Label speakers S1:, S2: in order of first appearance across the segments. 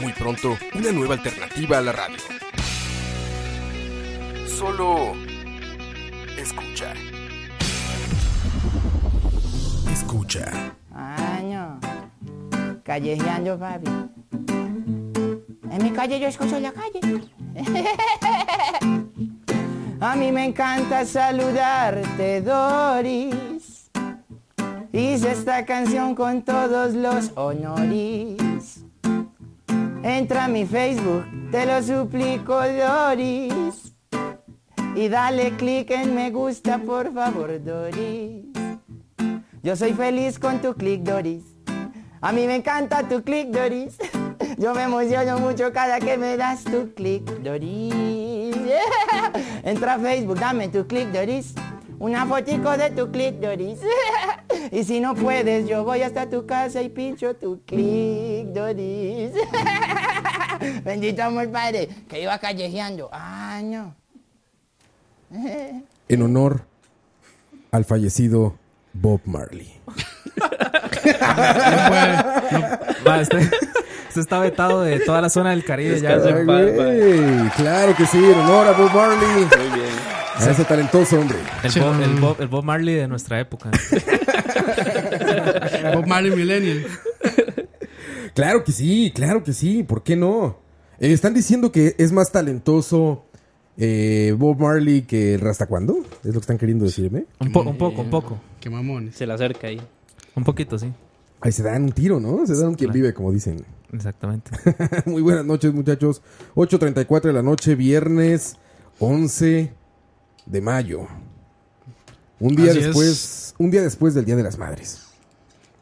S1: Muy pronto, una nueva alternativa a la radio. Solo escucha. Escucha.
S2: Año. Callejeando, papi. En mi calle yo escucho la calle. A mí me encanta saludarte, Doris. Hice esta canción con todos los honores. Entra a mi Facebook, te lo suplico, Doris. Y dale clic en me gusta, por favor, Doris. Yo soy feliz con tu clic, Doris. A mí me encanta tu clic, Doris. Yo me emociono mucho cada que me das tu clic, Doris. Entra a Facebook, dame tu clic, Doris. Una fotico de tu clic, Doris. Y si no puedes, yo voy hasta tu casa y pincho tu clic, Doris. Bendito amor, padre, que iba callejeando. Ah, no.
S1: En honor al fallecido Bob Marley.
S3: Va, este, este está vetado de toda la zona del Caribe ya.
S1: Ay,
S3: güey.
S1: güey, Claro que sí, en honor a Bob Marley.
S4: Muy bien.
S1: A ese talentoso hombre.
S3: El Bob, el, Bob, el Bob Marley de nuestra época.
S5: Bob Marley Millennial.
S1: Claro que sí, claro que sí, ¿por qué no? Eh, están diciendo que es más talentoso eh, Bob Marley que el Rastacuando, es lo que están queriendo decirme.
S3: Un, po- un poco, un poco.
S5: Qué mamones.
S4: Se le acerca ahí.
S3: Un poquito, sí.
S1: Ahí se dan un tiro, ¿no? Se dan un quien vive, como dicen.
S3: Exactamente.
S1: Muy buenas noches, muchachos. 8.34 de la noche, viernes 11 de mayo. Un día
S5: Así
S1: después, un día después del Día de las Madres.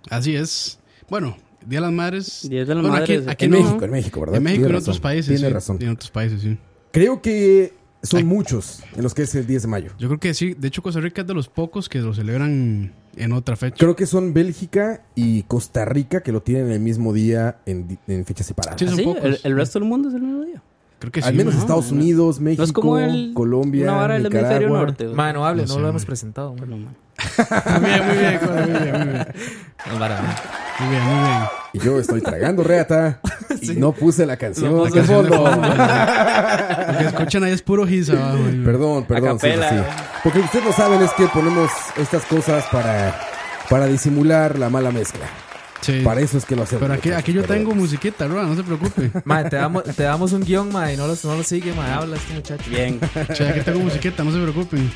S5: Así es. Bueno, Día de las Madres.
S4: Día de las
S5: Bueno,
S4: Madres,
S5: Aquí,
S4: sí.
S5: aquí
S1: en
S5: no.
S1: México, en México, ¿verdad?
S5: En México y
S1: Tiene razón,
S5: en otros países.
S1: Tiene
S5: sí.
S1: razón.
S5: En otros países, sí.
S1: Creo que son muchos en los que es el 10 de mayo.
S5: Yo creo que sí. De hecho, Costa Rica es de los pocos que lo celebran en otra fecha.
S1: Creo que son Bélgica y Costa Rica que lo tienen el mismo día en, di- en fechas separadas.
S5: Sí,
S4: ¿Ah,
S5: son
S4: sí?
S5: pocos.
S4: ¿El, el resto del mundo es el mismo día.
S5: Creo que sí. Ah,
S1: Al menos
S5: ma.
S1: Estados Unidos, México,
S4: No es como el.
S1: Colombia,
S4: Una vara del hemisferio
S1: Nicaragua.
S4: norte. güey.
S3: Mano, hable,
S5: No
S3: no,
S5: sé,
S3: lo hemos
S5: güey.
S3: presentado. güey.
S4: Bueno, man.
S5: Muy bien, muy bien, Costa, muy bien, muy bien.
S3: No, para nada.
S5: Muy bien, muy bien.
S1: Y yo estoy tragando reata y no puse la canción.
S3: No
S1: de
S3: puse la
S5: Canción de
S1: fondo.
S5: fondo, güey. Lo que escuchan ahí es puro gis abajo. güey.
S1: Perdón, perdón. sí,
S4: Acapela,
S1: sí.
S4: eh.
S1: Porque ustedes no saben es que ponemos estas cosas para, para disimular la mala mezcla.
S5: Sí.
S1: Para eso es que lo hacemos.
S5: Pero aquí,
S1: muchachos,
S5: aquí yo
S1: perdón.
S5: tengo musiquita, Roa, no se preocupe.
S3: Mae, te damos, te damos un guión, mae, y no lo no lo sigue, mae. Habla este muchacho.
S4: Bien.
S5: O sea, aquí tengo musiquita, no se preocupen.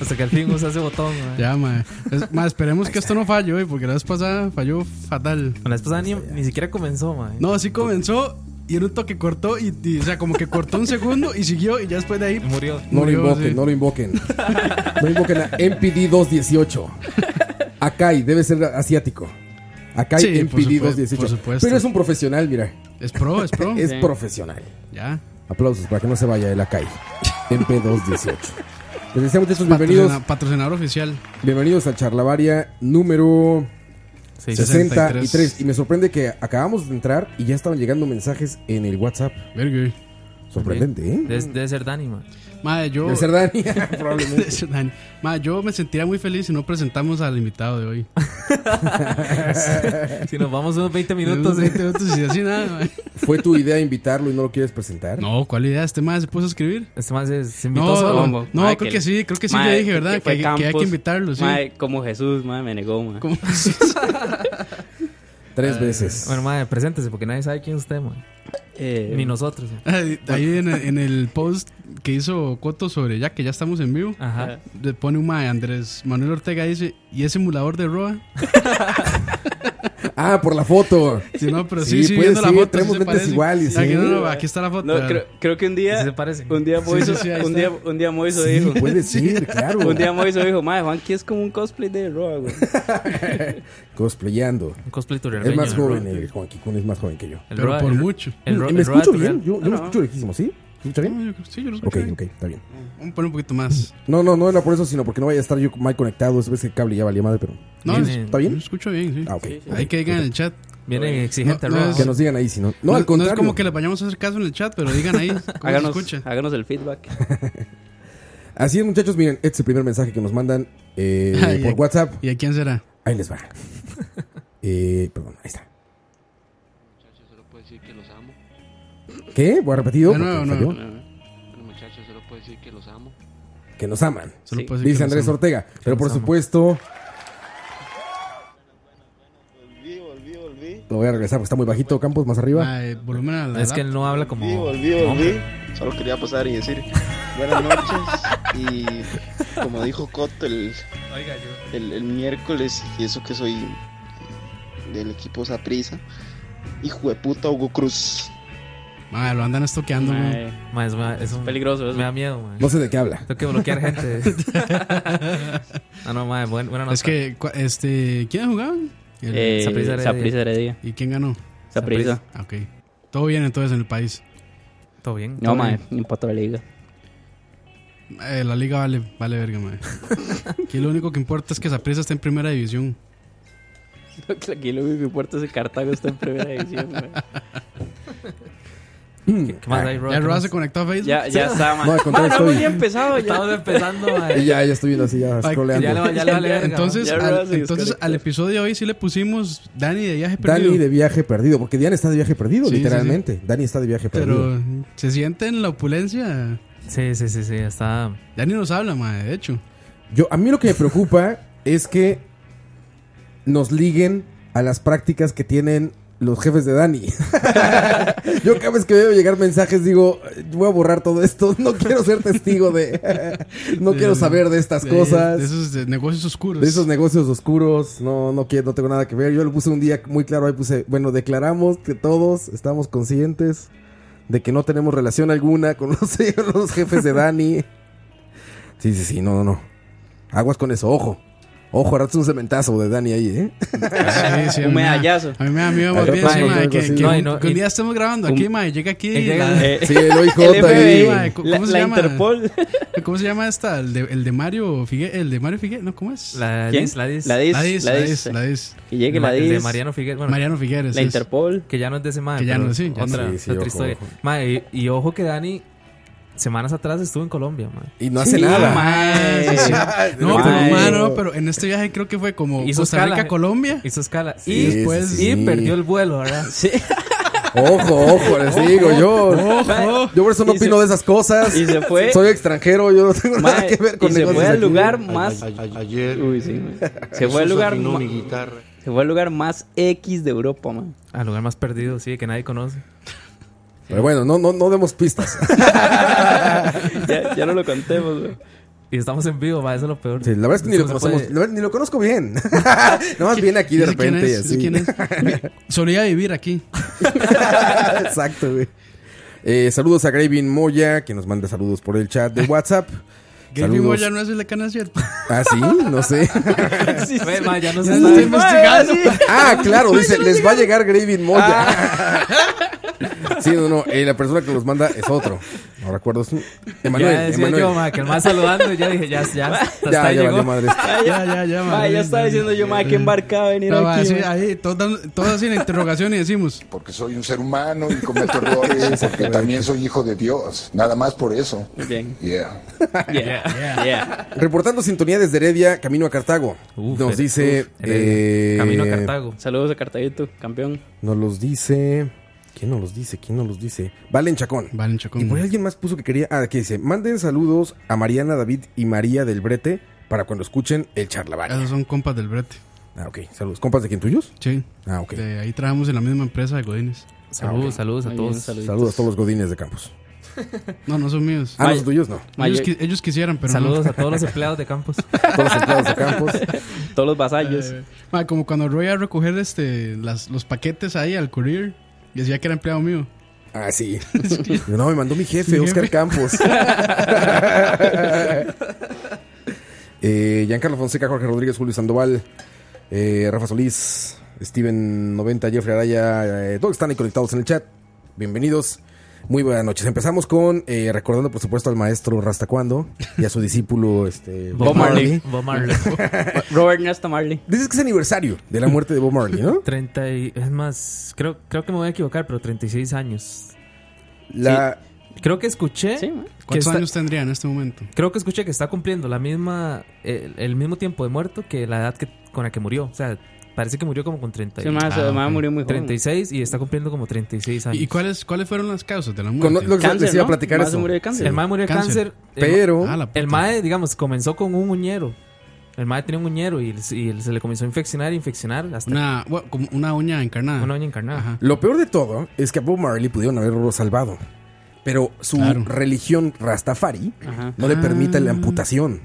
S3: Hasta que al fin usa ese botón, mae.
S5: Ya, ma. Es- ma, esperemos que esto no falle, güey, porque la vez pasada falló fatal.
S3: Bueno, La esposa ni, ni siquiera comenzó, mae.
S5: No, así comenzó y en un toque cortó y, y, o sea, como que cortó un segundo y siguió y ya después de ahí.
S3: Murió.
S1: No lo
S5: murió,
S1: invoquen,
S5: sí.
S1: no lo invoquen. No invoquen a MPD 218. Akai, debe ser asiático. Akai
S5: Sí,
S1: MPD
S5: por supuesto,
S1: 218.
S5: por supuesto.
S1: Pero es un profesional, mira.
S5: Es pro, es pro.
S1: Es
S4: Sí.
S1: profesional.
S5: Ya.
S1: Aplausos para que no se vaya el Akai. MP 218. Les decía muchachos, bienvenidos,
S5: Patrocina- patrocinador oficial.
S1: bienvenidos a Charlavaria número
S3: Sí, sí, sí.
S1: 63.
S5: 63.
S1: Y me sorprende que acabamos de entrar y ya estaban llegando mensajes en el WhatsApp.
S5: Verga.
S1: Sorprendente, ¿eh?
S3: Debe, debe ser Dani, mae.
S5: Madre, yo.
S1: Debe ser Dani, probablemente.
S5: Debe ser Dani. Ma, yo me sentiría muy feliz si no presentamos al invitado de hoy.
S3: Si nos vamos unos 20 minutos, sí.
S5: minutos y así nada. ma.
S1: ¿Fue tu idea invitarlo y no lo quieres presentar?
S5: No, ¿cuál idea? Este madre se puso a escribir.
S3: Este mae se, se invitó
S5: No,
S3: solo.
S5: no,
S4: Mae,
S5: creo que sí, creo que sí le dije, ¿verdad?
S4: fue
S5: Que- que hay
S4: Campos.
S5: que invitarlo, sí.
S4: Mae, como Jesús, mae, me negó, mae.
S5: Como-
S1: Tres veces.
S3: Bueno, mae, preséntese porque nadie sabe quién es usted, mae.
S4: Eh,
S3: Ni nosotros. mae.
S5: Ahí ahí en, el- en el post que hizo Coto sobre ya que ya estamos en
S4: Ah.
S5: vivo,
S3: Ajá.
S5: le pone un mae Andrés Manuel Ortega dice, ¿y es emulador de Roa?
S1: Ah, por la foto.
S5: Sí, no, pero
S1: Sí,
S5: sí, sí,
S1: puede
S5: viendo la
S1: ser,
S5: foto.
S1: tenemos
S5: se
S1: mentes
S5: parecen.
S1: iguales,
S5: Aquí,
S1: sí.
S5: no, no, aquí está la foto.
S4: No, creo, creo que un día.
S3: Sí se parecen.
S4: Un día Moiso,
S5: sí, ahí
S4: un,
S5: está.
S4: día, un día Moiso dijo.
S1: Puede ser, claro.
S4: Un día Moiso dijo, madre, Juanqui es como un cosplay de Roa, güey.
S1: Cosplayando.
S3: Un cosplay
S1: Es
S3: turerbeño,
S1: más
S3: el
S1: joven,
S3: Roa.
S1: el Juan Kikun es más joven que yo. Mm,
S3: El
S5: Pero
S3: Roa-
S5: por
S3: el-
S5: mucho.
S3: el Roa-
S1: ¿Me
S3: el Roa
S1: escucho
S3: turerbeño.
S1: bien? Yo, yo me escucho lejísimo, ¿sí? ¿Me escucha bien?
S5: No, yo- Sí, yo lo
S1: Ok,
S5: escucho bien.
S1: ok, está bien.
S5: Vamos a poner un poquito más.
S1: No, no, no era por eso, sino porque no vaya a estar yo mal conectado. Es ves que el cable ya valía madre, pero.
S5: No,
S3: Bien,
S5: es-
S3: bien.
S1: ¿Está
S5: Yo
S1: bien?
S5: escucho bien, sí.
S1: Ah, ok. ok.
S5: Ahí que digan en el chat.
S3: Viene exigente,
S5: No, no
S3: Roa.
S5: es-
S1: Que nos digan ahí, si no. No,
S5: No,
S1: al
S5: no es
S1: contrario.
S5: como que les vayamos a hacer caso en el chat, pero digan ahí. ¿Cómo se
S4: Háganos,
S5: escucha?
S4: háganos el feedback.
S1: Así es, muchachos, miren, este es el primer mensaje que nos mandan eh,
S5: Ay,
S1: por
S5: ay.
S1: WhatsApp.
S5: ¿Y a quién será?
S1: Ahí les va. Eh, perdón, ahí está.
S6: Muchachos, solo puedo decir que los amo.
S1: ¿Qué? Voy a repetido.
S5: De nuevo,
S1: porque
S5: no.
S1: falló.
S6: Bueno, muchachos, Eh, solo puedo decir que los amo.
S1: Que nos aman.
S5: Solo
S4: Sí.
S5: puedo decir que
S1: Dice
S5: los
S1: Andrés
S5: amo.
S1: Ortega. Pero
S3: nos
S1: por
S3: aman.
S1: supuesto,
S7: Volví, volví, volví.
S1: lo voy a regresar porque está muy bajito. Campos, más arriba.
S5: Ah, eh, volumen a la
S3: Es que él no habla como.
S7: Volví, volví,
S3: como hombre.
S7: volví. Solo quería pasar y decir buenas noches. Y como dijo Coto el, el, el miércoles, y eso que soy del equipo Saprisa, hijo de puta Hugo Cruz.
S5: Ah, lo andan estoqueando, güey.
S4: Mae,
S3: Ma, es, ma- es un-
S4: eh, peligroso eso.
S3: Me da miedo, man.
S1: No sé de qué habla.
S3: Tengo que bloquear gente. ah, no, ma, buen, buena nota.
S5: Es que, cua- este, ¿quiénes jugaban? El-
S4: Eh,
S3: Saprissa Heredia.
S4: Saprissa Heredia.
S5: ¿Y quién ganó?
S4: Saprissa.
S5: Ah, Ok. Todo bien entonces en el país.
S3: Todo bien.
S4: No,
S3: todo
S4: mae,
S3: bien.
S4: empató la liga.
S5: Eh, la liga vale, vale verga, madre. Aquí lo único que importa es que Saprissa está en primera división.
S4: Aquí lo único que importa es que Cartago está en primera división, mae.
S1: Mm.
S3: ¿Qué
S1: Ah,
S3: más hay, Roa?
S5: Ya
S3: ¿Qué
S5: Roa
S3: más?
S5: se conectó a Facebook.
S4: Ya, ya está, mae.
S1: No, al contrario,
S4: Mae, no hemos
S1: estoy-
S4: ni empezado ya.
S3: Estamos empezando, ma.
S1: Y ya, ya estoy viendo así, ya
S5: Ay,
S1: scrolleando.
S3: Ya le va- ya le vale verga, ma.
S5: Entonces,
S4: Ya Roa
S5: al,
S4: se
S5: entonces
S4: desconectó.
S5: al episodio de hoy sí le pusimos Dani de viaje perdido.
S1: Dani de viaje perdido, porque Diana está de viaje perdido,
S5: Sí, sí,
S1: literalmente. Dani está de viaje perdido.
S5: Pero se siente en la opulencia.
S3: Sí, sí, sí, sí. Está.
S5: Dani nos habla, madre, de hecho.
S1: Yo, a mí lo que me preocupa es que nos liguen a las prácticas que tienen los jefes de Dani. Yo cada vez que veo llegar mensajes digo, voy a borrar todo esto, no quiero ser testigo de, no quiero saber de estas
S5: De-
S1: cosas.
S5: De esos eh, negocios oscuros.
S1: De esos negocios oscuros, no, no quiero, no tengo nada que ver. Yo le puse un día muy claro, ahí puse, bueno, declaramos que todos estamos conscientes de que no tenemos relación alguna con los, los jefes de Dani. Sí, sí, sí, no, no, no. Aguas con eso, ojo. Ojo, ahora es un cementazo de Dani ahí, ¿eh?
S5: Sí, sí, a
S4: Un
S5: mí me da-
S4: medallazo.
S5: A mí me da miedo
S1: Algo
S5: más bien,
S1: así,
S5: sí, madre,
S1: algo
S5: que,
S1: así.
S5: que
S3: No,
S5: un-
S3: y no-
S5: que un
S3: y-
S5: día estemos grabando aquí, madre, llega aquí.
S3: y llega-
S5: la-
S4: Eh,
S1: Sí, el OIJ
S4: el FBI,
S1: ahí.
S5: ¿cómo
S4: la,
S5: se
S4: la
S5: llama?
S4: Interpol.
S5: ¿Cómo se llama esta? El de, el de Mario Figue, el de Mario Figueres, no, ¿cómo es?
S3: La
S4: ¿Quién?
S3: dis, la dis.
S4: La dis.
S5: la DIS, la DIS, la DIS.
S4: Que llegue
S3: Ma-
S4: la
S3: el
S4: DIS.
S3: de Mariano Figueres. Bueno,
S5: Mariano Figueres.
S4: La
S5: es.
S4: Interpol.
S3: que ya no es de ese ma,
S5: Que ya
S3: pero
S5: no, sí, ya
S3: otra,
S1: sí, sí,
S3: otra
S1: ojo,
S3: historia.
S1: ojo.
S3: Ma, y, y ojo que Dani, semanas atrás estuvo en Colombia, ma.
S1: Y no hace nada.
S5: Ah, sí, sí. No,
S4: Ay.
S5: pero, mano, pero en este viaje creo que fue como
S3: Hizo
S5: Costa
S3: escala.
S5: Rica, Colombia.
S3: Hizo escala.
S1: Sí,
S3: y
S1: sí,
S3: después,
S1: sí.
S3: y perdió el vuelo, ¿verdad?
S4: Sí.
S1: Ojo, ojo, les digo yo. Yo por eso no
S4: Y se-
S1: opino de esas cosas.
S4: y se fue.
S1: Soy extranjero, yo no tengo nada
S4: Mae,
S1: que ver con
S4: y se
S1: negocios
S4: fue al
S1: aquí.
S4: lugar más.
S8: ayer
S4: Uy, sí, man. Se fue al lugar. ma-
S8: guitarra.
S4: Se fue al lugar más X de Europa, man.
S3: Al lugar más perdido, sí, que nadie conoce.
S1: Pero bueno, no, no, no demos pistas.
S4: Ya, ya no lo contemos, güey.
S3: Y estamos en vivo, ma, eso es lo peor.
S1: Sí, la verdad es que ni
S3: Eso
S1: lo
S3: no se
S1: conocemos,
S3: puede-
S1: la verdad, ni lo conozco bien. Nomás viene aquí de
S5: Dice
S1: repente y
S5: quién es, dice
S1: así.
S5: quién es. Solía vivir aquí.
S1: Exacto, güey. Eh, saludos a Gravin Moya, que nos manda saludos por el chat de WhatsApp.
S5: Gavin
S1: Saludos.
S5: ya no es el de Cana, ¿cierto?
S1: Ah, sí, no sé.
S3: Ve, ma, ya no se
S5: Ya
S3: sabe.
S5: estoy investigando.
S1: Ah, claro, dice, les va a llegar Gravin Moya.
S3: Ah.
S1: Sí, no, no, eh, la persona que los manda es otro. No recuerdo su... Emanuel,
S3: ya decía
S1: Emanuel.
S3: yo, ma, que el más saludando, y ya dije, ya, ya, hasta
S1: ya,
S3: ahí
S1: ya
S3: llegó.
S1: valió madre. esto.
S5: Ya, ya, ya,
S4: Ma,
S5: madre.
S4: ya estaba diciendo yo, ma, que embarcaba venir
S5: No, va,
S4: aquí.
S5: sí,
S4: ma.
S5: ahí, todos, dan- todos así en interrogación y decimos.
S9: porque soy un ser humano y cometo errores, porque también soy hijo de Dios. Nada más por eso.
S4: Muy Bien.
S9: Yeah.
S4: Yeah. Yeah.
S1: Reportando sintonía desde Heredia, camino a Cartago.
S3: Uf,
S1: nos
S3: uf,
S1: dice...
S3: Heredia.
S1: eh,
S3: Camino a Cartago.
S4: Saludos a Cartaguito, campeón.
S1: Nos los dice. ¿Quién nos los dice? ¿Quién nos los dice? Valen Chacón.
S5: Valen
S1: y
S5: Chacón.
S1: por ahí alguien más puso que quería. Ah, aquí dice: Manden saludos a Mariana, David y María del Brete para cuando escuchen el charlavaria.
S5: Esos son compas del brete.
S1: Ah, ok. Saludos. ¿Compas de quién tuyos?
S5: Sí.
S1: Ah, ok.
S5: De ahí trabajamos en la misma empresa de Godines.
S3: Saludos, saludos a
S4: Muy
S3: todos.
S4: bien, saluditos.
S1: Saludos a todos los godines de Campos.
S5: No, no son míos.
S1: Ah, los tuyos no.
S5: Ellos,
S4: Mayo-
S5: qui- ellos quisieran, pero
S3: Saludos
S5: no.
S3: a todos los empleados de Campos.
S1: Todos los empleados de Campos.
S4: Todos los vasallos.
S5: Eh, ma, como cuando Roy iba a recoger este, las, los paquetes ahí al courier y decía que era empleado mío.
S1: Ah, sí. No, me mandó mi jefe,
S5: Mi
S1: Oscar
S5: jefe.
S1: Campos. eh, Giancarlo Fonseca, Jorge Rodríguez, Julio Sandoval, eh, Rafa Solís, Steven 90, Jeffrey Araya, eh, todos están ahí conectados en el chat. Bienvenidos. Muy buenas noches. Empezamos con eh, recordando, por supuesto, al maestro Rastacuando y a su discípulo este,
S4: Bob Marley.
S3: Bob Marley.
S4: Robert Nesta Marley.
S1: Dices que es aniversario de la muerte de Bob Marley, ¿no?
S3: 30 y, es más, creo, creo que me voy a equivocar, pero 36 años.
S1: La,
S3: Creo que escuché
S4: Sí, ma.
S3: que
S5: ¿Cuántos
S3: está-
S5: años tendría en este momento?
S3: creo que escuché que está cumpliendo la misma el, el mismo tiempo de muerto que la edad que, con la que murió, o sea, parece que murió como con 30 y-
S4: Sí, ma, su
S5: Ah,
S4: mamá
S5: ok.
S4: murió muy joven.
S3: 36 y está cumpliendo como 36 años.
S5: ¿Y cuáles, cuáles fueron las causas de la
S1: con
S5: muerte?
S1: lo que
S4: Cáncer,
S1: les iba
S4: ¿no?
S1: a platicar
S4: Más
S1: eso.
S4: se murió de cáncer.
S3: el mae murió de
S5: Cáncer.
S3: cáncer, el ma-
S1: Pero
S5: Ah, la puta.
S3: el mae, digamos, comenzó con un uñero. El mae tenía un uñero y, y se le comenzó a infeccionar, infeccionar hasta
S5: Una, bueno, como una uña encarnada.
S3: una uña encarnada.
S5: Ajá.
S1: Lo peor de todo es que a Bob Marley pudieron haberlo salvado, pero su
S5: Claro.
S1: religión Rastafari
S4: Ajá.
S1: no le permite la amputación.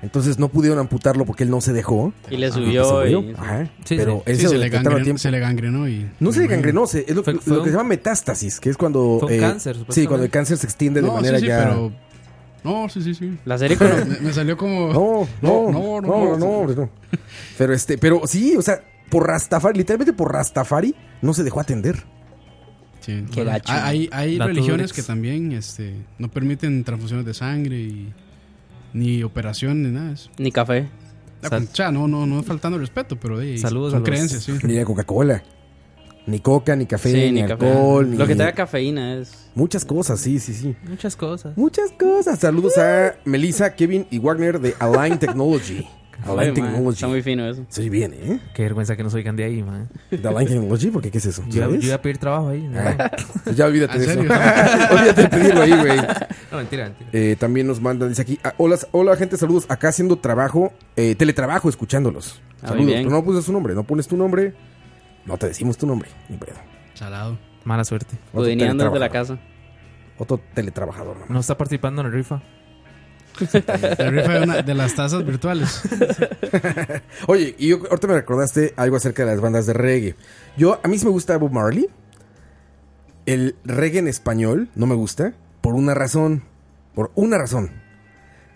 S1: Entonces no pudieron amputarlo porque él no se dejó.
S4: Y le
S1: Y pues
S4: subió.
S1: se
S4: y-
S1: murió. Ajá.
S3: Sí,
S1: pero
S5: Sí,
S1: él se,
S5: se,
S1: lo
S5: le
S1: detectaron a
S5: gangrenó,
S1: tiempo.
S5: se le gangrenó y...
S1: No se le gangrenó, se- es lo,
S3: Fue-
S1: lo
S3: fue
S1: que se
S3: un-
S1: llama metástasis, que es cuando... eh,
S3: Fue un cáncer,
S1: Sí,
S3: supuestamente.
S1: cuando el cáncer se extiende de
S5: No,
S1: manera
S5: sí, sí,
S1: ya...
S5: pero... No, sí, sí, sí.
S4: La serie con...
S5: Me, me salió como...
S1: No, no, no,
S5: No, no,
S1: no,
S5: no,
S1: no, no. Pero este, pero sí, o sea, por Rastafari, literalmente por Rastafari, no se dejó atender.
S5: Sí.
S4: Qué gacho.
S5: Hay, hay
S3: Dato
S5: religiones
S3: durex.
S5: que también este, no permiten transfusiones de sangre y... Ni operación ni nada. de eso.
S4: Ni café.
S5: Ah,
S3: Sal-
S5: pues, o sea, no, no, no faltando respeto, pero eh,
S3: Saludos
S5: son
S3: a los-
S5: creencias, sí.
S1: Ni la Coca-Cola, ni coca, ni café,
S4: Sí,
S1: ni,
S4: ni café.
S1: alcohol, ni...
S4: Lo que te da cafeína es...
S1: Muchas cosas, sí, sí, sí.
S3: Muchas cosas.
S1: Muchas cosas. Saludos a Melissa, Kevin y Wagner de Align Technology.
S4: Ay,
S1: Align
S4: ma,
S1: Technology.
S4: Está muy fino eso.
S1: Soy bien, ¿eh?
S3: Qué vergüenza que no soy de ahí, man.
S1: De Align Technology, porque qué es eso?
S3: Yo,
S1: ¿Sabes?
S3: yo iba a pedir trabajo ahí. No,
S1: Pues ya olvídate
S5: ¿En
S1: de eso.
S5: serio?
S1: olvídate de pedirlo ahí, güey.
S3: No, mentira, mentira.
S1: Eh, también nos mandan, dice aquí, ah, hola, hola gente, saludos. Acá haciendo trabajo, eh, teletrabajo, escuchándolos.
S4: Ah,
S1: Saludos.
S4: muy bien.
S1: Pero no puses tu nombre, no pones tu nombre. No te decimos tu nombre, ni pedo.
S5: Salado.
S3: Mala suerte.
S1: Otro
S4: Pudineando Pues desde la
S1: teletrabajador.
S4: casa.
S1: Otro teletrabajador, nomás.
S3: No está participando en la rifa.
S5: La rifa de, una- de las tazas virtuales.
S1: Oye, y yo- ahorita me recordaste algo acerca de las bandas de reggae. Yo, a mí sí me gusta Bob Marley. El reggae en español no me gusta por una razón. Por una razón.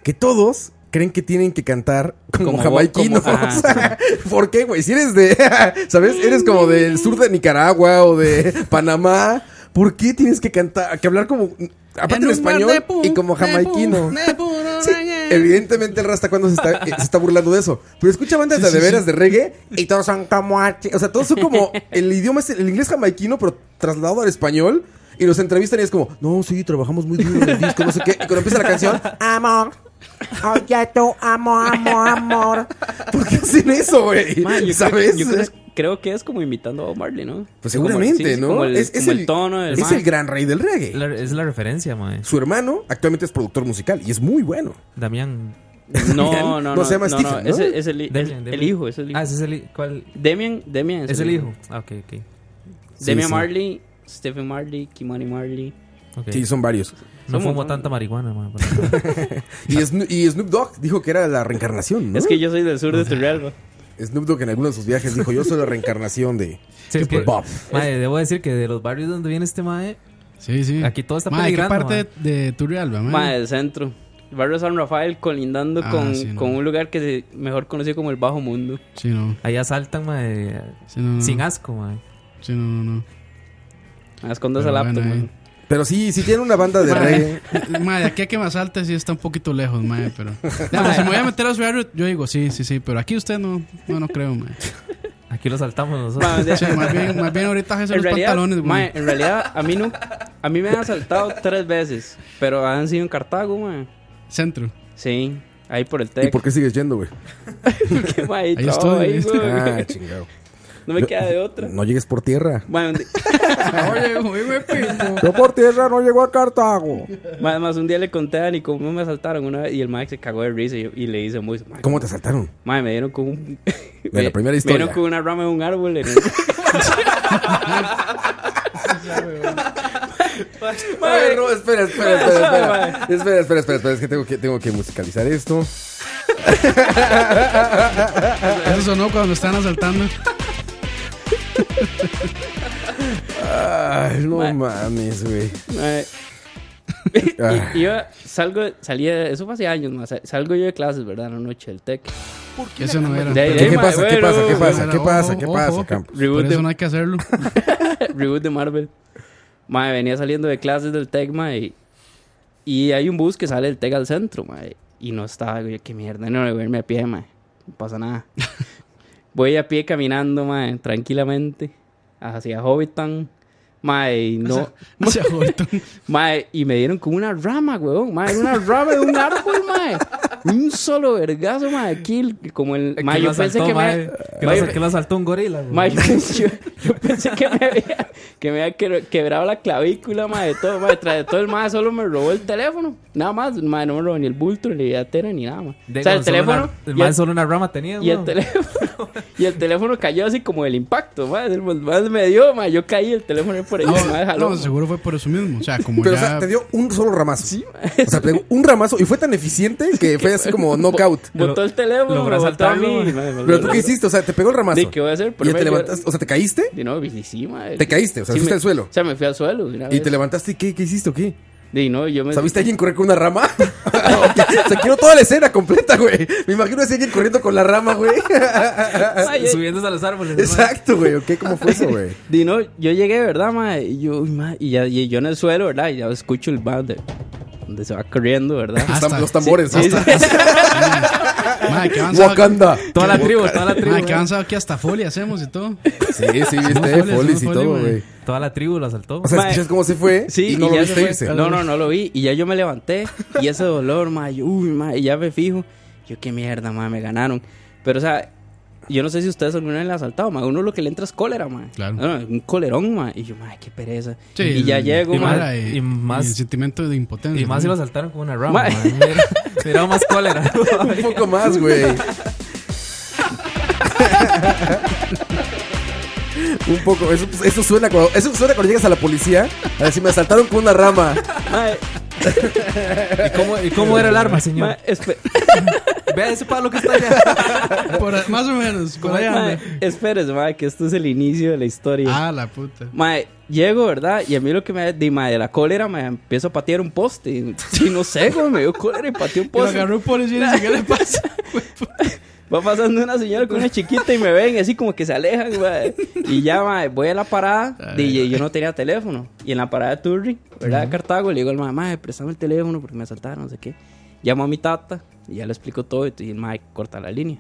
S1: Que todos creen que tienen que cantar como,
S4: Como
S1: jamaiquinos.
S4: vos, como- ah,
S1: O sea, ¿Por qué, güey? Si eres de. ¿Sabes? Eres como del sur de Nicaragua o de Panamá. ¿Por qué tienes que cantar, que hablar como. Aparte en
S5: un bar
S1: español
S5: de pu-
S1: y como
S5: de pu-
S1: jamaiquino.
S5: de puro
S1: Sí,
S5: reggae.
S1: evidentemente el Rasta cuando se está, eh, se está burlando de eso. Pero escucha bandas
S5: Sí,
S1: de,
S5: sí,
S1: de veras
S5: sí.
S1: de reggae y todos son como... achi- O sea, todos son como... El idioma es el, el inglés jamaiquino, pero trasladado al español. Y los entrevistan y es como... No, sí, trabajamos muy duro en el disco, no sé qué. Y cuando empieza la canción... Amor. Oye, tú, amor, amor, amor. ¿Por qué hacen eso, güey?
S4: Ma, yo creo-
S1: ¿Sabes?
S4: yo creo, creo que es como imitando a Bob Marley, ¿no?
S1: Pues
S4: Como el-
S1: seguramente,
S4: sí, sí,
S1: ¿no?
S4: Como el,
S1: es, es
S4: como el tono del
S1: es
S4: ma.
S1: el gran rey del reggae.
S3: La- es la referencia, man.
S1: Su hermano actualmente es productor musical y es muy bueno.
S3: Damián.
S4: No, no, no.
S1: No, se llama Stephen, ¿no?
S4: Es, es el, es
S3: Demian, Demian.
S4: el hijo, es el hijo.
S3: Ah, ese es el. hi- ¿Cuál?
S4: Demian, Demian
S3: Es el hijo. Ah, ok, ok.
S1: Sí,
S4: Demian
S1: sí.
S4: Marley, Stephen Marley, Kimani Marley.
S3: okay.
S1: Sí, son varios.
S3: no
S4: somos-
S3: fumo tanta marihuana, man. pero-
S1: Y, Sno- y Snoop Dogg dijo que era la reencarnación, ¿no?
S4: Es que yo soy del sur de Turrialba.
S1: Snoop Dogg en alguno de sus viajes dijo, yo soy la reencarnación de...
S3: Sí, es que-
S1: Bob.
S3: Mae, debo decir que de los barrios donde viene este mae,
S5: Sí, sí.
S3: Aquí todo está
S5: Ma, ¿de ¿qué
S3: peligrando,
S5: parte de, de Turrialba, ma?
S4: Más del centro. El barrio San Rafael colindando
S5: Ah,
S4: con,
S5: sí, no.
S4: con un lugar que se mejor conocido como el Bajo Mundo.
S5: Sí, no.
S3: allá saltan, mae,
S5: Sí, no,
S4: Mm.
S5: no.
S3: sin asco, mae.
S5: Sí, no, no, no.
S4: A escondas
S5: Pero
S4: al laptop,
S5: bueno,
S4: man.
S1: Pero sí, sí tiene una banda de reggae.
S5: Ma, de aquí a que más alta sí está un poquito lejos, ma, pero... Digamos, si me voy a meter a su barrio, yo digo sí, sí, sí, pero aquí usted no, no, no creo, ma.
S3: Aquí lo saltamos nosotros.
S1: Ah,
S4: Man, de-
S5: Sí, más bien, más bien ahorita hace
S4: en,
S5: los
S4: realidad,
S5: pantalones,
S4: mae,
S5: güey.
S4: en realidad, a mí, no, a mí me han asaltado tres veces, pero han sido en Cartago, man.
S5: Centro.
S4: Sí, ahí por el
S1: ¿Y
S4: TEC.
S1: por qué sigues yendo, güey?
S4: Porque, mae, ahí
S5: estoy,
S4: trabajo
S5: ahí
S4: ahí,
S5: estoy.
S4: güey.
S1: Ah, chingado.
S4: No me queda de otra.
S1: No llegues por tierra.
S4: Mae, un di-
S5: Oye, güey, pues, me pinto.
S1: Yo por tierra no llego a Cartago.
S4: mae, más un día le conté a Dani cómo me asaltaron una vez y el mae se cagó de risa y, y le hice muy... Mae,
S1: ¿Cómo te asaltaron?
S4: mae, me dieron con un...
S1: la primera
S4: Me
S1: historia.
S4: dieron con una rama de un árbol. en el-
S1: Ay, no, espera, espera, espera, espera. Espera, espera, espera, espera, es que tengo que, tengo que musicalizar esto.
S5: Eso sonó cuando me están asaltando.
S1: Ay, no
S4: Mae.
S1: mames, güey.
S4: Mae.
S1: Ah.
S4: Y- iba, salgo, salía, eso fue hace años, mae, sal- salgo yo de clases, ¿verdad? La noche del tech.
S5: Eso no era.
S4: De ahí-
S1: ¿Qué,
S4: mae,
S1: pasa? ¿Qué
S4: bueno,
S1: pasa? ¿Qué
S4: bueno,
S1: pasa? ¿Qué pasa?
S5: bueno, ojo,
S1: ¿Qué
S5: ojo,
S1: pasa,
S5: ojo.
S1: Campos?
S5: Por
S4: Reboot de,
S5: eso no hay que hacerlo.
S4: reboot de Marvel. Mae, venía saliendo de clases del tech, mae. Y hay un bus que sale del tech al centro, mae. Y no estaba, güey, qué mierda, no voy a irme a pie, mae. No pasa nada. voy a pie caminando, mae, tranquilamente. Hacia Hobbiton. Mae, y no.
S5: Se agotó.
S4: Mae, y me dieron con una rama, weón. Mae, era una rama de un árbol, mae. Un solo vergazo, mae. Aquí, el- como el. Mae,
S3: Que
S4: yo
S3: lo
S4: pensé
S3: asaltó,
S4: que
S3: mae,
S4: me.
S3: que
S4: mae,
S3: lo- que lo asaltó un gorila, güey.
S4: mae, yo, pensé- yo- yo pensé que me había, que me había quebr- quebrado la clavícula, mae, de todo, mae. Tras de todo, el mae solo me robó el teléfono. Nada más, mae, no me robó ni el bulto, ni la billetera, ni nada, mae.
S3: De-
S4: o sea, el
S3: solo
S4: teléfono.
S3: una- el
S4: y
S3: mae
S4: el-
S3: solo una rama tenía,
S4: y el,
S3: güey.
S4: teléfono, y el teléfono cayó así como el impacto, madre. El más me dio, mae, Yo caí, el teléfono por ahí, mae,
S5: No,
S4: jaló,
S5: no,
S4: mae.
S5: seguro fue por eso mismo. O sea, como
S1: Pero, o
S5: ya.
S1: sea, te dio un solo ramazo. O sea, te dio un ramazo y fue tan eficiente que fue así como knockout.
S4: Botó el teléfono,
S3: logró
S4: me botó a
S3: asaltarlo, madre.
S4: mí. madre,
S1: Pero tú
S4: madre.
S1: qué hiciste, o sea, te pegó el ramazo.
S4: Di, ¿qué voy a hacer?
S1: Y ya te
S4: Primero,
S1: levantaste, o sea, te caíste
S4: Di, no, y sí, madre.
S1: Te caíste, o sea, fuiste
S4: me-
S1: al suelo.
S4: O sea, me fui al suelo. de una
S1: y te
S4: vez.
S1: levantaste y ¿qué, qué hiciste o qué?
S4: Di, no, yo me.
S1: ¿Sabiste a alguien correr con una rama? o sea, quiero toda la escena completa, güey. Me imagino a ese alguien corriendo con la rama, güey.
S4: Ay, ay.
S3: Subiéndose a los árboles. mae.
S1: Exacto, güey. ¿ok? ¿Cómo fue eso, güey?
S4: Di, no, yo llegué, ¿verdad, madre? Y yo, uy, madre, y, ya, y yo en el suelo, ¿verdad? Y ya escucho el band de- donde se va corriendo, ¿verdad?
S5: Hasta-
S1: Tam- Los Ah, tambores.
S4: Sí, sí.
S5: Madre, qué avanzado.
S1: Wakanda.
S3: Toda la tribu, toda la tribu.
S5: Madre, qué
S3: güey.
S5: avanzado aquí hasta folia hacemos y todo.
S1: Sí, sí, viste,
S5: Somos
S1: folies
S5: folies,
S1: y
S5: somos
S1: todo, güey.
S5: folies, güey.
S3: Toda la tribu lo asaltó.
S1: O sea,
S4: Mae.
S1: escuchas cómo se fue
S4: Sí,
S1: y no
S4: y
S1: lo
S4: ya
S1: viste
S4: se fue.
S1: irse.
S4: No, no, no lo vi. Y ya yo me levanté y ese dolor, ma, yo, uy, ma, y ya me fijo. Yo, qué mierda, ma, me ganaron. Pero, o sea, yo no sé si ustedes alguna vez la han asaltado, ma. Uno lo que le entra es cólera, ma.
S5: Claro.
S4: No, no, un colerón, ma. Y yo, ma, qué pereza.
S5: Sí,
S4: y ya
S5: el-
S4: llego,
S5: y
S4: ma.
S5: más-
S3: y más-
S5: y el sentimiento de impotencia.
S3: Y más si lo
S5: ¿no?
S3: asaltaron con una rama.
S4: Ma-
S3: mae. Mira, mira más cólera.
S1: Un poco más, güey. Un poco, eso, pues, eso suena cuando, eso suena cuando llegas a la policía. A decir, me asaltaron con una rama.
S4: Ma,
S3: ¿Y cómo, y cómo era el arma, señor?
S4: ma, espe-
S3: Vea ese palo que está allá.
S5: Por a- más o menos, por ahí
S4: ma,
S5: anda.
S4: espérese, ma, que esto es el inicio de la historia.
S5: Ah, la puta.
S4: Mae, llego, ¿verdad? Y a mí lo que me... Di, ma, de la cólera, me empiezo a patear un poste. Sí, no sé, güey, me dio cólera y pateé un
S5: Y Lo
S4: poste.
S5: agarró un policía y dice, ¿qué le pasa?
S4: Va pasando una señora con una chiquita y me ven así como que se alejan, mae. Y ya, mae, voy a la parada.
S5: Ay,
S4: DJ, yo no tenía teléfono. Y en la parada de Turri, ¿verdad? De Cartago, le digo al mae, mae, préstame el teléfono porque me asaltaron, no sé qué. Llamo a mi tata y ya le explico todo. Y el mae corta la línea.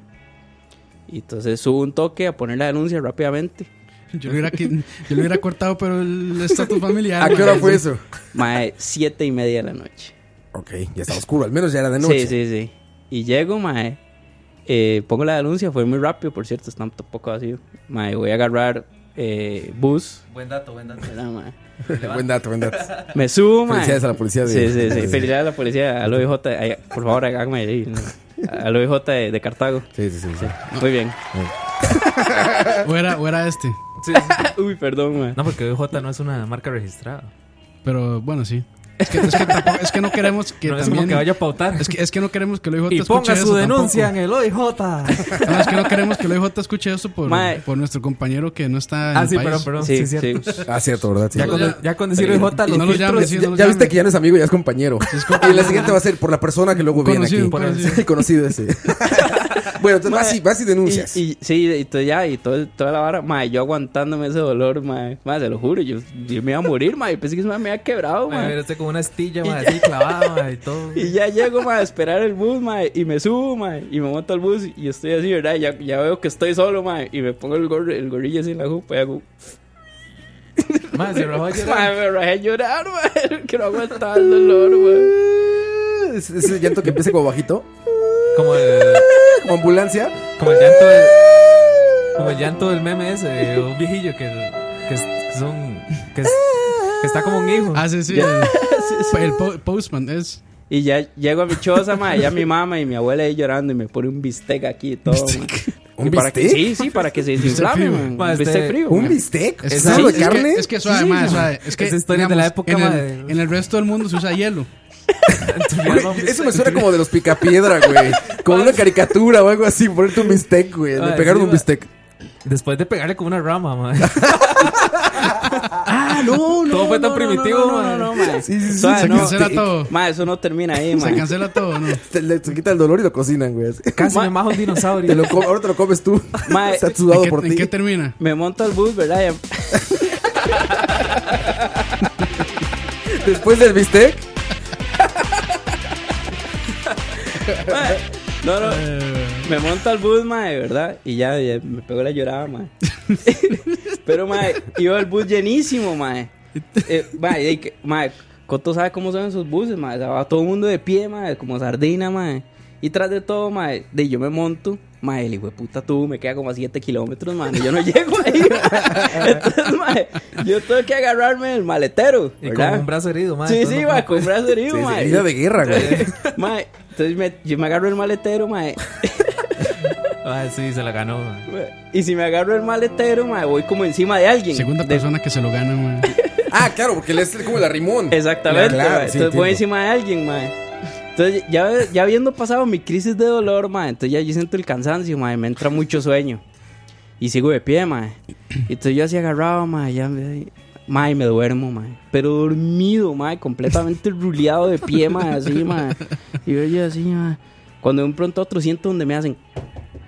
S4: Y entonces subo un toque a poner la denuncia rápidamente.
S5: Yo lo hubiera, qui- yo lo hubiera cortado, pero el estatus familiar.
S1: ¿A qué hora
S5: madre,
S1: fue
S5: sí.
S1: eso?
S4: Mae, siete y media de la noche.
S1: Ok, ya está oscuro, al menos ya era de noche.
S4: Sí, sí, sí. Y llego, mae. eh, pongo la denuncia, fue muy rápido, por cierto, está un poco vacío. Mae, voy a agarrar eh, bus.
S3: Buen dato, buen dato.
S4: ¿verdad, mae?
S1: Buen dato, buen dato.
S4: Me subo, mae.
S1: Felicidades a la policía de-
S4: Sí, sí, sí.
S1: de-
S4: Felicidades a la policía, al OIJ. ay, Por favor, háganme ahí. ¿no? Al OIJ de, de Cartago.
S1: Sí, sí, sí. sí.
S4: Muy bien.
S5: O era, o era este.
S4: Uy, perdón, mae.
S3: No, porque BJ no es una marca registrada.
S5: Pero bueno, sí. Es que, es que, tampoco- es que no queremos que
S3: no es
S5: también.
S3: como que vaya a pautar.
S5: es, que, es que no queremos que el OIJ
S3: y
S5: escuche
S3: ponga
S5: eso
S3: su denuncia
S5: tampoco.
S3: en el OIJ.
S5: No, es que no queremos que el OIJ escuche eso por,
S4: Mae.
S5: por nuestro compañero que no está en
S3: Ah,
S5: el
S3: sí,
S5: país.
S3: perdón, perdón. Sí,
S4: Sí,
S3: es cierto.
S4: sí.
S1: Ah, cierto, ¿verdad? Sí.
S3: Ya, con, ya con decir OIJ, los
S5: Y no lo
S3: filtros-
S5: llames, sí,
S1: Ya,
S5: no lo
S1: ya viste
S5: llames.
S1: que ya no es amigo, ya es compañero. Y la siguiente va a ser por la persona que luego viene
S5: Conocido,
S1: aquí.
S5: conocido.
S1: Sí, conocido ese. bueno, entonces vas y, vas y
S4: Y,
S1: denuncias.
S4: y- sí, y todo ya, y todo, toda la vara, mae, yo aguantándome ese dolor, mae, mae, se lo juro, yo, yo me iba a morir, mae, pensé que se me había quebrado,
S3: Ay,
S4: mae.
S3: mira, este con una astilla, mae, así clavada, mae, y todo.
S4: Y ya llego, ma, a esperar el bus, ma, y me subo, ma, y me monto al bus y estoy así, ¿verdad? Ya, ya veo que estoy solo, ma, y me pongo el, gorro, el gorrillo así en la jupa y hago...
S3: Mae, se rajó a
S4: Ma,
S3: llorar.
S4: me rajé a llorar, ma, que no aguantaba el dolor, ma.
S1: Es- Ese llanto que empieza como bajito,
S3: Como el,
S1: como ambulancia.
S3: como el llanto del... Como el llanto del meme ese, de un viejillo que, que, es- que son... Que, es- que está como un hijo.
S5: Ah, sí, sí. El, el po- postman es.
S4: Y ya llego a mi choza, ma, ya mi mamá y mi abuela ahí llorando y me pone un bistec aquí y todo, ma.
S1: ¿Un
S4: para que,
S1: bistec?
S4: sí, sí, para que se desinflame,
S5: frío.
S4: man.
S3: Ma,
S4: Un bistec
S3: este-
S4: frío.
S1: ¿Un
S4: man.
S1: bistec?
S5: Es,
S1: ¿Solo
S5: sí,
S1: de
S5: es que-
S1: carne?
S5: Es que suave, madre, suave. Es que,
S3: Esa historia de la época,
S5: en el,
S3: madre.
S5: en el resto del mundo se usa hielo.
S1: Güey, eso me suena como de los picapiedra, güey. Como una caricatura o algo así. Ponerte un bistec, güey. Le
S3: Ah,
S1: pegaron
S3: sí,
S1: un
S3: va.
S1: bistec.
S3: Después de pegarle con una rama, man.
S1: Ah, no,
S3: Todo fue tan primitivo,
S4: No, no, no, man.
S1: Sí, sí, sí.
S4: Suave,
S1: se
S5: Se
S4: no,
S5: cancela
S1: te-
S5: todo.
S4: Ma, eso no termina ahí,
S5: Se
S4: man.
S5: cancela todo, ¿no?
S1: Te- le- se quita el dolor y lo cocinan, güey. así.
S3: Casi
S4: Ma-
S3: me majo un dinosaurio.
S1: Te lo com- ahora te lo comes tú.
S4: Ma,
S1: Está
S5: ¿En
S1: sudado
S5: qué,
S1: por
S5: en
S1: ti.
S5: qué termina?
S4: Me monto al bus, ¿verdad? Ya-
S1: Después del bistec,
S4: No, no. Me monto al bus, mae, ¿verdad? Y ya, ya me pegó la llorada, mae. Pero, mae, iba el bus llenísimo, mae. Eh, mae, y que- mae, Coto sabe cómo son sus buses, mae. O sea, va todo el mundo de pie, mae, como sardina, mae. Y tras de todo, mae, de yo me monto. Mae, el hijo de puta tú, me queda como a 7 kilómetros, mae. Yo no llego ahí, mae. Entonces, mae, yo tengo que agarrarme el maletero,
S3: Y
S4: ¿verdad?
S3: con un brazo herido, man.
S4: Sí,
S3: entonces
S4: sí,
S3: no-
S4: mae, con brazo herido,
S1: Sí, sí,
S4: mae.
S1: herida de guerra, güey.
S4: Mae, entonces me- yo me agarro el maletero, mae.
S3: Ah, sí, se la ganó, man.
S4: Y si me agarro el maletero, mae, voy como encima de alguien.
S5: Segunda
S4: De-
S5: persona que se lo gana, man.
S1: Ah, claro, porque le es como el arrimón.
S4: Exactamente,
S1: Claro,
S4: mae.
S1: sí,
S4: Entonces voy
S1: entiendo.
S4: encima de alguien, mae. Entonces, ya, ya habiendo pasado mi crisis de dolor, mae, entonces ya yo siento el cansancio, mae, me entra mucho sueño. Y sigo de pie, mae. Entonces yo así agarrado, mae, ya me... Mae, me duermo, mae. Pero dormido, mae, completamente ruleado de pie, mae, así, mae. Y yo, yo así, mae. Cuando de un pronto a otro siento donde me hacen...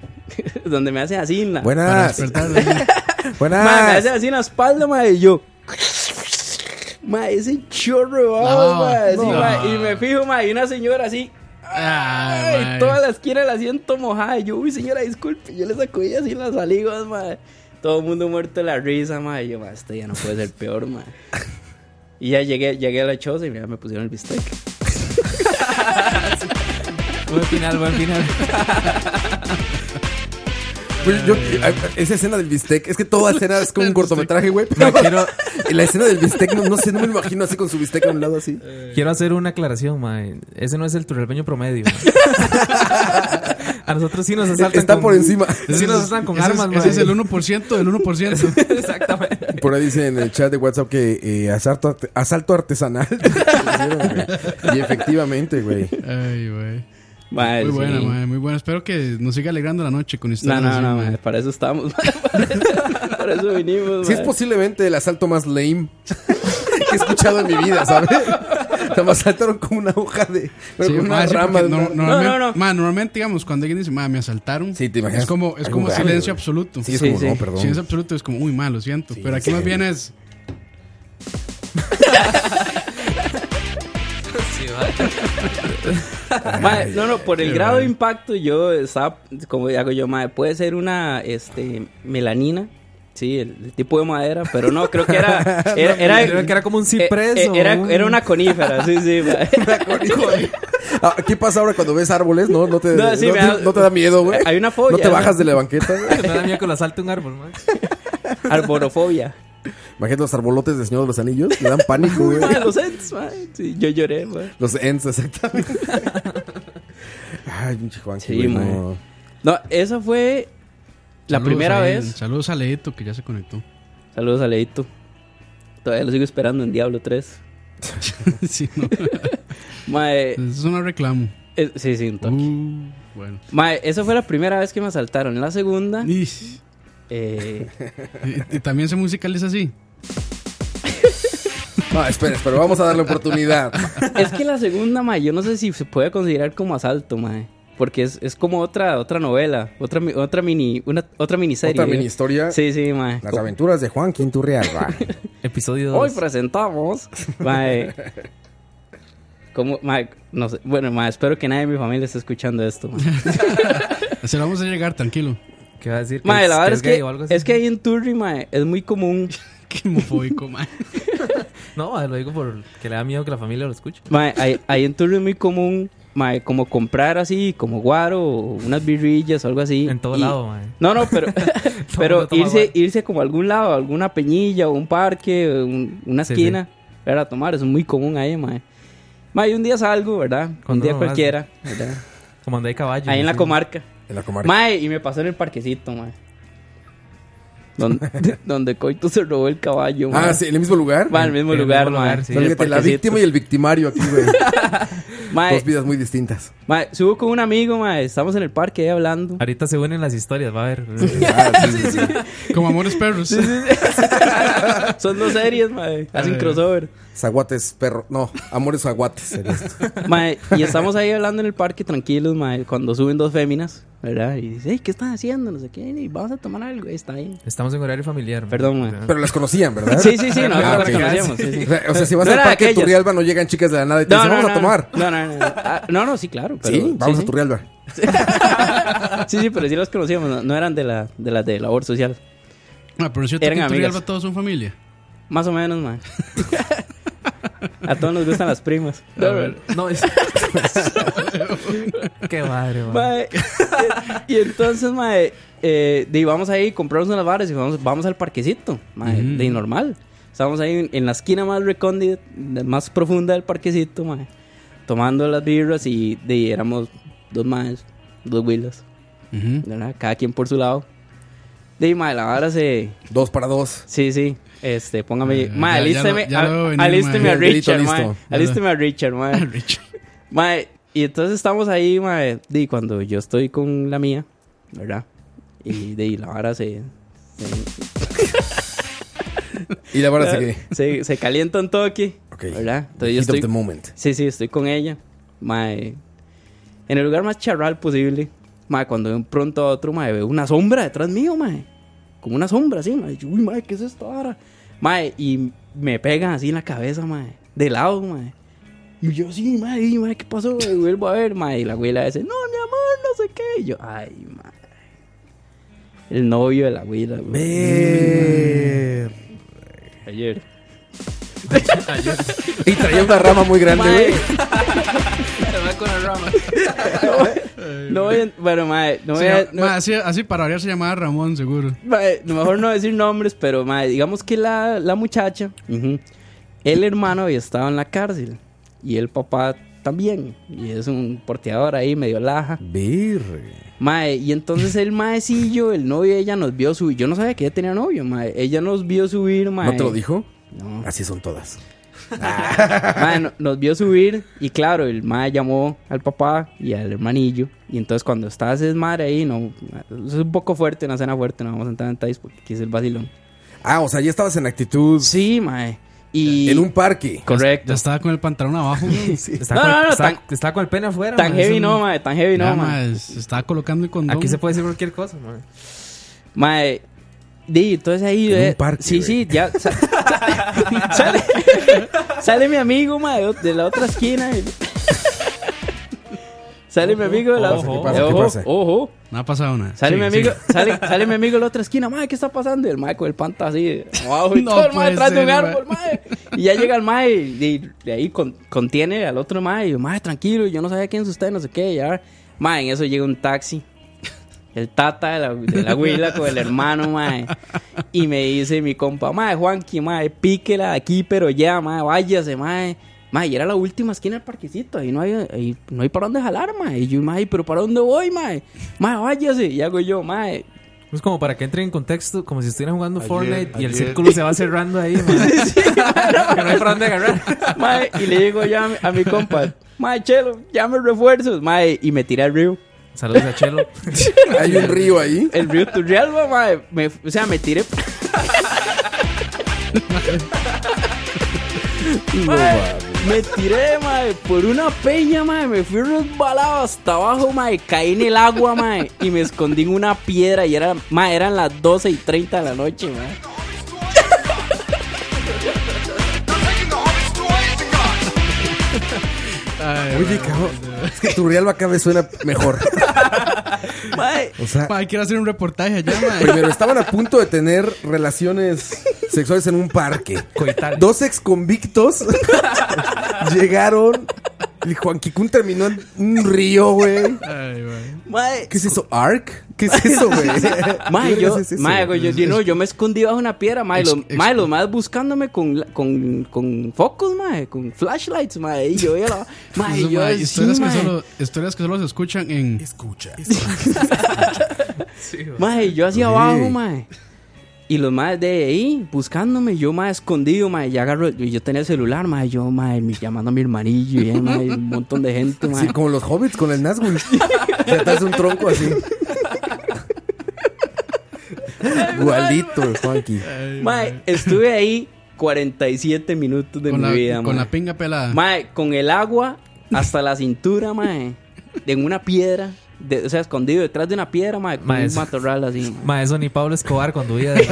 S4: donde me hacen así, en la-
S5: Para
S1: Buenas.
S5: despertar. ¿no?
S1: Buenas.
S4: Mae, me hace así en la espalda, mae, y yo. Mae, ese chorro de babo,
S5: No,
S4: mae, sí,
S5: no.
S4: mae, Y me fijo, mae, y una señora así.
S5: Ay,
S4: Ay,
S5: mae.
S4: toda la esquina la siento mojada. Y Yo, uy, señora, disculpe, yo le sacudí así las saligas, mae. Todo el mundo muerto de la risa, mae. y Yo, mae, este ya no puede ser peor, mae. Y ya llegué, llegué a la choza y mira, me pusieron el bistec.
S3: Buen final, buen final.
S1: Güey, Pues yo- ay, esa escena del bistec, es que toda escena es como un cortometraje, güey.
S3: No,
S1: pero-
S3: quiero,
S1: La escena del bistec, no, no sé, no me lo imagino así con su bistec a un lado así.
S3: quiero hacer una aclaración, man. Ese no es el turalbeño promedio. mae. A nosotros sí nos asaltan.
S1: Está
S3: con-
S1: por encima.
S3: Sí nos asaltan con
S5: Ese es-
S3: armas,
S5: Ese es el
S3: mae.
S5: 1% del 1%.
S3: Exactamente.
S1: Por ahí dice en el chat de WhatsApp que eh, asalto, arte- asalto artesanal. y efectivamente, güey.
S5: Ay, güey.
S4: Mae,
S5: Muy
S4: sí.
S5: buena, mae, muy buena. Espero que nos siga alegrando la noche con
S4: No,
S5: historias
S4: no,
S5: así,
S4: no,
S5: mae.
S4: mae, para eso estamos, mae. Para eso vinimos,
S1: Sí es
S4: mae.
S1: posiblemente el asalto más lame que he escuchado en mi vida, ¿sabes? Nada más saltaron con una hoja de...
S5: Sí,
S1: con una
S5: mae, sí,
S1: rama.
S5: porque
S1: de una-
S5: no- normalmente,
S4: No, no, no.
S5: mae, normalmente, digamos, cuando alguien dice, mae, me asaltaron,
S1: Sí, te imaginas.
S5: es como, es
S1: Algo
S5: como
S1: grave,
S5: silencio
S1: güey.
S5: absoluto.
S1: Sí, es
S4: Sí,
S1: como,
S4: sí.
S1: no, perdón.
S5: Silencio absoluto es como, uy, malo, lo siento. pero aquí
S1: sí.
S5: más bien es,
S4: Mae, no, no, por el grado de impacto yo estaba, como hago yo, mae, puede ser una este, melanina, sí, el, el tipo de madera, pero no, creo que era... Era, era,
S3: Creo que era como un
S4: eh,
S3: ciprés
S4: eh,
S3: o
S4: era,
S3: un-
S4: era una conífera, sí, sí, mae.
S1: Ah, ¿Qué pasa ahora cuando ves árboles? No, no te,
S4: No, sí,
S1: no
S4: me
S1: te-
S4: da-
S1: no te da miedo, güey.
S4: Hay una fobia,
S1: No te
S4: ¿no?
S1: bajas de la banqueta, güey.
S3: No la mía con la salta un árbol, man.
S4: Arborofobia.
S1: Imagínate los arbolotes del Señor de los Anillos. Le dan pánico, güey.
S4: Mae, los entes, mae. Sí, yo lloré, mae.
S1: Los ENS, exactamente. Ay, pinche Juan.
S4: Sí, mae. No, esa fue la
S5: Saludos
S4: primera
S5: a él.
S4: vez.
S5: Saludos a Leito, que ya se conectó.
S4: Saludos a Leito. Todavía lo sigo esperando en Diablo 3.
S5: sí, no.
S4: Mae,
S5: Eso es un reclamo.
S4: eh, sí, sí, un toque.
S5: Uh, bueno.
S4: Mae, esa fue la primera vez que me asaltaron. La segunda...
S5: Y,
S4: Eh,
S5: y- y también se musicaliza así.
S1: No, espera, espera, vamos a darle oportunidad.
S4: es que la segunda, mae, yo no sé si se puede considerar como asalto, mae. Porque es, es como otra, otra novela, otra, mi- otra mini, una, otra miniserie.
S1: Otra mini historia.
S4: Sí, sí, mae.
S1: Las
S4: Co-
S1: aventuras de Juan Quinturriaga.
S3: Episodio
S4: Hoy
S3: 2.
S4: presentamos, mae. Como, mae, no sé. Bueno, mae, espero que nadie de mi familia esté escuchando esto, mae.
S5: Se lo vamos a llegar, tranquilo.
S3: ¿Qué va a decir?
S4: Mae, la verdad es
S3: gay
S4: que,
S3: o algo así?
S4: es que ahí en Turri, mae, es muy común.
S5: Qué homofóbico, man.
S3: No, mae, lo digo porque le da miedo que la familia lo escuche.
S4: Mae, ahí, ahí en Turri es muy común, mae, como comprar así, como guaro, o unas birrillas o algo así.
S3: En todo
S4: Y-
S3: lado, mae.
S4: No, no, pero, pero
S3: mundo toma
S4: irse,
S3: guaro.
S4: irse como a algún lado, a alguna peñilla o un parque, o un- una
S3: Sí,
S4: esquina, para tomar, eso es muy común ahí, mae. Mae, un día salgo, ¿verdad?
S3: Cuando
S4: un día
S3: uno va,
S4: cualquiera, ¿verdad?
S3: Como donde hay caballos.
S4: Ahí en la
S3: así.
S4: comarca.
S1: En la comarca.
S4: Mae, y me pasó en el parquecito, mae. Donde, donde Coito se robó el caballo, mae.
S1: ah, sí, en el mismo lugar.
S4: Mae, al mismo
S3: En el
S4: lugar,
S3: mismo
S4: mae.
S3: lugar, sí.
S4: en el
S1: Fíjate, la
S4: parquecito.
S1: víctima y el victimario aquí, güey.
S4: Mae,
S1: Dos vidas muy distintas.
S4: mae, subo con un amigo, mae. Estamos en el parque ahí hablando.
S3: Ahorita se unen las historias, va a ver.
S5: Como amores perros.
S4: Son dos series, mae. Hacen crossover.
S1: Zaguates, perro. No, amores zaguates. sería esto.
S4: Mae, y estamos ahí hablando en el parque tranquilos, mae. Cuando suben dos féminas, ¿verdad? Y dice, "Ey, ¿qué están haciendo? No sé qué. Y vamos a tomar algo. Está bien.
S3: Estamos en horario familiar.
S4: Perdón, mae.
S1: Pero las conocían, ¿verdad?
S4: Sí, sí, sí. No,
S1: Ah,
S4: no
S1: ok.
S4: la conocíamos, sí, sí.
S1: O sea, o sea, si vas
S4: No
S1: al
S4: era de
S1: parque de
S4: aquellas.
S1: Turrialba, no llegan chicas de la nada y te dicen, vamos a tomar.
S4: No, no, no. Ah, no, no, sí, claro. Pero,
S1: sí, vamos a
S4: sí.
S1: Turrialba.
S4: Sí, sí, pero sí los conocíamos. No, no eran de la, de la de labor social.
S5: Ah, pero es cierto
S4: Eran
S5: que en
S4: amigas.
S5: Turrialba todos son familia.
S4: Más o menos, man. a todos nos gustan las primas.
S3: No, es... Qué madre, va.
S4: Mae, y entonces, mae, eh, de, vamos ahí, compramos unas varas y vamos, vamos al parquecito, mae, de normal. Estamos ahí en, en la esquina más recóndita, de- más profunda del parquecito, mae, tomando las birras y de, éramos dos maes, dos willas,
S5: Ujú.
S4: ¿verdad? cada quien por su lado. De mae, la vara se.
S1: Dos para dos.
S4: Sí, sí. Este, póngame.
S5: Ah,
S4: mae,
S5: ya-
S4: alísteme,
S5: ya lo- ya lo
S4: a-
S5: venía,
S4: alísteme
S5: mae.
S4: a
S1: El delito
S4: Richard, mae.
S1: listo.
S4: Alísteme a Richard, mae.
S5: Richard.
S4: Mae, y entonces estamos ahí, mae, y cuando yo estoy con la mía, ¿verdad? Y de ahí la vara se,
S1: Y la verdad es que.
S4: se, se calienta un toque,
S1: Ok.
S4: ¿verdad?
S1: The
S4: Entonces yo
S1: heat of
S4: estoy,
S1: the moment.
S4: sí, sí, estoy con ella, mae, en el lugar más charral posible, mae, cuando de un pronto a otro, mae, veo una sombra detrás mío, mae, como una sombra así, mae, yo, uy, mae, ¿qué es esta vara? Mae, y me pegan así en la cabeza, mae, de lado, mae. Y yo, sí, madre, y, madre, ¿qué pasó? güey? Vuelvo a ver, madre. Y la abuela dice, no, mi amor, no sé qué. Y yo, ay, madre. El novio de la abuela,
S1: Ver.
S4: Ayer.
S1: Y traía una rama muy grande,
S4: Mae.
S1: güey.
S4: No voy a- bueno, madre, no voy
S5: Se
S4: a...
S5: llama-
S4: no-
S5: ah, ma, así, así para variar se llamaba Ramón, seguro.
S4: mae, mejor no decir nombres, pero, madre, digamos que la, la muchacha, ujú, el hermano había estado en la cárcel. Y el papá también. Y es un porteador ahí, medio laja.
S1: Virre.
S4: Mae, y entonces el maecillo, el novio de ella, nos vio subir. Yo no sabía que ella tenía novio, mae. Ella nos vio subir, mae.
S1: ¿No te lo dijo?
S4: No.
S1: Así son todas.
S4: Mae, no- nos vio subir y claro, el mae llamó al papá y al hermanillo. Y entonces cuando estaba ese madre ahí, no, es un poco fuerte, una cena fuerte, no vamos a entrar en detalles porque aquí es el vacilón.
S1: Ah, o sea, ya estabas en actitud.
S4: Sí, mae. Y...
S1: En un parque.
S4: Correcto.
S5: Ya estaba con el pantalón abajo.
S3: Está,
S4: No,
S3: con,
S4: no, no,
S3: está,
S4: tan-
S3: está con el pene afuera.
S4: Tan
S3: ma, es
S4: heavy
S3: un-
S4: no, mae, tan heavy
S5: Ya,
S4: no, mae.
S5: ma, se estaba colocando el condón.
S3: Aquí se puede decir cualquier cosa, ma.
S4: Mae, di, entonces ahí.
S1: En un
S4: eh,
S1: parque,
S4: sí,
S1: güey.
S4: sí, ya. sa- sa- sale, sale mi amigo, mae, de, de la otra esquina. y- sale mi amigo de la
S3: ojo, ¿qué
S4: otra
S1: pasa, qué
S4: ojo,
S1: pasa?
S4: ojo.
S5: No ha pasado nada.
S4: Sale
S5: Sigue,
S4: mi amigo,
S5: sigue.
S4: sale, sale mi amigo de la otra esquina, mae, ¿qué está pasando? Y el mae con el panta así, abajo, y
S5: No
S4: todo el mae
S5: puede
S4: detrás de un
S5: ser,
S4: árbol, mae. Y ya llega el mae y, y de ahí con- contiene al otro mae, y yo, mae, tranquilo, yo no sabía quién es usted, no sé qué, ya. Mae, en eso llega un taxi. El tata de la, de la huila con el hermano, mae. Y me dice mi compa, mae, Juanqui, mae, píquela de aquí, pero ya, mae, váyase, mae. Mae, y era la última esquina del parquecito, ahí no hay, ahí no hay para dónde jalar, mae. Y yo, mae, pero ¿para dónde voy, mae? Mae, váyase. Y hago yo, mae.
S3: Es como para que entre en contexto, como si estuvieran jugando Fortnite y el círculo se va cerrando ahí, ma. Que no hay para dónde agarrar.
S4: Mae, y le digo ya a mi, a mi compa, mae, chelo, llame refuerzos, mae. Y me tira al río.
S3: Saludos a Chelo.
S1: Hay un río ahí.
S4: El río Turrialba, mae. Me- o sea, me tiré. Mae, me tiré, mae, por una peña, mae. Me fui resbalado hasta abajo, mae. Caí en el agua, mae. Y me escondí en una piedra. Y era, mae, eran las 12 y 30 de la noche, mae.
S1: Oye, cabrón. Es que Turrialba cada vez suena mejor.
S4: Mae,
S1: O sea,
S5: Ma, hay que ir a hacer un reportaje allá, ma.
S1: primero, estaban a punto de tener relaciones sexuales en un parque.
S3: Coital.
S1: Dos exconvictos llegaron. El Juan Kikun terminó en un río, güey.
S5: Ay, ma.
S4: Mae,
S1: ¿Qué es eso? ¿Ark? ¿Qué es eso, güey?
S4: Mae,
S1: ¿Qué
S4: yo,
S1: vergas es eso?
S4: mae, yo, yo, no, yo me escondí bajo una piedra, mae,
S5: Ex-
S4: los,
S5: ex-
S4: mae, los más buscándome con, la- con, con focos, mae, con flashlights, mae, y yo veía la, mae,
S5: Eso,
S4: yo
S5: mae,
S4: sí,
S5: historias, que
S4: mae,
S5: solo, historias que solo se escuchan en.
S10: Escucha.
S4: mae, yo hacia abajo, mae. Y los maes de ahí buscándome, yo más escondido, mae, ya agarro, yo, yo tenía el celular, mae, yo mae, mi- llamando a mi hermanillo y ahí, mae, un montón de gente, mae.
S1: Sí, como los hobbits con el Nazgûl. Se atrás de un tronco así. Igualito, Juanqui.
S4: Mae, estuve ahí 47 minutos de
S5: Con,
S4: mi
S5: la,
S4: vida, mae.
S5: con la pinga pelada.
S3: Ah.
S4: Mae, con el agua hasta la cintura, mae. En una piedra. de- o sea, escondido detrás de una piedra, mae. Con
S3: Mae,
S4: un
S3: es-
S4: matorral así, mae.
S3: Ma, eso ni Pablo Escobar cuando iba de-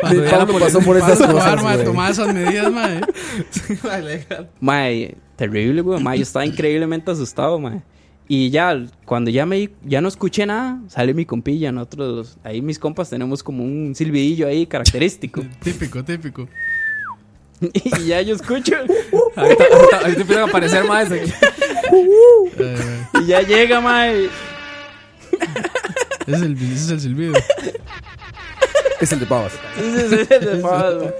S3: cuando iba a la
S1: Pablo pasó por
S5: Para
S1: esas
S5: tomar, mae,
S1: cosas, güey.
S5: tomar esas medidas, mae.
S4: Mae, terrible, weón. Mae, yo estaba increíblemente asustado, mae. Y ya, cuando ya me ya no escuché nada, sale mi compilla. Nosotros, los- ahí mis compas, tenemos como un silbidillo ahí característico.
S5: Típico, típico.
S4: y ya yo escucho.
S3: Ahorita, ahorita, ahorita empiezan a aparecer más aquí.
S5: Ay, mae.
S4: Y ya llega, mae.
S5: Ese es el, ese es el silbido.
S1: Es el de pavas.
S4: Ese es el de Pablo, mae.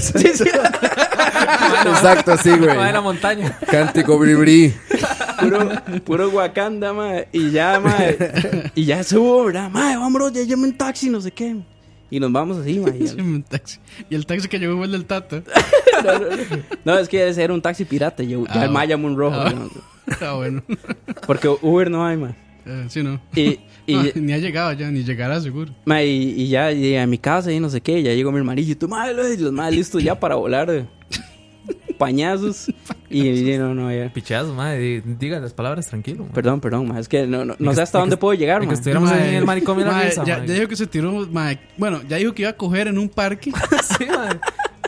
S4: Sí, sí.
S1: Exacto, así, güey.
S3: Ma, de la montaña.
S1: Cántico bribri.
S4: puro, puro Wakanda, mae. Y ya, mae. Y ya subo, ¿verdad? Mae, vámonos, ya llamo un taxi, no sé qué. Y nos vamos así, mae.
S5: Sí, un taxi. Y el taxi que llegó fue el del Tata.
S4: No, es que ese era un taxi pirata. Yo, ya
S5: Ah,
S4: el mae llamó un rojo.
S5: ah.
S4: ¿no?
S5: Ah, bueno.
S4: Porque Uber no hay, mae.
S5: Eh, sí, no.
S4: Y, y,
S5: No, ni ha llegado ya, ni llegará seguro.
S4: mae, y- y ya llegué a mi casa y no sé qué. Ya llegó mi hermanillo y tú, mae, los, los mae listos ya para volar. eh. Pañazos. Y, y no, no, ya.
S3: Pichazos, ma, di- diga las palabras tranquilo. ma.
S4: Perdón, perdón, mae. Es que no, no, no
S3: que-
S4: sé
S3: y
S4: hasta
S3: que-
S4: dónde puedo llegar,
S3: y que
S4: mae.
S3: estuviéramos
S5: Mae,
S3: ahí en el maricón y la
S5: mae,
S3: risa,
S5: ya,
S3: mae.
S5: ya dijo que se tiró, mae. Bueno, ya dijo que iba a coger en un parque.
S1: Pues
S3: Sí, ma.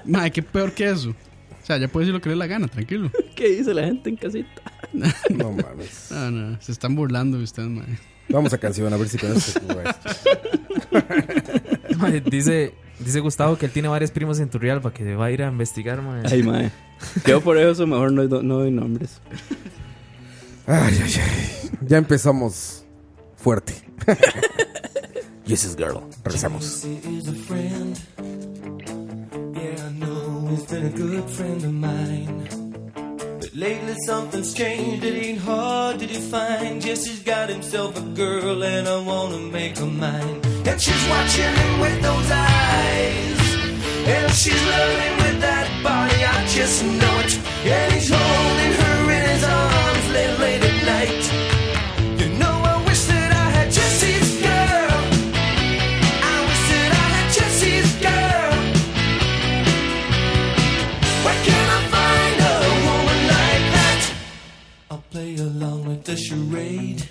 S5: mae, qué peor que eso. O sea, ya puede decir lo que le dé la gana, tranquilo.
S4: ¿Qué dice la gente en casita?
S1: No mames.
S5: No, no, se están burlando de ustedes, mae.
S1: Vamos a canción, a ver si con eso se juega esto.
S3: Ma, dice, dice Gustavo que él tiene varios primos en Turrialba que va a ir a investigar, ma.
S4: Ay, mae. Yo por eso mejor no, do- no doy nombres.
S1: Ay, ay, ay. Ya empezamos fuerte. Yes, is girl. Regresamos.
S8: is a friend. Yeah, I know he's been a good friend of mine. But lately something's changed, it ain't hard to define. Just he's got himself a girl, and I wanna make her mine. And she's watching him with those eyes. And she's loving with that body, I just know it. And he's holding her in his arms late, late at night. You know, I wish that I had Jesse's girl. I wish that I had Jesse's girl. Where can I find a woman like that? I'll play along with the charade.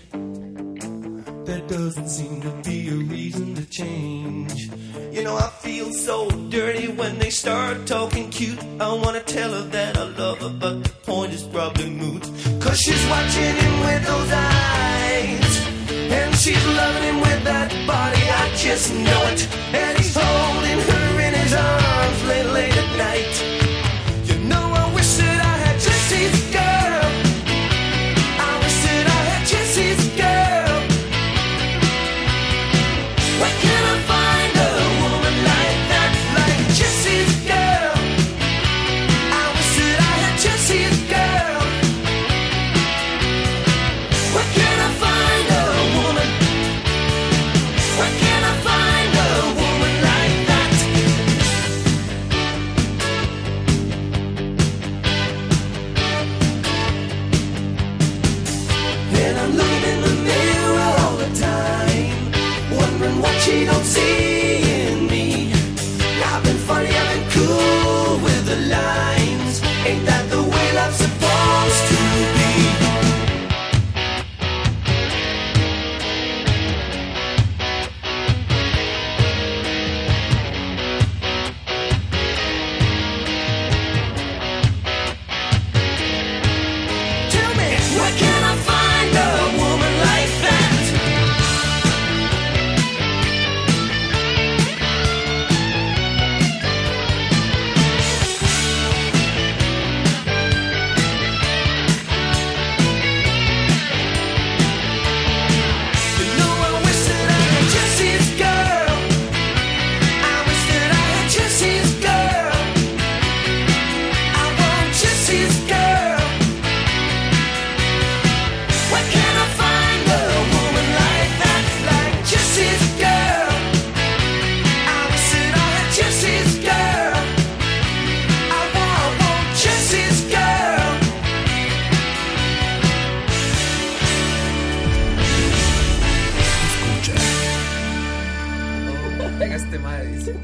S8: There doesn't seem to be a reason to change. You know, I feel so dirty when they start talking cute. I wanna tell her that I love her, but the point is probably moot. Cause she's watching him with those eyes. And she's loving him with that body, I just know it. And he's holding her in his arms late, late at night. You know, I wish that I had Jesse's girl. I wish that I had Jesse's girl. Where can I find a woman like that, like Jesse's girl? I wish that I had Jesse's girl. Where can I find a woman? Where can I find a woman like that?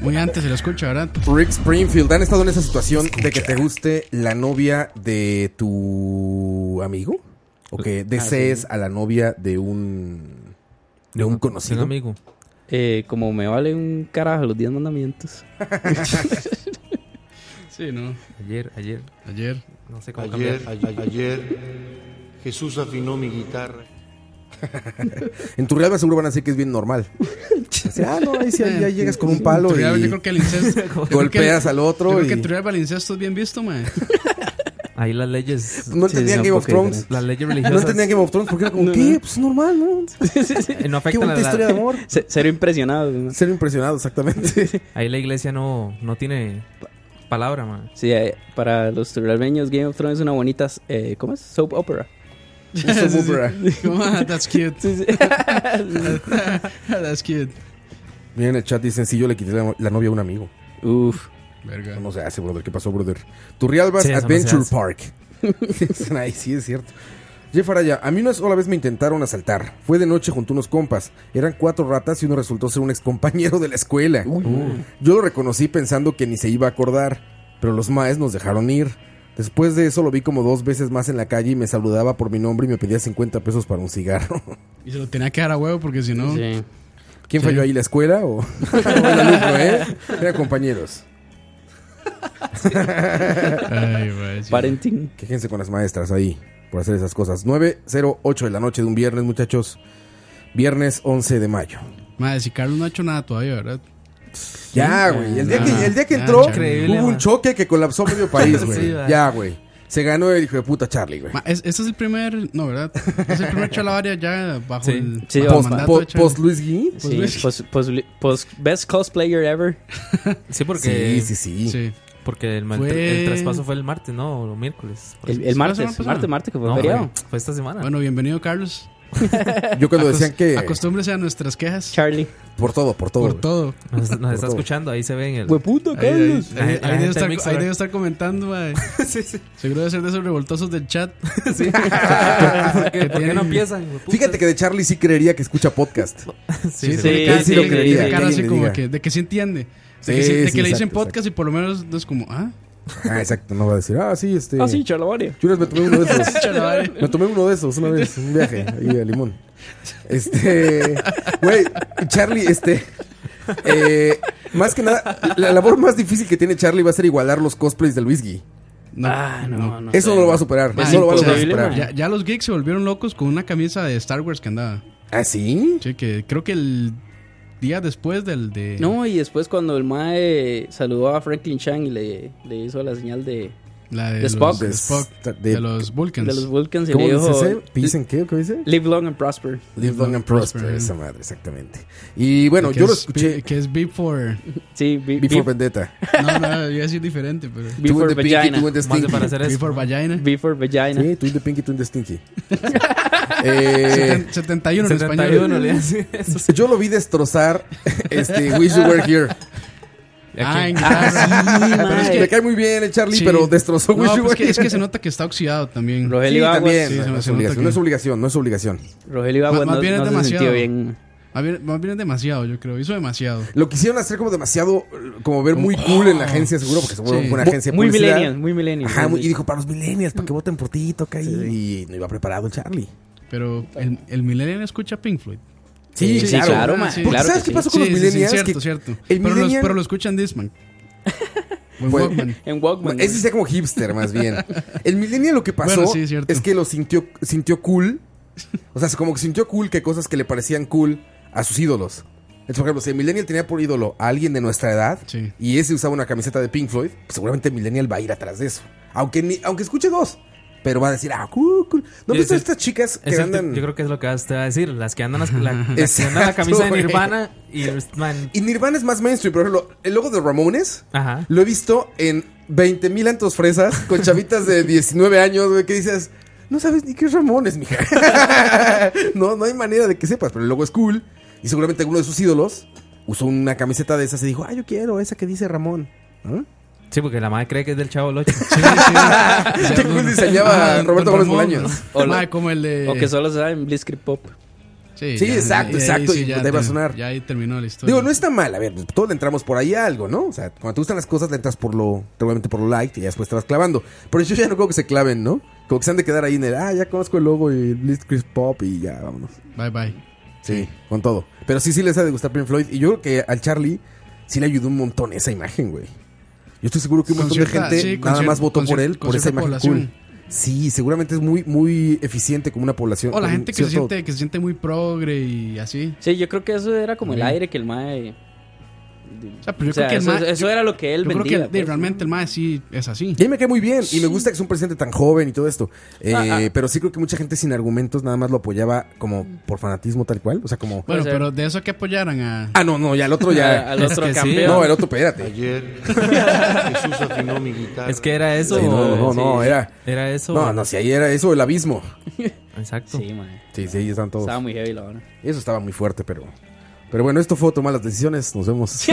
S5: Muy antes se lo escucha, ¿verdad?
S1: Rick Springfield, ¿han estado en esa situación de que te guste la novia de tu amigo? ¿O
S3: Ah,
S1: que desees a la novia de un, de un conocido?
S3: amigo.
S4: Eh, como me vale un carajo los 10 mandamientos.
S5: Sí, ¿no?
S3: Ayer, ayer.
S5: Ayer.
S3: No sé cómo
S11: Ayer,
S3: cambiar.
S11: ayer, ayer, Jesús afinó mi guitarra.
S1: En tu realidad seguro van a decir que es bien normal. Así, ah, no, ahí sí, ahí ya llegas con un
S5: En
S1: palo
S5: Turrialba yo creo
S1: y
S5: que el incesto. yo creo
S1: golpeas
S5: que-
S1: al otro
S5: Yo creo
S1: y-
S5: que en Turrialba el incesto es bien visto, mae.
S3: Ahí las leyes.
S1: No entendían Game of Thrones.
S3: Las leyes
S1: No
S3: religiosas.
S1: entendían Game of Thrones porque era como, ¿qué? Pues normal, ¿no?
S3: eh, No
S1: Qué
S3: afectan a
S1: bonita
S3: la,
S1: historia de amor.
S4: C- Cero impresionado. ¿no?
S1: Ser impresionado, exactamente.
S3: Ahí la iglesia no, no tiene pa- palabra, man.
S4: Sí, eh, para los turralbeños Game of Thrones es una bonita, eh, ¿cómo es? Soap opera.
S1: Es un opera.
S5: Come on, "Ah, that's cute.
S4: Sí, sí.
S5: that's cute.
S1: Miren en el chat, dicen, sí, yo le quité la, la novia a un amigo.
S4: Uf.
S5: Verga.
S1: Eso no se hace, brother. ¿Qué pasó, brother? Turrialbas
S3: Sí, eso no
S1: Adventure
S3: se
S1: Park. Dicen ahí, sí, es cierto. Jeff Araya, a mí una sola vez me intentaron asaltar. Fue de noche junto a unos compas. Eran cuatro ratas y uno resultó ser un excompañero de la escuela. Mm. Yo lo reconocí pensando que ni se iba a acordar, pero los maes nos dejaron ir. Después de eso lo vi como dos veces más en la calle y me saludaba por mi nombre y me pedía 50 pesos para un cigarro.
S5: Y se lo tenía que dar a huevo porque si no.
S4: Sí.
S1: ¿Quién
S5: Sí.
S1: falló ahí, la escuela o, o el alumno, eh? Eran compañeros.
S5: Ay, mae. sí.
S4: Parenting.
S1: Quéjense con las maestras ahí por hacer esas cosas. 9.08 de la noche de un viernes, muchachos. Viernes 11 de mayo.
S5: Mae, si Carlos no ha hecho nada todavía, ¿verdad?
S1: Ya, güey. El día que, el día que
S5: Ya,
S1: entró,
S5: Charlie.
S1: hubo un choque que colapsó medio país, güey.
S3: Sí, va.
S1: ya, güey. Se ganó el hijo de puta Charlie, güey.
S5: Ma, es, este es el primer. No, ¿verdad? Es el primer chalabaria ya bajo
S3: Sí.
S5: el,
S4: Sí,
S5: bajo el
S1: Post,
S5: mandato
S1: po-
S5: de Charlie.
S1: post Luis Gui.
S4: Sí, pos- pos- pos- pues, best cosplayer ever.
S3: Sí, porque,
S1: Sí, sí, sí.
S5: Sí.
S3: porque el, mal-
S5: Fue-
S3: el traspaso fue el martes, ¿no? O miércoles.
S1: Eh,
S3: por
S4: El,
S3: ahí.
S4: el
S5: ¿Sí fue la semana
S4: martes,
S5: pasada?
S4: martes, martes, que fue
S3: No,
S4: feriado.
S3: fue- Fue esta semana.
S5: Bueno, bienvenido, Carlos.
S1: Yo cuando decían
S5: Acos-
S1: que.
S5: Acostúmbrese a nuestras quejas.
S4: Charlie.
S1: Por todo, por todo.
S5: por
S1: güey.
S5: todo.
S3: nos nos
S1: por
S3: está
S1: todo.
S3: escuchando, ahí se ve en el.
S4: puta,
S5: Ahí, ahí, ahí-
S3: La- la
S5: ahí
S3: gente
S5: debe
S3: de
S5: estar,
S3: Mixer.
S5: ahí debe estar comentando, mae. Seguro debe ser de esos revoltosos del chat.
S3: ¿Por qué, por qué no empiezan? hueputa?
S1: Fíjate que de Charlie sí creería que escucha podcast.
S3: Sí, sí.
S5: se pone
S4: sí,
S5: cara-
S4: sí lo
S5: tiene-
S4: creería,
S5: tiene
S4: que
S1: alguien
S5: cara así
S1: le
S5: como
S1: diga.
S5: que, de que sí entiende. De
S1: Sí,
S5: que, sí- de
S1: sí,
S5: que le dicen
S1: exacto,
S5: podcast y por lo menos no es como, ah,
S1: Ah, exacto. No va a decir, ah, sí, este.
S4: Ah, sí, Charlavaria.
S1: Yo una vez me tomé uno de esos.
S5: chalabaria.
S1: Me tomé uno de esos una vez, un viaje ahí a Limón. Este, güey, Charlie, este, eh, más que nada, la labor más difícil que tiene Charlie va a ser igualar los cosplays de Luis Gui.
S5: No,
S4: Ah, no, no.
S1: Eso
S4: sé.
S1: no lo va a superar,
S5: Ma,
S1: no Pues lo va a lograr
S4: imposible,
S1: superar.
S4: ma.
S5: Ya, ya los geeks se volvieron locos con una camisa de Star Wars que andaba.
S1: ¿Ah, sí?
S5: Sí, que creo que el día después del de.
S4: No, y después cuando el Mae saludó a Franklin Chang y le, le hizo la señal de,
S5: la
S4: de
S5: los-
S4: Spock.
S5: De, Spock,
S1: De-
S5: de los
S4: de
S5: Vulcans.
S4: los Vulcans y
S1: ¿Cómo
S4: le
S1: dice
S4: dijo:
S1: ese? ¿Peace and qué? ¿Qué dice?
S4: Live long and prosper.
S1: Live long and prosper,
S5: prosper,
S1: esa madre, exactamente. Y bueno,
S5: Que
S1: yo lo
S5: es B-
S1: escuché
S5: Que es before.
S4: Sí, be-
S1: Before
S4: be-
S1: Vendetta.
S5: No, no, iba a decir diferente, pero.
S4: be
S1: Tú
S4: for
S1: en the Pinky,
S4: vagina.
S1: tú en the
S3: Más de para
S1: Stinky.
S3: hacer eso.
S5: Before Vagina.
S4: Be for vagina.
S1: Sí, tú en the Pinky, tú en the Stinky. eh,
S5: Seten- 71 en
S3: 71
S5: español.
S3: le hace eso.
S1: yo lo vi destrozar este, Wish You Were Here.
S5: Ah, en
S4: Ah,
S5: guitarra.
S4: sí,
S1: Pero es
S4: mae.
S1: que me cae muy bien el Charlie,
S5: Sí.
S1: pero destrozó
S5: No,
S1: Wish You
S5: pues es,
S1: Were
S5: que,
S1: Here.
S5: es que se nota que está oxidado también. Ma-
S4: Rogelio
S1: Sí,
S4: Aguas.
S1: también.
S5: Sí, se
S1: no,
S5: nota
S1: es obligación,
S5: que-
S1: no es obligación, no es obligación.
S4: Rogelio Aguas
S5: Más
S4: no,
S5: bien es
S4: no se
S5: demasiado.
S4: sintió bien.
S5: Más bien, es demasiado, yo creo. Hizo demasiado.
S1: Lo quisieron hacer como demasiado, como ver muy cool en la agencia, seguro, porque seguro
S5: Oh, Sí.
S1: fue una agencia de
S4: Muy
S1: publicidad.
S4: millennial, muy millennial.
S1: Ajá,
S4: Sí,
S1: muy-
S4: sí.
S1: y dijo, para los millennials, para que Pues, voten por ti, toca ahí. Y no iba preparado el Charlie.
S5: Pero el, el Millennial escucha Pink Floyd.
S4: Sí, sí, claro, ma,
S5: sí.
S1: Porque
S4: claro
S1: ¿sabes
S4: que
S1: qué
S4: sí.
S1: pasó con
S5: Sí,
S1: los
S5: sí, sí,
S1: Ah, millennials?
S5: cierto,
S1: Que
S5: cierto.
S1: El
S5: pero,
S1: millennial...
S5: los, pero lo escuchan Disman. Buen
S1: Bueno.
S5: Walkman.
S4: En Walkman.
S1: Bueno, ese
S4: güey.
S1: sí como hipster, más bien. El millennial lo que pasó
S5: Bueno, sí, cierto.
S1: es que lo sintió, sintió cool. O sea, como que sintió cool que cosas que le parecían cool a sus ídolos. Entonces, por ejemplo, si el millennial tenía por ídolo a alguien de nuestra edad
S5: Sí.
S1: y ese usaba una camiseta de Pink Floyd, pues seguramente el millennial va a ir atrás de eso. Aunque, ni- aunque escuche dos. Pero va a decir, ah, cool, cool. ¿No
S3: Y
S1: viste
S3: es el-
S1: estas chicas que
S3: Es el-
S1: andan...?
S3: Yo creo que es lo que te va a decir. Las que andan las- la, las que
S1: Exacto,
S3: andan la camisa de
S1: güey.
S3: Nirvana y. Man,
S1: Y Nirvana es más mainstream, por ejemplo, el logo de Ramones
S3: ajá.
S1: Lo he visto en 20 mil antos fresas con chavitas de 19 años, güey, que dices, no sabes ni qué es Ramones, mija. no, no hay manera de que sepas, pero el logo es cool. Y seguramente alguno de sus ídolos usó una camiseta de esas y dijo, ah, yo quiero esa que dice Ramón. ¿Ah?
S3: Sí, porque la madre cree que es del chavo Locho.
S1: Qué cool diseñaba
S5: Ah,
S1: Roberto
S5: Don
S1: Gómez
S5: Ramón,
S1: Bolaños.
S5: ¿no? Ma, como el de.
S4: O que solo se sabe en Blitzkrieg Pop.
S1: Sí, exacto, exacto, y
S5: ya
S1: debe
S5: ter-
S1: sonar.
S5: Ya ahí terminó la historia.
S1: Digo, no está mal, a ver, pues, todos le entramos por ahí a algo, ¿no? O sea, cuando te gustan las cosas, le entras por lo, probablemente por lo light y ya después te vas clavando. Pero yo ya no creo que se claven, ¿no? Como que se han de quedar ahí en el, ah, ya conozco el logo y Blitzkrieg Pop y ya, vámonos.
S5: Bye, bye.
S1: Sí, con todo. Pero sí, sí les ha de gustar Pink Floyd. Y yo creo que al Charlie sí le ayudó un montón esa imagen, güey. Yo estoy seguro que un montón
S5: Con cierta-
S1: de gente
S5: sí, con
S1: nada
S5: cier-
S1: más votó
S5: con
S1: por
S5: cier-
S1: él,
S5: con
S1: por esa
S5: cierta
S1: imagen
S5: población.
S1: cool. Sí, seguramente es muy, muy eficiente como una población.
S5: O Oh, la
S1: con
S5: gente que se,
S1: cierto-
S5: siente, que se siente muy progre y así.
S4: Sí, yo creo que eso era como el
S5: Bien.
S4: aire que el mae.
S5: pero yo
S4: O sea,
S5: creo que el
S4: eso,
S5: mae-
S4: eso
S5: yo-
S4: era lo que él
S5: yo creo
S4: vendía. pues.
S5: que de- realmente el mae sí es así.
S1: Y a mí me cae muy bien. Y me gusta que es un presidente tan joven y todo esto. Eh,
S5: Ah, ah.
S1: Pero sí creo que mucha gente sin argumentos nada más lo apoyaba como por fanatismo tal cual. O sea, como...
S5: Bueno, pero de eso que apoyaran a.
S1: Ah, no, no, ya el otro ya...
S5: Al otro
S1: Es que sí.
S5: campeón.
S1: No, el otro, espérate.
S11: Jesús afinó mi guitarra.
S3: Es que era eso.
S1: Sí, no, no,
S3: sí.
S1: no, era...
S3: Era eso.
S1: No, no, si ahí era eso, el abismo.
S3: Exacto.
S4: Sí, mae.
S1: Sí, sí, ahí están todos.
S4: Estaba muy heavy la hora.
S1: Eso estaba muy fuerte, pero... Pero bueno, esto fue tomar las decisiones. Nos vemos.
S4: sí,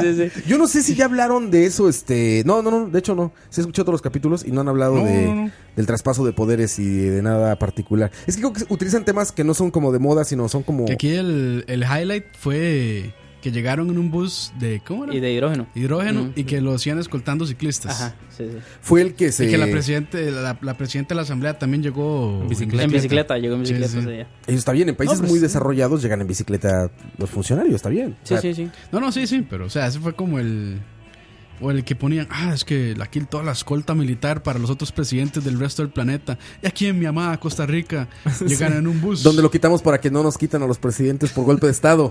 S4: sí, sí.
S1: Yo no sé si ya hablaron de eso, este... No, no, no, de hecho no. Se escuchó todos los capítulos y no han hablado
S5: No,
S1: de,
S5: no, no.
S1: del traspaso de poderes y de nada particular. Es que creo que utilizan temas que no son como de moda, sino son como...
S5: Que aquí el, el highlight fue que llegaron en un bus de. ¿Cómo era?
S4: Y de hidrógeno.
S5: Hidrógeno
S4: Mm.
S5: y que lo hacían escoltando ciclistas.
S4: Ajá, sí, sí.
S1: Fue el que se...
S5: Y que la, presidente, la, la presidenta de la asamblea también llegó. En
S4: En bicicleta, llegó en bicicleta
S5: Sí, sí.
S4: ese día.
S1: Ellos está bien, en países
S5: No, pues,
S1: muy
S5: sí.
S1: desarrollados llegan en bicicleta los funcionarios, está bien.
S4: Sí,
S1: O sea,
S4: sí, sí.
S5: No, no, sí, sí, pero o sea, ese fue como el. O el que ponían, ah, es que aquí toda la escolta militar para los otros presidentes del resto del planeta. Y aquí en mi amada Costa Rica llegan en un bus.
S1: Donde lo quitamos para que no nos quitan a los presidentes por golpe de Estado.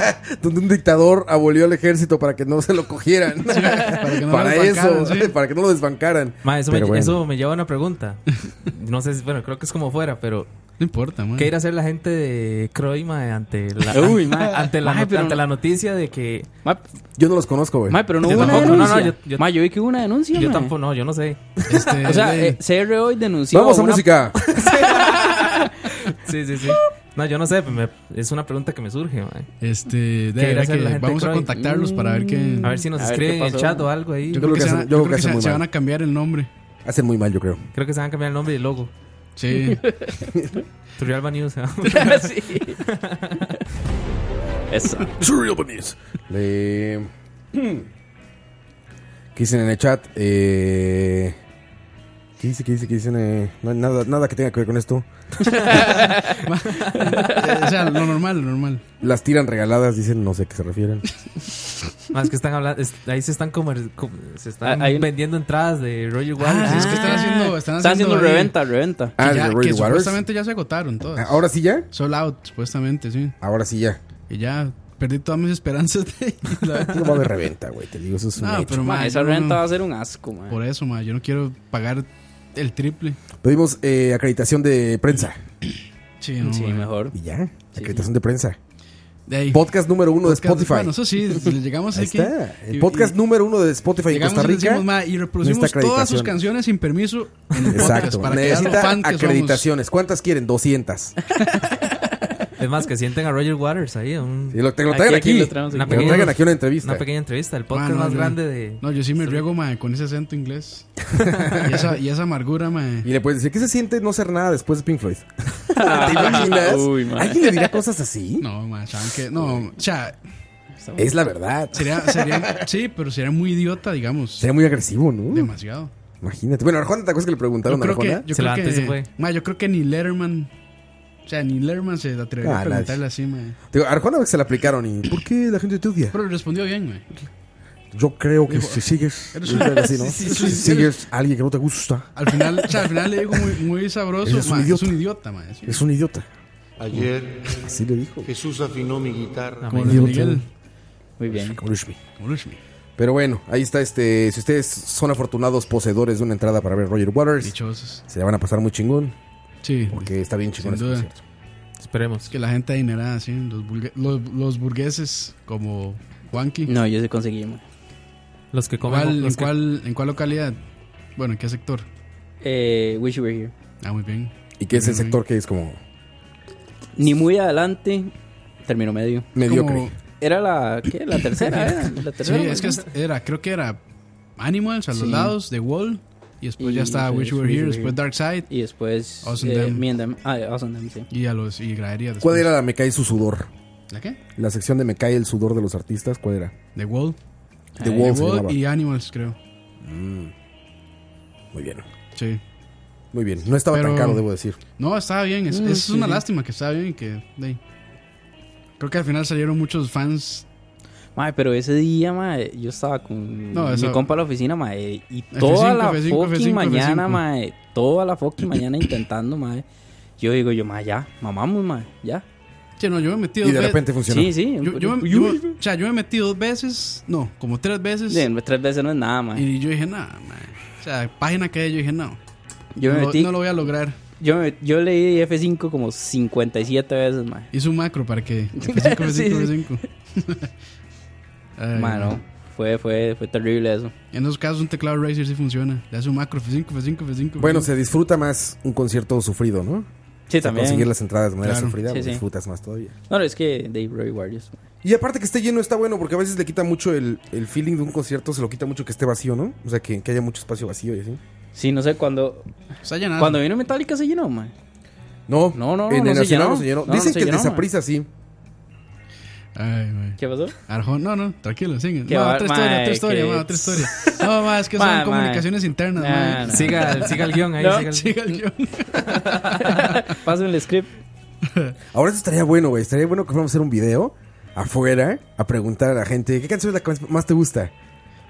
S1: donde un dictador abolió al ejército para que no se lo cogieran. para
S5: que no lo
S1: eso,
S5: desbancaran, sí.
S1: para que no lo desbancaran.
S3: Ma, eso, me,
S1: Pero bueno.
S3: eso me lleva a una pregunta. No sé, si- bueno, creo que es como fuera, pero.
S5: No importa, man.
S3: ¿Qué irá a hacer la gente de Croy, ma, ante la,
S4: Uy,
S3: ante,
S4: ma.
S3: la,
S4: Ma,
S3: not-
S4: pero
S3: ante
S4: no-
S3: la noticia de que.
S4: Pues,
S1: Yo no los conozco, güey.
S4: Mae, pero no
S3: Yo
S4: hubo una
S3: tampoco, no, no,
S4: denuncia.
S3: yo- yo-
S4: Mae, yo vi que hubo una denuncia.
S3: Yo
S4: mae.
S3: tampoco, no, yo no sé.
S5: Este,
S4: O sea,
S5: de-
S4: eh, CR hoy denunció.
S1: Vamos a
S4: una-
S1: música.
S3: Sí, sí, sí. No, yo no sé, me- es una pregunta que me surge, ma.
S5: este, de
S3: ¿Qué irá a
S5: verdad
S3: hacer
S5: que
S3: la gente
S5: vamos
S3: de
S5: a
S3: Croy?
S5: contactarlos para Mm. ver qué.
S3: A ver si nos
S4: A ver
S3: escriben
S4: qué
S3: en el
S4: pasó.
S3: chat o algo ahí.
S5: Yo creo que, se,
S1: hacen-
S5: van-
S1: yo creo
S5: yo creo
S1: que
S5: que se-
S1: hacen muy
S5: se
S1: mal.
S5: van a cambiar el nombre.
S1: Hacen muy mal, yo creo.
S3: Creo que se van a cambiar el nombre y el logo.
S5: Sí.
S3: Turrialba News. ¿no?
S4: Ah, sí. Eso.
S10: Surreal Bunnies.
S1: Le... ¿Qué dicen en el chat? Eh... ¿Qué dice? ¿Qué dice? ¿Qué dicen? eh? No hay nada, nada que tenga que ver con esto.
S5: o sea, lo normal, lo normal.
S1: Las tiran regaladas, dicen, no sé a qué se refieren.
S3: Más que están hablando, es- ahí se están como, como- se están
S4: Ah, hay un-
S3: vendiendo entradas de Roger Waters.
S5: Ah, es que están haciendo. Están haciendo,
S4: Están haciendo
S5: ahí-
S4: reventa, reventa.
S1: Ah,
S5: que ya-
S1: de Roger
S5: que
S1: Waters.
S5: supuestamente ya se agotaron todas.
S1: Ah, ¿Ahora sí ya?
S5: Sold out, supuestamente, sí.
S1: Ahora sí ya.
S5: Y ya perdí todas mis esperanzas de la-
S1: No va a haber reventa, güey. Te digo, eso es un
S5: No,
S1: hecho.
S5: pero
S4: Mae,
S5: ma,
S4: esa
S5: yo no-
S4: reventa va a ser un asco, mae.
S5: Por eso, ma, yo no quiero pagar el triple.
S1: Pedimos eh, acreditación de prensa.
S5: Sí, no,
S4: Sí,
S5: ma.
S4: mejor.
S1: Y ya. acreditación de prensa.
S5: De ahí.
S1: Podcast número uno
S5: Podcast-
S1: de Spotify.
S5: Bueno, eso sí, si le llegamos
S1: Ahí
S5: aquí.
S1: está. El
S5: y-
S1: podcast
S5: y-
S1: número uno de Spotify en
S5: llegamos
S1: Pues, Costa
S5: y le
S1: Rica.
S5: decimos, ma, y reproducimos
S1: necesita
S5: todas sus
S1: acreditación.
S5: canciones sin permiso en el podcast
S1: Exacto.
S5: para que vean lo
S1: Necesita
S5: fan que somos.
S1: acreditaciones. ¿Cuántas quieren? 200.
S3: Es más, que sienten a Roger Waters ahí. Un,
S1: Y lo, te lo traigan
S4: Aquí-
S1: aquí.
S4: aquí lo traemos
S1: Te
S3: aquí.
S1: lo traigan aquí a una entrevista.
S3: una pequeña entrevista, el
S5: Ma,
S3: podcast
S5: no,
S3: más
S5: yo-
S3: grande de.
S5: No, yo sí me riego, ma, con ese acento inglés. y, esa, y esa amargura, ma.
S1: Y le puedes decir, ¿qué se siente no ser nada después de Pink Floyd? ¿Te imaginas?
S4: Uy, man.
S1: ¿Alguien le dirá cosas así?
S5: No, ma, saben que. No, o sea,
S1: Es la verdad.
S5: sería, sería. sí, pero sería muy idiota, digamos.
S1: Sería muy agresivo, ¿no?
S5: Demasiado.
S1: Imagínate. Bueno, Arjona, ¿te acuerdas que le
S5: Yo
S1: preguntaron a
S5: creo
S1: Arjona?
S5: que, yo
S3: Se
S5: creo
S3: levantó y se fue.
S5: que, ma, yo creo que ni Letterman, o sea, ni Letterman se atrevería
S1: Ah,
S5: a preguntarle así, ma.
S1: Digo, a Arjona se la aplicaron y ¿por qué la gente te odia?
S5: Pero respondió bien, ma.
S1: Yo creo que si sigues,
S5: eres
S1: yo
S5: un-
S1: creo que sí, ¿no?
S5: sí, sí,
S1: si
S5: sí,
S1: sigues a alguien que no te gusta,
S5: Al final, o sea, al final le digo muy, muy sabroso,
S1: Eres un
S5: ma, es
S1: idiota.
S5: un idiota, ma. Es
S1: es un idiota.
S11: Ayer
S1: Así le dijo.
S11: Jesús afinó mi guitarra.
S5: como
S1: un
S5: Luis
S1: idiota.
S5: Miguel,
S4: Muy bien.
S1: Como Lushmi.
S5: como Luis Miguel.
S1: Pero bueno, ahí está este. Si ustedes son afortunados poseedores de una entrada para ver Roger Waters,
S5: Dichosos.
S1: se la van a pasar muy chingón.
S5: Pues, Sí,
S1: Porque está bien chingón este
S5: Sin duda.
S1: concierto.
S3: Esperemos.
S5: que la gente adinerada, sí, los, burgue- los, los burgueses como Juanqui.
S4: No, yo sí conseguí, mae.
S3: Los que comen.
S5: ¿Cuál-
S3: los
S5: en,
S3: que-
S5: cuál, ¿En cuál localidad? Bueno, ¿en qué sector?
S4: Eh, Wish You Were Here.
S5: Ah, muy bien.
S1: Y que es el sector que es como
S4: Ni muy adelante, termino medio.
S1: mediocre.
S5: Como-
S4: Era la, ¿qué? La tercera, era. La
S5: sí,
S4: tercera,
S5: es que
S4: mae.
S5: era, creo que era Animals a los
S4: Sí.
S5: lados, The Wall. Y después ya está Wish You Were Here, después Dark Side.
S4: Y después
S5: Us and
S4: eh,
S5: Them.
S4: Me and Them. Ah, Us and Them, sí.
S5: Y a los y gradería después.
S1: ¿Cuál era la Me Cae Su Sudor?
S5: ¿La qué?
S1: La sección de Me Cae el Sudor de los Artistas, ¿cuál era?
S5: The Wall.
S1: The Wall se llamaba.
S5: y Animals, creo.
S1: Muy bien.
S5: Sí.
S1: Muy bien. No estaba tan
S5: Pero-
S1: caro, debo decir.
S5: No, estaba bien. Es,
S1: Mm,
S5: es
S1: sí,
S5: una
S1: sí.
S5: lástima que estaba bien y que. de ahí. Creo que al final salieron muchos fans.
S4: Mae, pero ese día, mae, yo estaba con
S5: No,
S4: mi
S5: esa-
S4: compa a la oficina, mae, y
S5: F5,
S4: toda la
S5: F5,
S4: fucking
S5: F5.
S4: mañana, mae, toda la fucking mañana intentando, mae. Yo digo, yo, mae, ya, mamamos, mae, ya.
S5: Che, no, yo me metí
S4: Y
S5: dos
S4: de
S5: ve-
S4: repente funcionó. Sí, sí.
S5: Yo, yo me, yo me- o sea, yo me metí dos veces. No, como tres veces.
S4: Bien, tres veces no es nada, mae.
S5: Y yo dije, nada, O sea, página que hay, yo dije, no.
S4: Yo me
S5: no,
S4: metí-
S5: no lo voy a lograr.
S4: Yo, me- yo leí F5 como 57 veces, mae.
S5: Hice un macro para que. F5, F5,
S4: Sí, sí.
S5: F5. Ay,
S4: Mae, no, fue, fue, fue terrible eso.
S5: En esos casos, un teclado Razer sí funciona. Le hace un macro F5, F5, F5.
S1: Bueno, se disfruta más un concierto sufrido, ¿no?
S4: Sí,
S1: O sea,
S4: también.
S1: Conseguir las entradas de manera
S4: Claro.
S1: sufrida,
S4: Sí,
S1: pues,
S4: sí.
S1: disfrutas más todavía.
S4: No, no, es que Dave Roy Warriors.
S1: Y aparte que esté lleno está bueno porque a veces le quita mucho el, el feeling de un concierto, se lo quita mucho que esté vacío, ¿no? O sea, que, que haya mucho espacio vacío y así.
S4: Sí, no sé, cuando...
S5: Está llenado.
S4: Cuando vino Metallica se llenó, mae.
S1: No,
S4: No, no, no,
S1: en
S4: no
S1: el
S4: se
S1: Nacional
S4: llenó.
S1: no se llenó.
S4: No, no
S1: Dicen
S4: se
S1: que el
S4: llenó,
S1: de Saprissa sí.
S5: Ay, güey.
S4: ¿Qué pasó?
S5: Arjón, no, no, tranquilo, sigue.
S4: Qué
S5: No,
S4: bar-
S5: otra historia,
S4: mae,
S5: otra historia,
S4: qué-
S5: mae, otra historia. No, mae, es que
S4: Mae,
S5: son
S4: mae.
S5: comunicaciones internas,
S4: Nah,
S5: mae.
S4: nah. Siga el- siga el guión ahí, No. siga el-
S5: guión.
S4: Pásenme el script.
S1: Ahora eso estaría bueno, güey. Estaría bueno que fuéramos a hacer un video afuera a preguntar a la gente, ¿qué canción es la que más te gusta?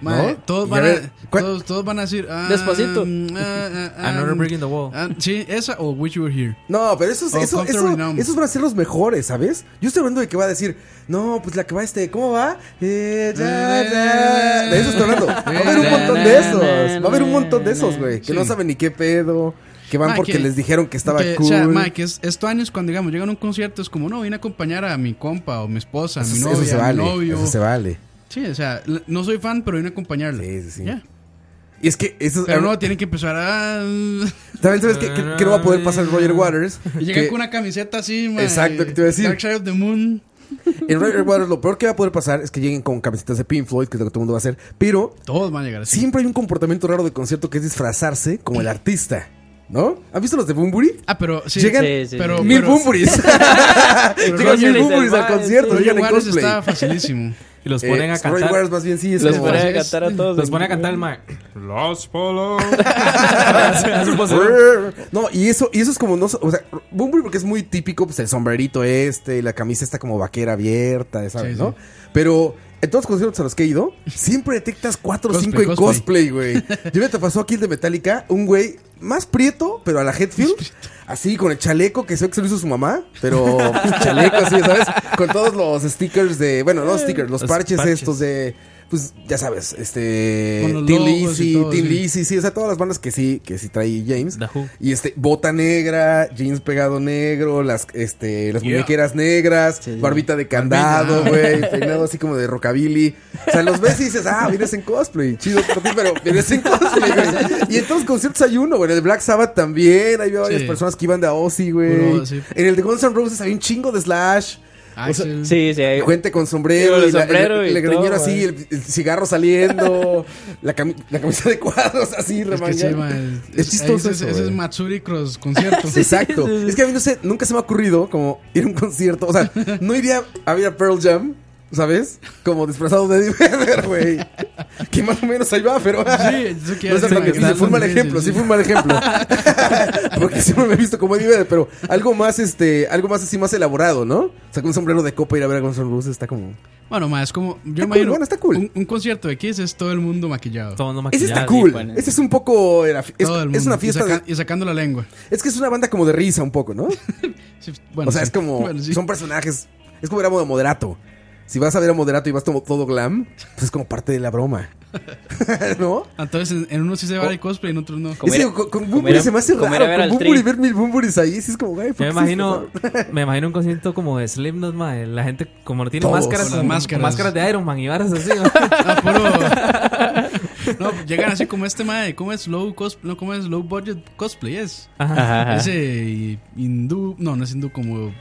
S5: Mae,
S1: ¿No?
S5: todos,
S1: Y
S5: van
S1: ver,
S5: a, todos, todos van a decir. ah,
S1: Despacito.
S5: mm, ah, ah,
S1: Another
S5: ah,
S1: Brick
S3: in the Wall.
S5: ah, sí, esa o Wish You Were Here.
S1: No, pero esos,
S5: O
S1: eso,
S5: Comfort
S1: eso-
S5: Renown.
S1: esos van a ser los mejores, ¿sabes? Yo estoy hablando de que va a decir, no, pues la que va este, ¿cómo va? Eh, ya, ya. De eso estoy hablando. Va a haber un montón de esos. Va a haber un montón de esos, güey. Que no
S5: Sí.
S1: saben ni qué pedo. Que van
S5: Mae,
S1: porque les dijeron que estaba
S5: que,
S1: cool.
S5: O sea, mae, que es, estos años cuando, digamos, llegan a un concierto, es como, no, vine a acompañar a mi compa o mi esposa, a mi
S1: eso,
S5: novia,
S1: eso se
S5: a mi
S1: vale.
S5: novio.
S1: Eso se vale.
S5: Sí, o sea, l- no soy fan, pero vine a acompañarla. Sí,
S1: sí, sí. Y es que eso
S5: Pero no, tienen que empezar a.
S1: También sabes que, que- que no va a poder pasar Roger Waters.
S5: Y llegan
S1: que-
S5: con una camiseta así, mae.
S1: Exacto, que te iba a decir.
S5: Dark Side of the Moon.
S1: En Roger Waters lo peor que va a poder pasar es que lleguen con camisetas de Pink Floyd, que es lo que todo el mundo va a hacer. Pero
S5: Todos van a llegar así.
S1: siempre hay un comportamiento raro de concierto que es disfrazarse como el artista. ¿No? ¿Han visto los de Bumburi?
S5: Ah, pero sí,
S1: Llegan
S5: sí, sí, pero-
S1: mil
S5: pero-
S1: Bumburis.
S5: Pero
S1: llegan
S5: Roger-
S1: mil Bumburis al
S5: Roger
S1: concierto, llegan en
S5: Waters
S1: cosplay.
S5: está facilísimo.
S3: Y los ponen a
S1: Roy
S3: cantar.
S1: Waters más bien sí es
S3: los
S1: como-
S3: ponen a
S1: Sí, es-
S3: cantar a todos. Los
S1: en-
S3: ponen a cantar el Mac. Los polos.
S1: No, y eso, y eso es como no, o sea, Bunbury porque es muy típico, pues el sombrerito este, la camisa está como vaquera abierta, ¿sabes?
S5: Sí,
S1: ¿no? Pero en todos los conciertos a los que he ido, siempre detectas cuatro o
S5: Cosplay,
S1: cinco en
S5: cosplay.
S1: cosplay, güey. Yo me te pasó aquí el de Metallica, un güey más prieto, pero a la Headfield, así con el chaleco que sé que se lo hizo su mamá, pero chaleco así, ¿sabes? Con todos los stickers de, bueno, no stickers, los,
S5: Eh, Los
S1: parches,
S5: parches.
S1: estos de pues ya sabes, este
S5: Con los
S1: Tin
S5: logos y
S1: Lizzy,
S5: todo,
S1: Tin
S5: sí.
S1: Lizzy, sí, o sea, todas las bandas que sí que sí trae James. Y este, bota negra, jeans pegado negro, las, este, las
S5: Yeah. ah.
S1: muñequeras negras, barbita de candado,
S5: Barbita.
S1: güey, peinado así como de rockabilly. O sea, los ves y dices, ah, vienes en cosplay, chido por ti, pero vienes en cosplay, güey. Y en todos los conciertos hay uno, güey. En el Black Sabbath también, hay varias
S5: Sí.
S1: personas que iban de Ozzy, güey.
S5: Puro Ozzy.
S1: En el de Guns N' Roses había un chingo de Slash. O sea,
S5: Axel.
S4: Sí, sí. hay-
S1: Eh, Gente con sombrero,
S4: Digo, el
S1: y la-
S4: sombrero
S1: el,
S4: y
S1: el
S4: todo, eh.
S1: greñero así,
S4: güey.
S1: el, el cigarro saliendo, la, cami- la camisa de cuadros así,
S5: Es que
S1: remangada.
S5: sí, mae,
S1: Es
S5: es-
S1: chistoso
S5: Ese es-
S1: eso,
S5: ese es
S1: güey.
S5: Matsuri Cross concierto.
S1: Exacto. Es que a mí no sé, nunca se me ha ocurrido como ir a un concierto. O sea, no iría a ver a Pearl Jam, ¿sabes? Como disfrazado de Eddie Vedder, güey. Que más o menos ahí va, pero.
S5: Sí, eso que
S1: No sé,
S5: hacen
S1: porque
S5: que están
S1: fue un mal
S5: los
S1: ejemplo,
S5: grises,
S1: sí
S5: sí.
S1: fue un mal ejemplo. Porque siempre me he visto como Eddie Vedder, pero algo más, este, algo más así, más elaborado, ¿no? O sea, con un sombrero de copa ir a ver a Guns N' Roses está como.
S5: Bueno, mae, es como. Yo
S1: cool,
S5: imagino.
S1: bueno, está cool.
S5: Un, un concierto de Kiss es todo el mundo maquillado.
S3: Todo el mundo pues.
S1: Ese está cool. Ese es un poco. era- Es,
S5: Todo el
S1: es una
S5: mundo.
S1: fiesta
S5: y, saca-
S1: de-
S5: y sacando la lengua.
S1: Es que es una banda como de risa un poco, ¿no?
S5: Sí, bueno,
S1: o sea,
S5: sí.
S1: es como.
S5: Bueno, sí.
S1: Son personajes. Es como era modo moderato. Si vas a ver a moderato y vas todo, todo glam, pues es como parte de la broma. ¿No?
S5: Ah, Entonces, en, en unos sí se
S1: Oh.
S5: va el cosplay, en otros no.
S1: Es que con, con Bunbury
S3: era-
S1: se me hace
S3: como
S1: raro.
S3: era ver
S1: Con
S3: al
S1: Bunbury
S3: Tri.
S1: ver mil Bumburis ahí, sí es como, güey. ¿por
S3: Yo me
S1: qué se
S3: imagino,
S1: disfrazaron?
S3: me imagino un concierto como de Slipknot, mae. La gente, como no tiene
S5: Todos,
S3: máscaras,
S5: con
S3: como- con
S5: las
S3: máscaras.
S5: máscaras.
S3: de Iron Man y varas así.
S5: Ah, No, llegan así como este mae, ¿cómo es low cosplay? No, ¿cómo es low budget cosplay? Es.
S3: Ajá. Ajá.
S5: Ese hindú, no, no es hindú como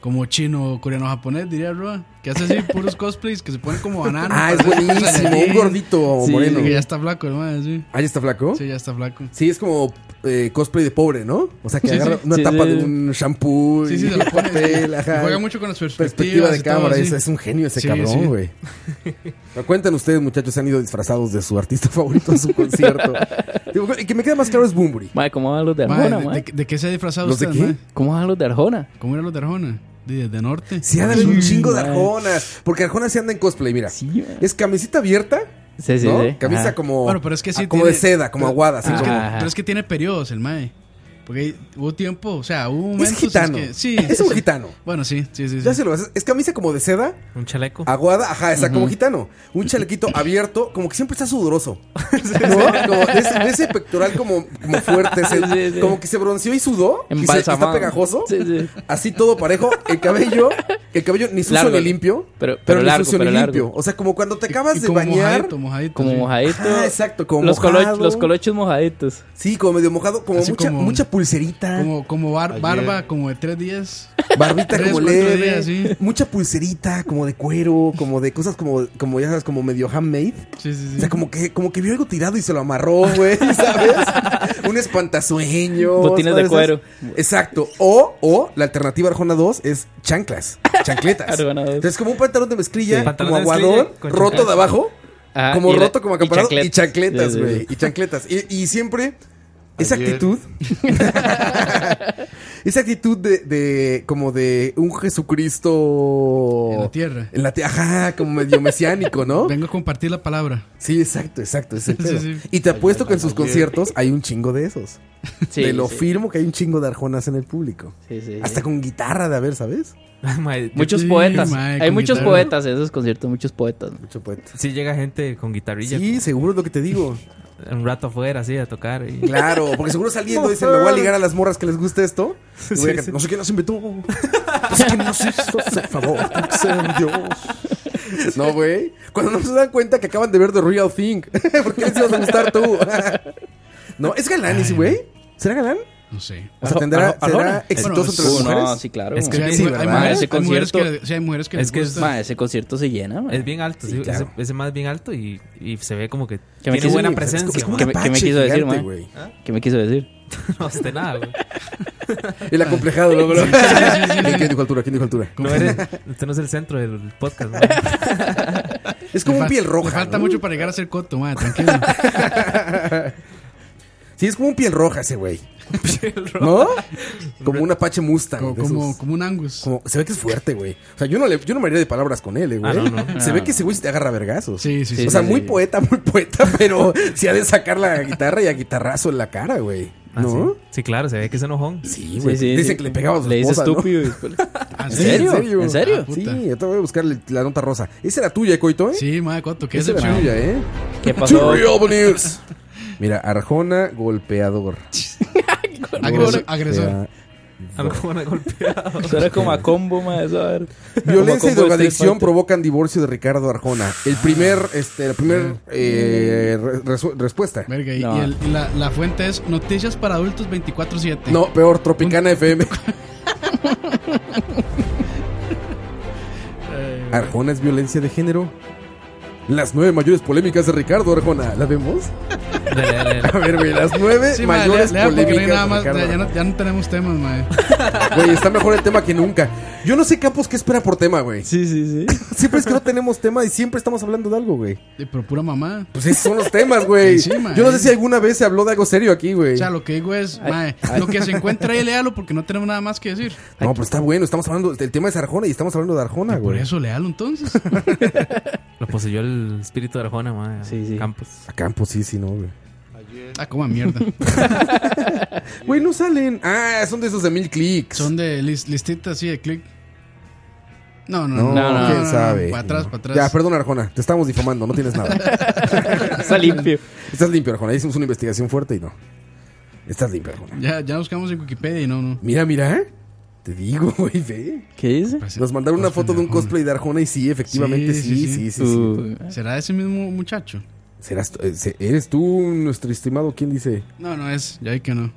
S5: como chino, coreano, japonés, diría Roa. Que hace así puros cosplays que se ponen como bananas.
S1: Ah, es buenísimo. Un gordito moreno.
S5: Que ya está flaco, hermano, sí.
S1: ¿Ah, ya está flaco?
S5: Sí, ya está flaco.
S1: Sí, es como eh, cosplay de pobre, ¿no? O sea, que
S5: Sí,
S1: agarra
S5: sí.
S1: una
S5: Sí,
S1: tapa
S5: sí.
S1: de un shampoo
S5: Sí, sí,
S1: y
S5: se lo pone.
S1: papel, ajá.
S5: Juega mucho con las
S1: Perspectiva
S5: perspectivas
S1: de
S5: y todo,
S1: cámara.
S5: sí.
S1: es, es un genio ese
S5: Sí, sí.
S1: cabrón, güey. Pero cuentan ustedes, muchachos, se han ido disfrazados de su artista favorito a su concierto. Digo, el que me queda más claro es Bumburi.
S4: Mae, ¿cómo van los de
S5: Mae,
S4: Arjona,
S5: ¿de-
S4: mae?
S5: de, de qué se ha disfrazado
S1: ¿Los de
S5: usted,
S1: qué?
S5: mae?
S4: ¿Cómo van los de Arjona?
S5: ¿Cómo eran los de Arjona? De, de norte.
S1: Se andan en un
S5: Sí,
S1: chingo de
S5: mae.
S1: arjonas. Porque arjonas se anda en cosplay, mira. es camisita abierta.
S4: Sí, sí,
S1: ¿no?
S4: sí.
S1: Camisa
S4: Ajá.
S1: como,
S5: Bueno, pero es que sí
S1: ah, como
S5: tiene-
S1: de seda, como
S5: pero-
S1: aguada. así
S5: Pero, es que,
S1: como-
S5: pero es que tiene periodos el mae. Porque hubo tiempo, o sea, hubo momentos.
S1: Es gitano.
S5: que- sí,
S1: es
S5: sí,
S1: un
S5: sí.
S1: gitano.
S5: Bueno, sí, sí, sí. sí.
S1: Ya se lo vas a- Es camisa como de seda,
S3: Un chaleco.
S1: aguada, ajá, está como
S4: Ujú.
S1: gitano. Un chalequito abierto, como que siempre está sudoroso. ¿No? Como de ese, de ese pectoral como, como fuerte, ese-
S4: Sí, sí.
S1: como que se bronceó y sudó. Y se- está
S4: Embalsamado.
S1: pegajoso.
S4: Sí, sí.
S1: Así todo parejo. El cabello, el cabello ni sucio
S4: Largo.
S1: ni limpio.
S4: Pero- pero
S1: ni
S4: largo,
S1: sucio
S4: pero
S1: ni
S4: largo.
S1: limpio. O sea, como cuando te acabas
S5: Y
S1: de
S5: como
S1: bañar.
S5: mojadito, mojadito.
S4: Como
S5: sí.
S4: mojadito.
S1: Ah, exacto, como
S4: los,
S1: mojado.
S4: coloch- los colochos mojaditos.
S1: Sí, como medio mojado, como
S5: Así
S1: mucha,
S5: como-
S1: mucha pulserita.
S5: Como, como bar-
S11: Ayer.
S5: barba, como de tres días.
S1: Barbita
S5: Tres,
S1: como
S5: cuatro
S1: leve,
S5: días, sí.
S1: mucha pulserita, como de cuero, como de cosas como, como ya sabes, como medio handmade.
S5: Sí, sí, sí.
S1: O sea, como que, como que vio algo tirado y se lo amarró, güey, ¿sabes? Un espantazueño.
S4: Botines de cuero.
S1: Exacto. O, o la alternativa Arjona 2 es chanclas, chancletas.
S4: Arjona 2.
S1: Entonces, como un pantalón de mezclilla,
S3: Sí. Pantalón
S1: como
S3: de mezclilla
S1: aguadón,
S3: con
S1: roto
S3: chanclas.
S1: de abajo,
S4: Ajá,
S1: como
S4: y la-
S1: roto, como acaparado, y
S4: Sí,
S1: chancletas,
S4: sí, sí.
S1: güey. Y chancletas. Y, y siempre esa
S11: Ayer.
S1: actitud. esa actitud de, de- como de un Jesucristo.
S5: En la tierra.
S1: En la tie- Ajá, como medio mesiánico, ¿no?
S5: Vengo a compartir la palabra.
S1: Sí, exacto, exacto. ese pedo.
S5: sí.
S1: Y te apuesto que en sus
S11: ayer.
S1: conciertos hay un chingo de esos.
S4: Sí,
S1: te lo
S4: sí,
S1: firmo que hay un chingo de arjonas en el público.
S4: sí, sí, sí.
S1: Hasta con guitarra de haber, ¿sabes?
S3: Mae, yo-
S4: Muchos
S5: Sí,
S4: poetas.
S5: mae,
S4: Hay
S5: con
S4: muchos
S5: guitarra.
S4: poetas en esos conciertos, muchos poetas.
S1: Mucho poeta.
S3: Sí llega gente con guitarrilla
S1: Sí, seguro es lo que te digo.
S3: un rato afuera así a tocar. y-
S1: Claro, porque seguro saliendo dicen, me voy a ligar a las morras que les gusta esto. Y voy a cantar, No sé quién nos inventó. No sé quién nos hizo ese favor. tiene que ser Dios. No, güey. Cuando no se dan cuenta que acaban de ver The Real Thing. ¿Por qué les ibas a gustar tú? no, es galán ese güey. ¿Será galán?
S5: No sé.
S1: O sea,
S3: Arjo-
S1: ¿tendrá,
S3: Arjo-
S1: ¿será
S3: Arjona.
S1: exitoso entre las
S5: Bueno, sí,
S4: Uh, no,
S1: mujeres?
S4: sí, claro.
S3: Es que
S4: mae.
S5: hay-
S3: sí,
S5: hay,
S3: ¿verdad?
S5: mujeres-
S4: Ese
S5: hay mujeres que
S4: concierto-
S5: le- sí, hay mujeres que
S3: Es
S5: les
S3: que es-
S5: gusta.
S4: Mae, ese concierto se llena, mae.
S3: Es bien alto,
S1: Sí,
S3: sí,
S1: claro.
S3: ese, ese mae es bien alto y, y se ve como que,
S4: Que me
S3: tiene
S4: quiso-
S3: buena
S1: Sí,
S3: presencia.
S1: es como
S3: mae.
S1: un
S4: ¿Qué me- qué me
S1: apache
S4: quiso decir,
S1: gigante,
S4: man?
S1: güey.
S4: ¿Qué me quiso decir?
S3: No hace nada, güey.
S4: Ah.
S1: El acomplejado, luego, luego. Eh, ¿Quién dijo altura? ¿Quién dijo altura?
S3: No eres, usted no es el centro del podcast, mae.
S1: Es como
S5: Le
S1: un
S5: fal-
S1: piel
S5: le
S1: roja.
S5: falta
S1: ¿no?
S5: mucho para llegar a ser coto, madre, tranquilo.
S1: Sí, es como un piel roja ese güey. ¿No? Como un apache Mustang.
S5: como,
S1: de
S5: como,
S1: esos.
S5: como un angus.
S1: Como- se ve que es fuerte, güey. O sea, yo no, le, yo no me haría de palabras con él, eh, güey.
S3: Ah, no, no.
S1: Se
S4: No,
S1: ve
S4: no.
S1: que ese güey se te agarra a vergazos.
S5: Sí, sí, sí.
S1: o sea,
S4: sí,
S1: muy
S4: sí.
S1: poeta, muy poeta, pero se ha de sacar la guitarra y a guitarrazo en la cara, güey.
S3: Ah,
S1: ¿No?
S3: sí. Sí, claro, se ve que es enojón.
S1: Sí,
S4: Sí,
S1: güey.
S4: sí,
S1: Dicen
S4: sí.
S1: que le pegaba a su
S4: Le dice
S1: esposa, ¿no?
S4: estúpido. y después-
S5: Ah,
S4: ¿En
S5: sí,
S4: serio?
S5: sí.
S4: ¿En serio?
S5: Ah, puta.
S1: Sí, yo te voy a buscar la, la nota rosa. Esa era tuya, Coito, ¿eh?
S5: Sí, madre, coto, qué
S1: Esa era
S5: decepción.
S1: tuya, ¿eh?
S4: ¿Qué pasó?
S1: Terrible news. Mira, Arjona golpeador.
S5: Agresor. agresor.
S3: Algo van a golpear.
S4: Eso era como a combo, mae. eso, a ver.
S1: Violencia y
S4: Como combo de
S1: drogadicción
S4: Street Fighter. Ah.
S1: provocan divorcio de Ricardo Arjona. El primer, este, la primer eh, re- resu- respuesta.
S5: Verga, y,
S4: No.
S5: y el- y la, la fuente es Noticias para Adultos 24-7.
S1: No, peor, Tropicana FM. Arjona es violencia de género. Las nueve mayores polémicas de Ricardo Arjona. ¿La vemos?
S3: Dale, dale, dale.
S1: A ver, güey, las nueve
S5: Sí, madre,
S1: mayores
S5: lea- lea porque no hay
S1: polémicas.
S5: nada
S1: de
S5: más,
S1: Ricardo
S5: ya, ya no, ya no tenemos temas, madre.
S1: Güey, está mejor el tema que nunca. Yo no sé, Campos, qué espera por tema, güey.
S4: Sí, sí, sí.
S1: Siempre es que no tenemos tema y siempre estamos hablando de algo, güey.
S5: Eh, Pero pura mamá.
S1: Pues esos son los temas, güey.
S5: Sí, eh. man.
S1: Yo no sé si alguna vez se habló de algo serio aquí, güey.
S5: O sea, lo que digo es, mae, lo que se encuentra ahí, léalo porque no tenemos nada más que decir.
S1: No, pero está bueno. Estamos hablando del tema es Arjona y estamos hablando de Arjona,
S5: Por
S1: Ah, güey.
S5: eso, léalo entonces.
S3: Lo poseyó el espíritu de Arjona, mae.
S4: Sí, sí.
S3: Campos.
S1: A Campos, sí, sí, no, güey.
S11: Ayer,
S5: Ah, como mierda.
S1: Güey, no salen. Ah, son de esos de mil clics.
S5: Son de lis- listitas así de clic. No,
S1: No,
S5: no, no.
S4: no,
S1: quién sabe.
S5: Para atrás,
S1: No.
S5: para atrás.
S1: Ya, perdón, Arjona. Te estamos difamando. No tienes nada.
S4: Está limpio.
S1: Estás limpio, Arjona. Hicimos una investigación fuerte y no. Estás limpio, Arjona.
S5: Ya, ya nos quedamos en Wikipedia y no, no.
S1: Mira, mira. Te digo, güey, ve.
S4: ¿Qué dice?
S5: Pues,
S1: Nos mandaron una foto de un
S5: Arjona.
S1: cosplay de Arjona y sí, efectivamente, sí,
S5: Sí,
S1: sí, sí.
S5: sí, sí.
S1: sí, sí.
S4: Uh,
S5: ¿Será ese mismo muchacho?
S1: ¿Serás, tú- eh, se- ¿Eres tú nuestro estimado? ¿Quién dice?
S5: No, no es. Ya vi que no.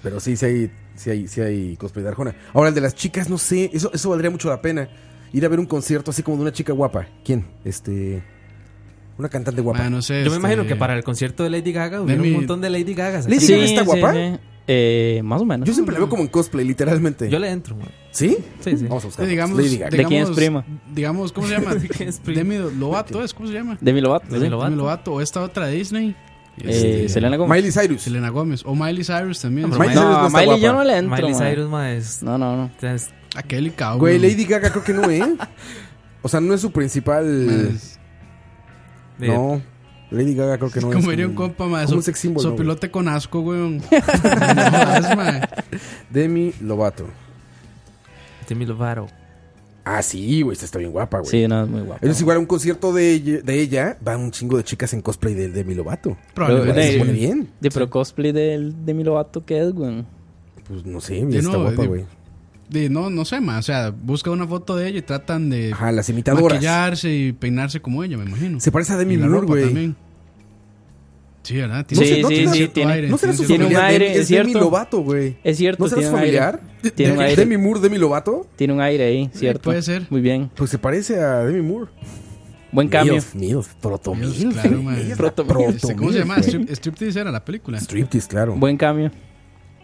S1: Pero sí, sí hay sí hay, sí hay cosplay de Arjona. Ahora, el de las chicas, no sé. Eso, eso valdría mucho la pena. Ir a ver un concierto así como de una chica guapa. ¿Quién? Este. Una cantante guapa.
S5: Ah, no sé.
S3: Yo me imagino que para el concierto de Lady Gaga hubiera
S1: Demi-
S3: un montón de Lady Gagas.
S1: ¿Lady
S3: aquí.
S1: Gaga está guapa?
S4: Eh, más o menos.
S1: Yo siempre la veo como en cosplay, literalmente.
S3: Yo le entro, man.
S1: ¿Sí?
S3: Sí, sí.
S1: Vamos a buscar.
S5: Eh, digamos,
S1: Lady Gaga.
S4: ¿De quién es
S5: digamos-
S4: prima?
S5: Digamos, ¿cómo se llama? Demi Lovato es, ¿cómo se llama?
S4: Demi Lovato.
S3: Demi
S4: sí.
S3: Lovato.
S5: Demi Lovato o esta otra de Disney. Este,
S4: Eh, Selena Gomez.
S1: Miley Cyrus.
S5: Selena Gómez o Miley Cyrus también.
S1: Pero Miley
S4: no,
S1: Cyrus no
S4: a
S1: está
S4: Ah, Miley yo
S1: guapa.
S4: no le entro.
S3: Miley
S4: ma.
S3: Cyrus, ma, es-
S4: No, no, no.
S3: es-
S5: A Kelly Cowboy.
S1: Güey, Lady Gaga creo que no, ¿eh? O sea, no es su principal.
S5: Es-
S3: de-
S1: No. Lady Gaga creo que no es.
S5: Como diría un compa, más
S1: como un sex symbol, ¿no, güey?
S5: Sopilote con asco, weón. No jodas, mae.
S1: Demi Lovato.
S3: Demi Lovato.
S1: Ah, sí, güey, esta está bien guapa, güey.
S4: Sí, no, es muy guapo.
S1: Eso es igual a un concierto de ella, de ella, van un chingo de chicas en cosplay de, de mi Lovato.
S5: Probablemente.
S1: Igual se
S4: de-
S1: pone bien.
S4: De pro cosplay del, de mi Lovato, ¿qué es, güey?
S1: Pues no sé, mira, está
S5: no,
S1: guapa,
S5: de-
S1: güey.
S5: De- no, no sé, más. O sea, busca una foto de ella y tratan de
S1: Ajá, las imitadoras.
S5: maquillarse y peinarse como ella, me imagino.
S1: Se parece a Demi
S5: Y la
S1: Moore,
S5: ropa
S1: güey.
S5: también. Sí, ¿verdad?
S4: Sí,
S5: cierto-
S4: sí, sí,
S5: cierto
S4: tiene-
S5: aire,
S1: No será su
S4: Tiene un
S1: familiar,
S4: aire,
S1: Demi, es
S4: es
S1: Demi
S4: cierto.
S1: Lovato, güey.
S4: Es cierto.
S1: ¿No serás
S4: tiene un aire.
S1: familiar?
S4: Tiene un
S1: Demi-
S4: aire.
S1: Demi Moore, Demi Lovato.
S4: Tiene un aire ahí, ¿cierto?
S5: puede ser.
S4: Muy bien.
S1: Pues se parece a Demi Moore.
S4: Buen cambio.
S1: Milf, Milf, Proto
S5: Milf,
S1: Milf,
S5: claro,
S1: güey.
S5: man.
S1: Ella es
S4: Proto
S1: la proto
S5: Este, ¿Cómo se
S1: Milf,
S5: llama?
S1: güey.
S5: Strip- Striptease era la película.
S1: Striptease, claro.
S4: Buen cambio.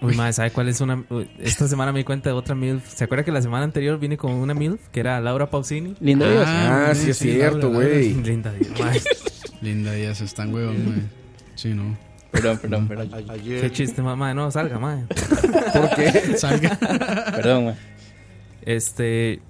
S3: Uy, madre, ¿sabe cuál es una? Uy, Esta semana me di cuenta de otra MILF. ¿Se acuerda que la semana anterior vine con una MILF que era Laura Pausini?
S4: Lindo Dios.
S1: Ah, sí, es cierto,
S5: Laura, Laura.
S1: güey.
S3: Linda, Dios, madre.
S5: Linda Díaz, están huevón, mae. Sí, no.
S4: Perdón, perdón, perdón.
S3: Qué
S11: Ayer,
S3: chiste, ma- madre. No, salga, madre.
S1: ¿Por qué?
S5: Salga.
S4: Perdón, güey.
S3: Este.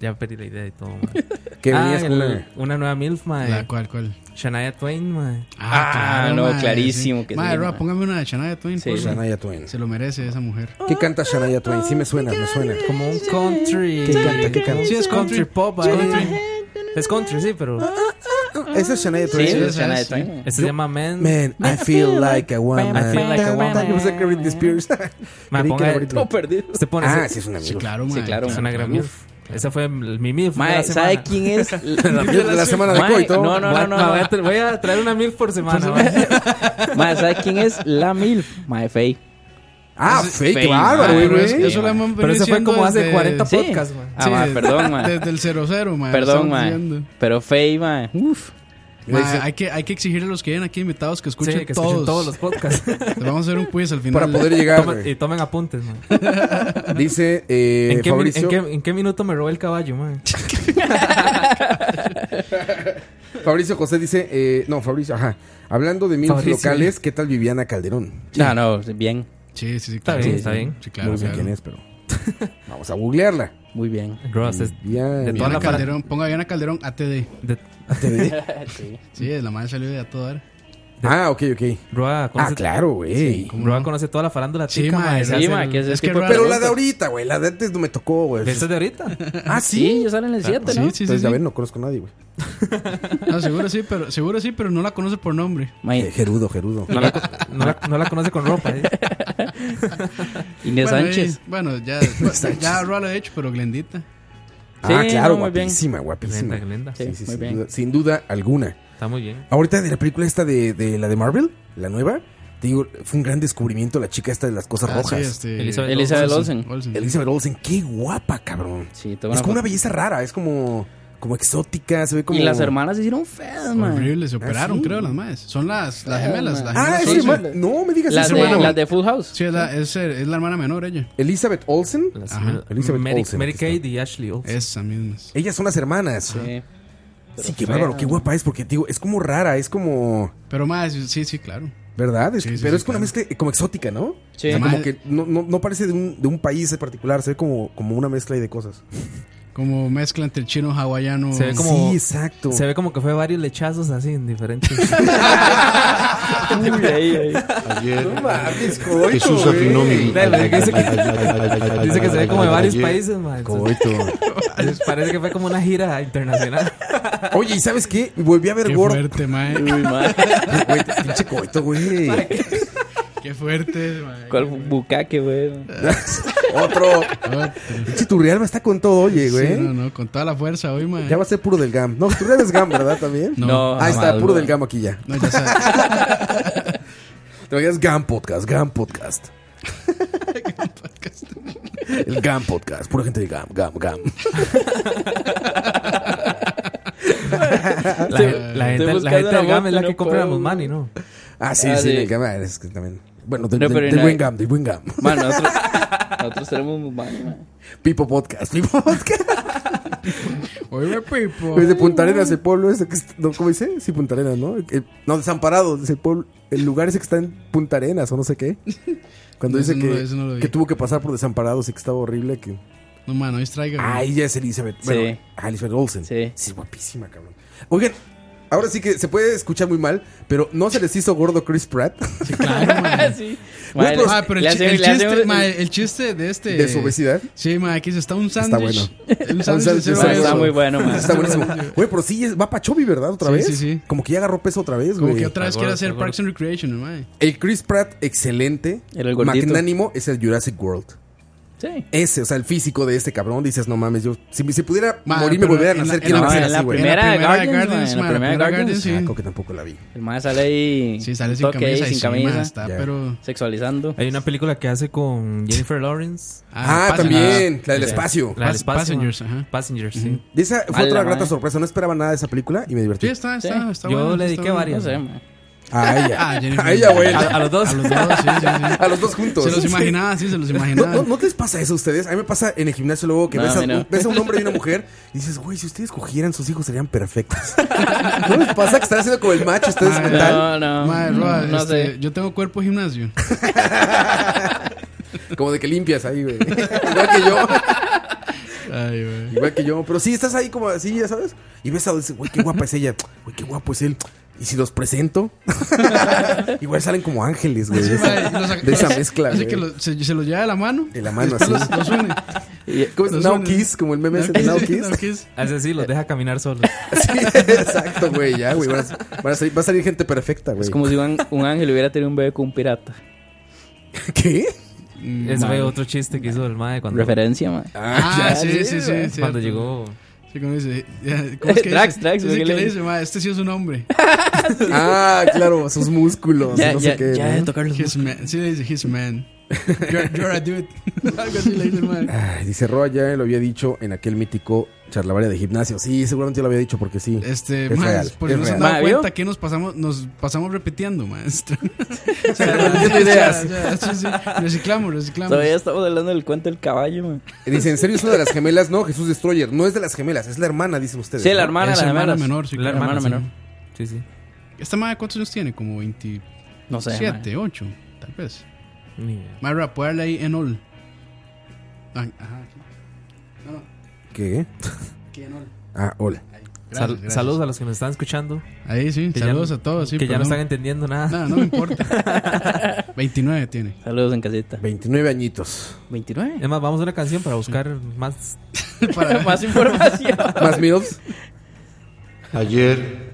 S3: Ya perdí la idea y todo, madre.
S1: Que
S3: Ah,
S1: venías con
S3: el-
S1: una...
S3: una nueva MILF,
S5: La
S3: madre.
S5: cual, cual.
S3: Shania Twain, madre.
S4: Ah, no, clarísimo que sí,
S5: Mae, Roa,
S4: mae.
S5: póngame una de Shania Twain.
S4: Sí,
S5: porfa.
S1: Shania Twain.
S5: Se lo merece esa mujer.
S1: ¿Qué canta Shania Twain? Sí me suena, me suena.
S3: Como un country.
S1: ¿Qué canta? ¿Qué canta?
S3: Sí, es country pop, ahí. Es country, sí, pero.
S1: Esa es Shania
S4: Sí,
S1: Twain.
S4: sí,
S5: esa
S4: Shania
S5: es,
S4: Twain,
S5: sí.
S4: güey.
S3: Este se llama Men.
S1: Man, I feel like a woman.
S3: I feel like a woman.
S1: Yo pensé que Britney Spears.
S3: Ma,
S1: Creí que
S3: ponga-
S1: era Britney.
S4: No, perdido.
S3: Usted Este pone.
S1: Ah,
S3: ese-
S1: sí, es una
S5: Sí,
S1: mierda.
S5: claro,
S4: Sí,
S5: mae.
S4: claro.
S3: Es una gran MILF. Esa fue el- mi MILF. de la
S4: Mae,
S3: semana.
S4: ¿sabe quién es?
S1: La mierda de la semana de
S4: Mae,
S1: coito.
S4: No, no,
S3: Voy
S4: no,
S3: a-
S4: no.
S3: ma,
S4: no.
S3: Voy, a tra- voy a traer una mil por semana. ma.
S4: Mae, ¿sabe quién es la MILF? Mae, Faye.
S1: Ah, fake,
S4: Fake,
S1: bárbaro,
S4: man.
S5: Pero
S1: güey.
S5: es-
S4: Sí,
S5: eso lo
S4: mae.
S5: hemos
S3: Pero
S5: venido
S3: eso fue
S5: diciendo
S3: como hace
S5: desde-
S3: 40
S4: Sí.
S3: podcasts, ma.
S4: Ah, ma,
S5: Sí,
S4: perdón, ma.
S5: Desde el 00, mae.
S4: Perdón,
S5: Ah, estamos
S4: mae.
S5: diciendo.
S4: Pero Faye, mae. Uf.
S1: Le
S5: Mae,
S1: dice-
S5: hay, que, hay que exigirle a los que vienen aquí invitados que
S3: Sí,
S5: escuchen,
S3: que escuchen
S5: todos.
S3: todos. los podcasts.
S5: Les Vamos a hacer un quiz al final.
S1: Para poder llegar,
S3: Tomen- y
S1: güey.
S3: tomen apuntes, man.
S1: Dice eh,
S3: ¿En, qué, mi- en,
S1: Fabricio,
S3: qué, en qué minuto me robé el caballo, man?
S1: Fabricio José dice, eh, no, Fabricio, ajá. Hablando de mil
S3: Fabricio.
S1: locales, ¿qué tal Viviana Calderón?
S4: No, no, bien.
S5: Sí, sí, sí.
S3: Está
S5: claro.
S3: bien, está bien.
S5: Sí, claro.
S1: no sé
S5: claro.
S1: quién es, pero vamos a googlearla.
S4: Muy bien.
S3: Ross, es-
S1: Viviana-
S3: de toda
S5: Diana
S3: la fara-
S5: Calderón, ponga Diana Calderón ATD.
S3: de-
S5: Sí, la madre salió de a toda hora.
S1: Ah, ok, ok.
S3: Roa
S1: Ah,
S3: conoce,
S1: claro, güey.
S3: Roa conoce toda la farándula
S5: Sí,
S3: tica,
S5: ma,
S3: ma,
S5: sí,
S3: se hace
S4: ma,
S3: el-
S4: que es-
S5: Es que
S4: tipo-
S5: raro.
S1: Pero la de ahorita, güey, la de antes no me tocó, güey.
S3: ¿De esta de ahorita?
S1: Ah,
S4: Sí,
S1: sí.
S4: ellos salen el 7,
S5: Sí,
S4: ¿no?
S5: sí, sí.
S1: Entonces, ya
S5: sí.
S1: ven, no conozco a nadie, güey.
S5: No, seguro sí, pero seguro sí, pero no la conoce por nombre.
S1: Eh,
S4: Mae,
S1: Gerudo, Gerudo.
S3: No la, co- no la- no la conoce con ropa. ¿eh?
S4: Inés
S5: bueno,
S4: Sánchez.
S5: eh, bueno, ya, ya Roa lo ha hecho, pero Glendita.
S1: Ah,
S4: Sí,
S1: claro,
S4: no, muy bien.
S1: guapísima,
S3: Linda,
S1: guapísima.
S3: linda.
S1: Sí, sí,
S4: muy
S1: sin,
S4: bien.
S1: duda, sin duda alguna.
S3: Está muy bien.
S1: Ahorita de la película esta de, de la de Marvel, la nueva, te digo, fue un gran descubrimiento la chica esta de las cosas
S5: Ah, sí,
S1: rojas.
S5: este,
S3: Elizabeth
S4: Elizabeth Olsen.
S5: Olsen.
S1: Elizabeth Olsen, qué guapa, cabrón.
S4: Sí, toda
S1: es
S4: foto.
S1: como una belleza rara, es como, como exótica, se ve como.
S4: Y las hermanas se hicieron feas, mae.
S5: Horrible, se operaron, creo, las madres. Son las, las gemelas. Las
S1: Ah,
S5: gemelas
S1: es
S5: Olsen.
S1: hermana. No me digas
S4: Las
S1: eso,
S4: de,
S1: hermano.
S4: las de Full House.
S5: Sí, es la, es, el- es la hermana menor ella.
S1: Elizabeth Olsen.
S3: Las-
S5: Ajá,
S1: Elizabeth
S3: Mary,
S1: Olsen,
S3: Mary
S1: aquí
S3: Kate y Ashley Olsen.
S5: Esa misma.
S1: Ellas son las hermanas. Sí,
S4: Sí.
S1: qué
S4: fea,
S1: bárbaro, qué
S4: ¿no?
S1: guapa es, porque te digo, es como rara, es como.
S5: Pero más, sí, sí, claro.
S1: ¿Verdad? Es-
S5: Sí, sí,
S1: pero
S5: sí,
S1: es como una
S5: claro.
S1: mezcla eh, como exótica, ¿no?
S4: Sí.
S1: O sea, como
S5: Además-
S1: que no, no, no parece de un, de un país en particular, se ve como, como una mezcla ahí de cosas.
S5: Como mezcla entre el chino hawaiano.
S3: Se ve como-
S1: Sí, exacto.
S3: Se ve como que fue varios lechazos así en diferentes.
S4: Uy, ahí, ahí.
S11: ayer,
S1: No mames, coito,
S11: Jesús
S1: güey.
S11: afinó mi guitarra.
S3: Dale, dice que-
S11: Ay, ay, ay, ay,
S3: Dice que se ve
S11: ay,
S3: como de
S11: ay,
S3: varios
S11: ayer.
S3: países, ma. Entonces,
S1: Coito.
S3: Parece que fue como una gira internacional.
S1: Oye, ¿y sabes qué? Volví a ver
S5: Qué
S1: Word.
S5: fuerte, mae.
S4: Uy, mae.
S1: Güey, pinche coito, güey.
S5: Qué fuerte, mae.
S4: ¿Cuál bucaque, güey?
S1: Otro. Pinche Turrialba está con todo, oye,
S5: Ah, Sí,
S1: güey.
S5: no, no, con toda la fuerza hoy, mae.
S1: Ya va a ser puro del GAM. No, Turrialba es GAM, ¿verdad? También.
S5: No.
S1: Ahí está,
S4: jamás,
S1: puro
S4: güey.
S1: del GAM aquí ya.
S5: No, ya sabes.
S1: Te imaginas GAM Podcast, GAM Podcast. El GAM Podcast, pura gente de GAM, GAM, GAM.
S3: La, la gente, la gente del GAM es la que compra la Musmani, ¿no?
S1: Ah, sí,
S4: Ah,
S1: sí,
S4: sí.
S1: el GAM. ah, Es que también. Bueno, del,
S4: No,
S1: del-
S4: pero
S1: del
S4: no-
S1: buen GAM, del buen GAM.
S4: Man, nosotros, nosotros tenemos Musmani, man.
S1: Pipo Podcast, Pipo Podcast.
S5: Oye, Pipo.
S1: Es de Punta Arenas, el pueblo ese que está- no, ¿Cómo dice? Sí, Punta Arenas, ¿no? Eh, no, Desamparados, es el pueblo. El lugar ese que está en Punta Arenas o no sé qué. Cuando
S5: Ese
S1: dice
S5: no lo-
S1: que,
S5: ese no lo vi.
S1: que tuvo que pasar por Desamparados y que estaba horrible. Que...
S5: No, mano, distraiga.
S10: Ah,
S5: güey.
S1: Ahí ya es Elizabeth. Bueno,
S4: Sí.
S1: ah, Elizabeth Olsen.
S4: Sí.
S1: Sí, es guapísima, cabrón. Oigan, ahora sí que se puede escuchar muy mal, pero ¿no se les hizo gordo Chris Pratt?
S5: Sí, claro, man.
S4: sí.
S1: Güey,
S4: Mae,
S1: pero-
S4: le-
S5: Ah, pero el,
S4: le
S5: chi-
S4: hacen-
S5: el
S4: le hacen
S5: chiste,
S4: un-
S5: ma, el chiste de este.
S1: ¿De su obesidad?
S5: Sí, ma, aquí se está un
S1: Está
S5: sándwich. Un sándwich. de
S1: sándwich,
S4: Mae,
S5: cebolla.
S4: Está
S1: eso.
S4: muy bueno, man.
S1: Está buenísimo. Güey, pero sí, es- va para Chovy, ¿verdad? ¿Otra
S5: Ah, Sí,
S1: vez?
S5: sí, sí.
S1: Como que ya agarró peso otra vez,
S5: Como
S1: güey.
S5: que otra vez
S3: Está
S5: quiere
S3: gordo,
S5: hacer
S3: está gordo.
S5: Parks and Recreation, ma.
S1: El Chris Pratt, excelente.
S4: Era el gordito.
S1: magnánimo es el Jurassic World.
S4: Sí.
S1: Ese, o sea, el físico de este cabrón, dices, no mames, yo, si, si pudiera
S5: Ma,
S1: morir, me
S5: Ah, pero
S1: volviera a
S5: en la-
S1: nacer,
S5: en
S1: quiero
S5: la-
S1: nacer
S5: en
S1: así,
S4: la
S1: güey.
S4: primera- de
S5: de
S4: Guardians, ma, en la
S5: ma,
S4: primera de Guardians,
S5: sí. Ah,
S1: Saco que tampoco la vi.
S4: El mae sale ahí.
S5: Sí, sale sin
S4: toque ahí,
S5: camisa. y
S4: sin
S5: sí, ma,
S4: camisa,
S5: Está,
S1: Ya.
S5: pero.
S4: Sexualizando.
S3: Hay una película que hace con Jennifer Lawrence.
S1: Ah,
S5: Passengers.
S1: también, la del
S3: Sí.
S1: espacio.
S3: La del
S5: Pas-
S3: espacio.
S5: Passengers, ajá.
S3: Passengers, sí.
S1: Y esa fue
S4: A
S1: otra
S4: la
S1: grata
S4: madre.
S1: sorpresa, no esperaba nada de esa película y me
S5: Sí,
S1: divertí.
S5: está, está, Ah, está
S3: Yo
S5: bueno,
S3: le
S5: está
S3: dediqué
S5: bueno.
S3: varias.
S4: No sé, mae.
S1: A ella.
S5: Ah, Jennifer.
S1: A ella, güey.
S3: A, a los dos.
S5: A los dos, sí, sí, sí.
S1: A los dos juntos.
S5: Se los
S1: Sí.
S5: imaginaba, sí, se los
S1: ¿No,
S5: imaginaba.
S1: no, no les pasa eso a ustedes? A mí me pasa en el gimnasio luego que
S4: No,
S1: ves,
S4: a
S1: a,
S4: mí no.
S1: ves a un hombre y una mujer y dices, güey, si ustedes cogieran, sus hijos serían perfectos. ¿No les pasa que están haciendo como el macho ustedes
S5: Madre.
S1: mental?
S4: No, no.
S5: Madre,
S4: no,
S5: Roa,
S4: no
S5: este,
S4: sé.
S5: yo tengo cuerpo de gimnasio.
S1: Como de que limpias ahí, güey. Igual que yo.
S5: Ay, güey.
S1: Igual que yo. Pero sí, estás ahí como así, ya sabes. Y ves a dices, güey, qué guapa es ella. Güey, qué guapo es él. Y si los presento, igual salen como ángeles, güey. de esa-
S5: Madre, los-
S1: de esa
S5: los-
S1: mezcla,
S5: Así
S1: güey.
S5: que lo- se, se los lleva de la mano.
S1: De la mano,
S5: después
S1: así.
S5: Los, los une.
S1: ¿Cómo es?
S5: los
S1: Now
S5: une.
S1: Kiss, como el meme ese de
S5: No,
S1: Now
S5: kiss,
S1: Kiss.
S5: no, kiss.
S3: Hace así, los deja caminar solos.
S1: Sí, exacto, güey, ya, güey. Van a, van a salir, va a salir gente perfecta, güey.
S4: Es como si un, un ángel hubiera tenido un bebé con un pirata.
S1: Ah, ¿Qué?
S5: Mm,
S3: Ese fue otro chiste que hizo el mae cuando,
S4: Referencia, mae.
S5: Ah, sí, sí, sí.
S3: cuando
S5: cierto.
S3: llegó.
S5: Sí, como dice. ya, ¿Cómo es que
S4: Drax,
S5: dice?
S4: Drax,
S5: Sí,
S4: ¿qué
S5: sí, que
S4: le
S5: le
S4: dice?
S5: dice, "Ma, este sí es un hombre.
S1: Ah, claro, sus músculos.
S4: Ya,
S1: no
S4: ya,
S1: sé qué,
S4: ya
S1: ¿no?
S4: de tocar los
S5: His man. Sí, le dice, his man. You're, you're a dude. Algo así le dice el man.
S1: Ay, dice Roa, ya lo había dicho en aquel mítico charlavaria de gimnasio. Sí, seguramente lo había dicho porque sí.
S5: Este,
S1: Es
S5: más,
S1: real,
S5: por
S1: es
S5: si no se han
S1: real.
S5: dado
S4: Ma, ¿vio?
S5: cuenta que nos pasamos, nos pasamos repitiendo, maestro. O sea,
S1: Repitiendo ideas.
S5: o sea, sí, sí, Reciclamos, reciclamos.
S4: Todavía estamos hablando del cuento del caballo, mae.
S1: Dice, ¿en serio es una de las gemelas? No, Jesús Destroyer. No es de las gemelas, es la hermana, dicen ustedes.
S4: Sí, la
S1: ¿no?
S4: hermana,
S5: Es
S4: la
S5: hermana
S4: hermana.
S5: menor, sí,
S4: La
S5: claro.
S4: hermana
S5: Sí.
S4: menor.
S3: Sí, sí.
S5: ¿Esta madre cuántos años tiene? Como 27,
S4: No sé. mae.
S5: 8, tal vez.
S3: Ni idea.
S5: Mayra, puede darle ahí en all. Ah, ajá. No, no,
S1: ¿Qué?
S5: aquí en all.
S1: Ah, hola.
S5: Gracias,
S3: Sal-
S5: gracias.
S3: Saludos a los que nos están escuchando.
S5: Ahí sí,
S3: Que ya
S5: saludos
S3: no-
S5: a todos. Sí,
S3: que ya no
S5: perdón.
S3: están entendiendo nada.
S5: No, no me importa. 29 tiene.
S4: Saludos en casita.
S1: 29 añitos.
S4: 29.
S3: Es más, vamos a una canción para buscar más.
S5: Para-
S4: Más información.
S1: ¿Más MILFs?
S11: Ayer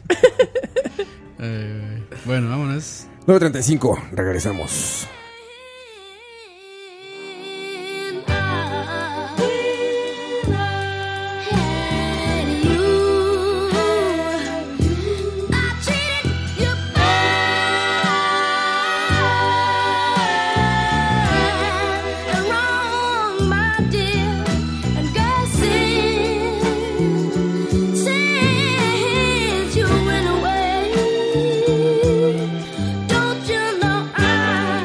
S5: Eh, bueno, vámonos.
S1: 9.35, regresamos.
S12: You went away. Don't you know I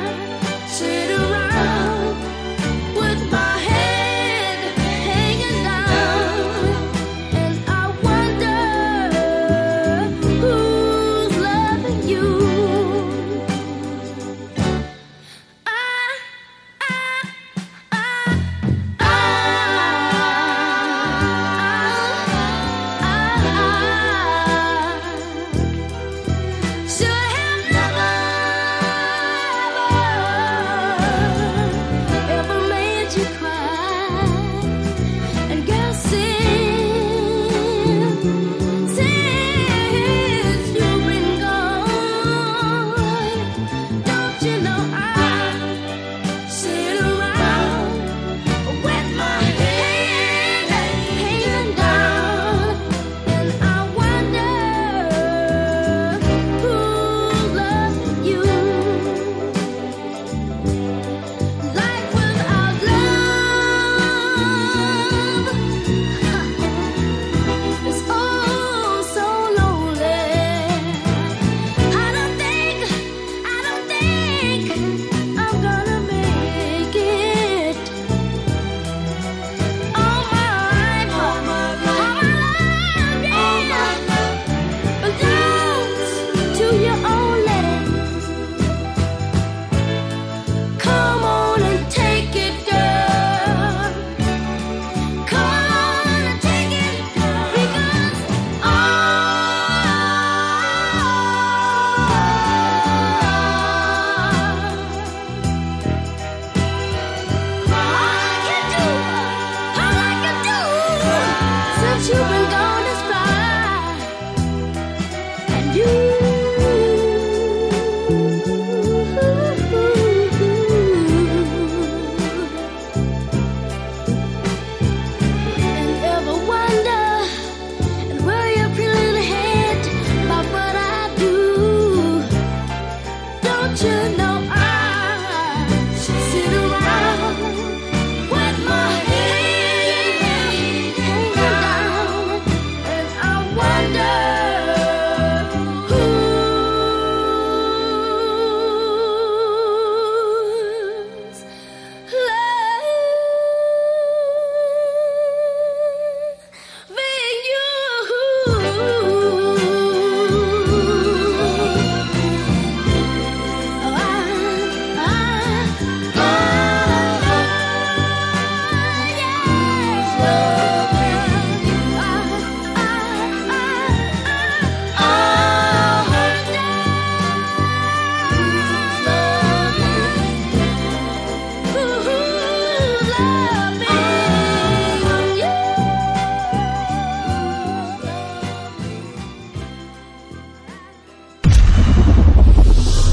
S5: Ah,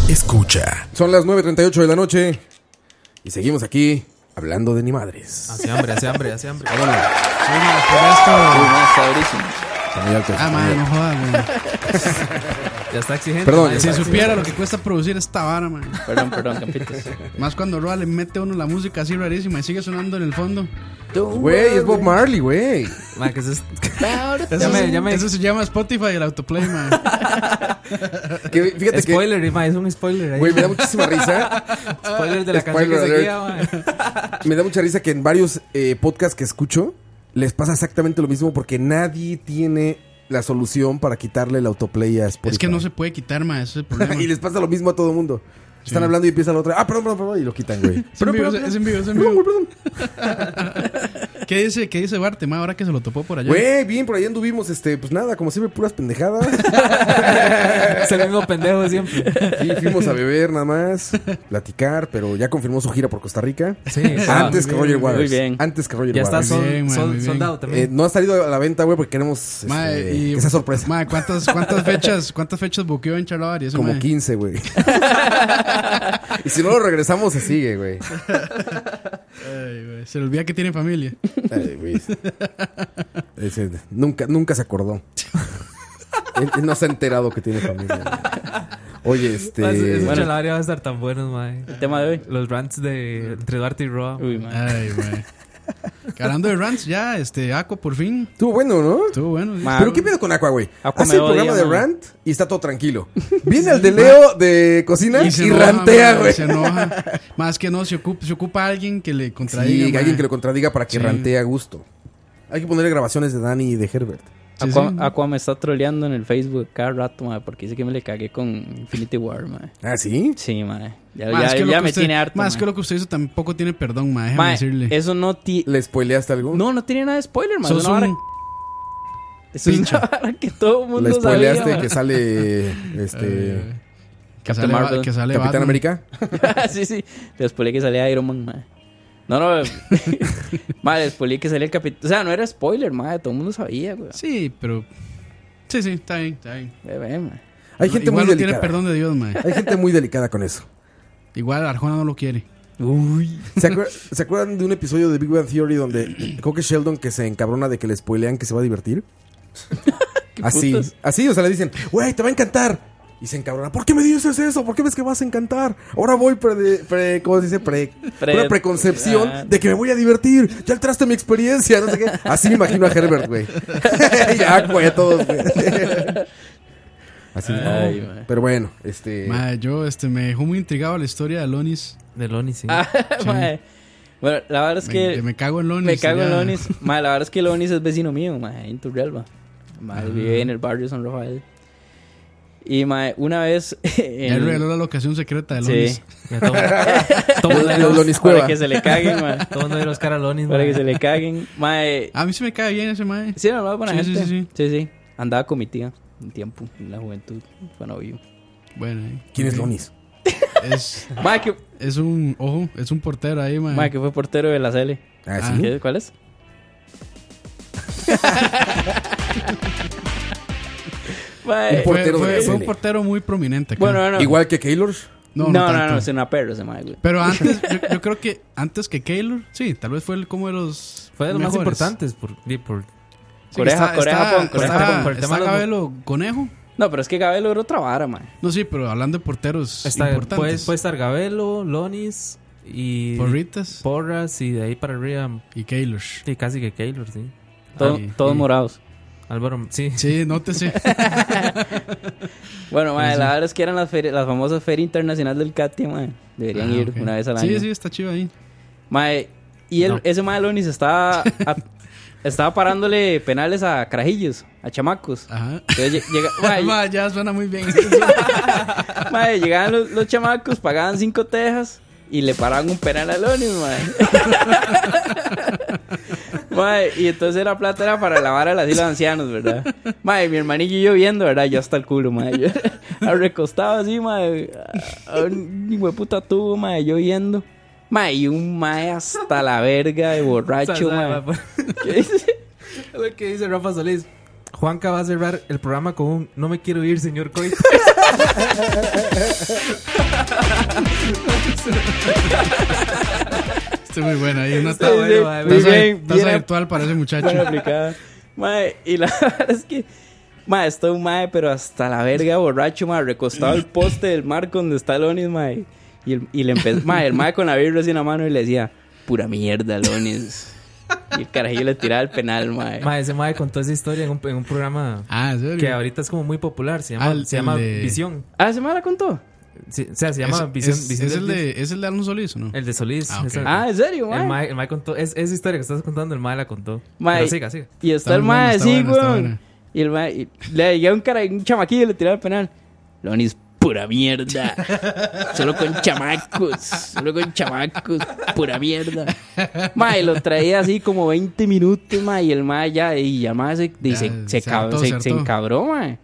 S10: Escucha.
S1: Son las 9.38 de la noche y seguimos aquí hablando de ni madres.
S3: Hace hambre, hace hambre, hace hambre.
S1: Está muy alto.
S5: Ah, madre, no jodas, güey.
S3: Ya está exigente.
S1: Perdón,
S3: mae.
S5: Si supiera lo que cuesta producir esta vara, man.
S4: Perdón, perdón, campitos.
S5: Más cuando Roa le mete a uno la música así rarísima y sigue sonando en el fondo.
S1: Güey, es Bob Marley, güey.
S3: Mae, que eso es-
S5: Eso,
S3: Ya me-
S5: es-
S3: ya me-
S5: eso se llama Spotify, el autoplay, man.
S1: Que Fíjate que,
S3: Spoiler, mae, es un spoiler. ahí.
S1: güey, me da muchísima risa.
S3: Spoiler de la canción
S1: Spoiler
S3: que
S1: alert.
S3: seguía, mae.
S1: Me da mucha risa que en varios eh, podcasts que escucho les pasa exactamente lo mismo porque nadie tiene la solución para quitarle el autoplay a Spotify.
S5: Es que no se puede quitar, man. Ese es el problema.
S1: y les pasa lo mismo a todo mundo. Están hablando y empieza la otra. Ah, perdón, perdón, perdón. Y lo quitan, güey.
S5: Es en vivo, es en vivo, es en vivo. ¿Qué dice, qué dice Barte, ma, ahora que se lo topó por allá?
S1: Güey, bien, por ahí anduvimos, este, pues nada, como siempre, puras pendejadas.
S3: Es el mismo pendejo siempre.
S1: Sí, fuimos a beber nada más, platicar, pero ya confirmó su gira por Costa Rica.
S3: Sí,
S1: antes que
S3: muy
S1: Roger
S3: bien,
S1: Waters.
S4: muy bien.
S1: Antes que Roger
S3: Ya está
S1: Waters.
S5: Muy
S3: sol-
S5: bien, mae,
S3: sol-
S5: muy bien.
S3: soldado
S1: Eh,
S3: también.
S1: no ha salido a la venta, güey, porque queremos
S5: Ma,
S1: este,
S5: y-
S1: que sea sorpresa.
S5: Ma, ¿cuántas, cuántas fechas, cuántas fechas buqueó en Charlotte? Ese,
S1: Como
S5: ma?
S1: 15, güey. y si no lo regresamos, se sigue, güey.
S5: Ay, güey, se le olvida que tiene familia.
S1: Ay, güey. Ese, nunca, nunca se acordó. él, él no se ha enterado que tiene familia. güey. Oye, este.
S3: Mae, ese- ese
S4: Bueno.
S3: chalabaria va a estar tan bueno, mae.
S4: El tema de hoy.
S3: Los rants de entre Duarte y Roa.
S4: Uy, man.
S5: Ay, güey. Que Hablando de Rants, ya, este, Aqua por fin.
S1: Estuvo bueno, ¿no?
S5: Estuvo bueno. sí.
S4: Ma,
S1: Pero qué pedo con Aqua, güey.
S4: Aqua
S1: Hace el
S4: me
S1: programa
S4: odia,
S1: de
S4: man.
S1: Rant y está todo tranquilo. Viene el de Leo de cocina y,
S5: se enoja,
S1: rantea,
S5: ma,
S1: güey.
S5: Se enoja. Más que no, se ocupa, se ocupa alguien que le contradiga.
S1: Sí,
S5: ma.
S1: alguien que lo contradiga para que
S5: Sí.
S1: rantee a gusto. Hay que ponerle grabaciones de Dani y de Herbert.
S5: Sí,
S4: Aqua,
S5: sí.
S4: Aqua me está troleando en el Facebook cada rato, madre, porque dice que me le cagué con Infinity War, madre.
S1: Ah, sí.
S4: Sí, madre. Ya,
S5: Ma,
S4: ya-
S5: es que lo
S4: ya
S5: que
S4: me
S5: usted-
S4: tiene harto.
S5: ma, es
S4: mae.
S5: que lo que usted hizo tampoco tiene perdón, ma. Déjame
S4: Mae,
S5: decirle.
S4: Eso no ti
S1: ¿Le spoileaste algo?
S4: No, no tiene nada de spoiler, madre.
S5: Sos
S4: Es una vara-
S5: un-
S4: es una
S5: pinche.
S4: vara que todo el mundo
S1: ¿Le spoileaste
S4: sabía,
S1: que sale este
S5: Eh, que,
S4: Captain
S5: sale, Ba-
S4: Marvel.
S5: que sale
S1: Capitán
S5: Batman.
S1: América?
S4: mae. sí, sí. Le spoileé que salía Iron Man, madre. No, no. madre, le spoileé que salía el capitán. O sea, no era spoiler, madre. Todo el mundo sabía, güey.
S5: Sí, pero. Sí, sí, está bien, está bien.
S4: Ve, ve, mae.
S1: Hay gente
S5: Igual
S1: muy
S5: no tiene
S1: delicada.
S5: perdón de Dios, ma.
S1: Hay gente muy delicada con eso.
S5: Igual Arjona no lo quiere.
S1: ¿Se, acuer- ¿se acuerdan de un episodio de Big Bang Theory donde creo que Sheldon que se encabrona de que le spoilean que se va a divertir? así,
S4: putas?
S1: así, o sea, le dicen, güey, te va a encantar. Y se encabrona, ¿por qué me dices eso? ¿Por qué ves que vas a encantar? Ahora voy pre, pre- ¿cómo se dice? Pre,
S4: Pre-
S1: una preconcepción
S4: Ah.
S1: de que me voy a divertir. Ya alteraste mi experiencia, no sé qué. Así me imagino a Herbert, güey. y a Aqua y a todos, güey. Así,
S4: Ay,
S1: no.
S4: mae.
S1: Pero bueno, este...
S5: Ma, yo este, me dejó muy intrigado la historia de Lonis.
S3: De Lonnie, sí.
S4: Ah. Mae. Bueno, la verdad es
S5: Me,
S4: que.
S5: me cago en Lonis.
S4: Me cago en
S5: ya.
S4: Lonis. Mae, la verdad es que Lonis es vecino mío, mae, en Turrialba.
S5: Ah.
S4: Mae, vive en el barrio San Rafael. Y mae, una vez.
S5: Ya
S4: en-
S5: reveló la locación secreta de Lonis.
S4: Sí.
S3: Ya Todo todo mundo
S1: Los, los
S3: de
S1: Lonis
S4: Para
S1: Cueva.
S4: que se le caguen, mae.
S3: Todo mundo de los cara a Lonnie,
S4: Para que
S3: mae.
S4: se le caguen. Mae.
S5: A mí sí me cae bien ese mae.
S4: Sí, era más buena
S5: Sí, sí,
S4: gente.
S5: sí,
S4: sí, sí. Andaba con mi tía un tiempo, en la juventud. Fue novio.
S5: Bueno, eh.
S1: ¿Quién es Lonis?
S5: es,
S4: Mae, que,
S5: es un, ojo, es un portero ahí, mae.
S4: mae, que fue portero de la Cele.
S1: Ah,
S5: Ah.
S1: sí.
S4: ¿Qué- ¿Cuál es? Mae,
S5: fue,
S1: portero de
S5: fue-
S1: la
S5: fue un
S1: SL.
S5: portero muy prominente. acá.
S4: bueno, no, no.
S1: Igual que Keylor.
S5: no,
S4: no, no, no,
S5: tanto.
S4: es una perra ese mae, güey.
S5: Pero antes, yo, yo creo que antes que Keylor, sí, tal vez fue el, como de los.
S3: Fue de los más
S5: mejores.
S3: importantes por, di- por
S5: Sí,
S4: Corea,
S5: está-
S4: Corea,
S5: está-
S4: Japón, Corea,
S5: está-
S4: Japón, por el tema
S5: Está
S4: de los-
S5: Gabelo Conejo.
S4: No, pero es que Gabelo era otra vara, mae.
S5: No, sí, pero hablando de porteros
S3: Está, puede,
S4: pues,
S5: importantes.
S3: puede estar Gabelo, Lonis y
S5: Porritas
S3: Porras y de ahí para arriba
S5: y Keylor.
S3: y casi que Keylor, sí.
S4: Todo-
S5: Ay,
S4: todos
S5: sí.
S4: morados.
S3: Álvaro, sí.
S5: Sí, nótese.
S4: Bueno, mae, la verdad es que eran las, ferias- las famosas Feria Internacional del Katia, mae. Deberían
S5: Ah,
S4: ir
S5: ok.
S4: una vez al año.
S5: Sí, sí, está chido ahí.
S4: Mae, y él,
S3: No.
S4: ese mae Lonis estaba, a- estaba parándole penales a carajillos, a chamacos.
S5: Ajá.
S4: Entonces lle- llega, mae,
S5: Ma, Ah, ya suena muy bien.
S4: mae, llegaban los, los chamacos, pagaban cinco tejas y le paraban un penal a Lonis, mae. Mae, y entonces la plata era para lavar al asilo de ancianos, ¿verdad? Mae, mi hermanillo y yo viendo, ¿verdad? Yo hasta el culo, mae. Yo, recostado así, mae. A a un hueputa tubo, mae, yo viendo. Mae, y un mae hasta la verga de borracho,
S3: O sea,
S4: mae.
S3: mae,
S4: ¿Qué dice?
S3: Lo que dice Rafa Solís. Juanca va a cerrar el programa con un No me quiero ir, señor Coito.
S5: Está muy buena. Hay una
S4: Está
S5: taza,
S4: bueno, mae, muy bien,
S5: taza
S4: bien
S5: virtual para ese muchacho.
S4: Bueno, aplicada. Mae, y la verdad es que. Mae, está un mae, pero hasta la verga, borracho, mae, recostado al poste del marco donde está Lonis, mae. Y, el- y le empezó. Mae, el mae con la birra así en la mano y le decía, pura mierda, Lonis. Y el carajillo le tiraba el penal, mae.
S3: Mae, ese mae contó esa historia en un, en un programa que ahorita es como muy popular. Se llama,
S5: Ah, el-
S3: se llama
S5: el de-
S3: Visión.
S4: Ah, ¿se me la contó?
S3: Sí, o sea, se llama
S5: Es-
S3: Visión.
S5: es-
S3: Visión
S5: es
S3: del
S5: el
S3: Dis-
S5: de, ¿Es el de Arnold Solís o no?
S3: El de Solís.
S5: Ah, ok.
S3: esa-
S4: Ah, ¿en serio, mae?
S3: El mae, el mae contó. Es, esa historia que estás contando, el mae la contó.
S4: Mae,
S3: Pero siga, siga.
S4: Y
S3: Está
S4: está, el
S3: muy buena,
S4: mae,
S3: está
S4: sí,
S3: buena, está
S4: weón.
S3: buena.
S4: Y el mae, y le llegué a un, cara, un chamaquillo y le tiraba el penal. Lonis, pura mierda. Solo con chamacos. Solo con chamacos. Pura mierda. Mae, lo traía así como 20 minutos, mae. Y el mae ya, y ya, mae, se, y se, se,
S5: se
S4: cab-
S5: hartó,
S4: se-
S5: se
S4: se
S5: hartó.
S4: encabró, mae.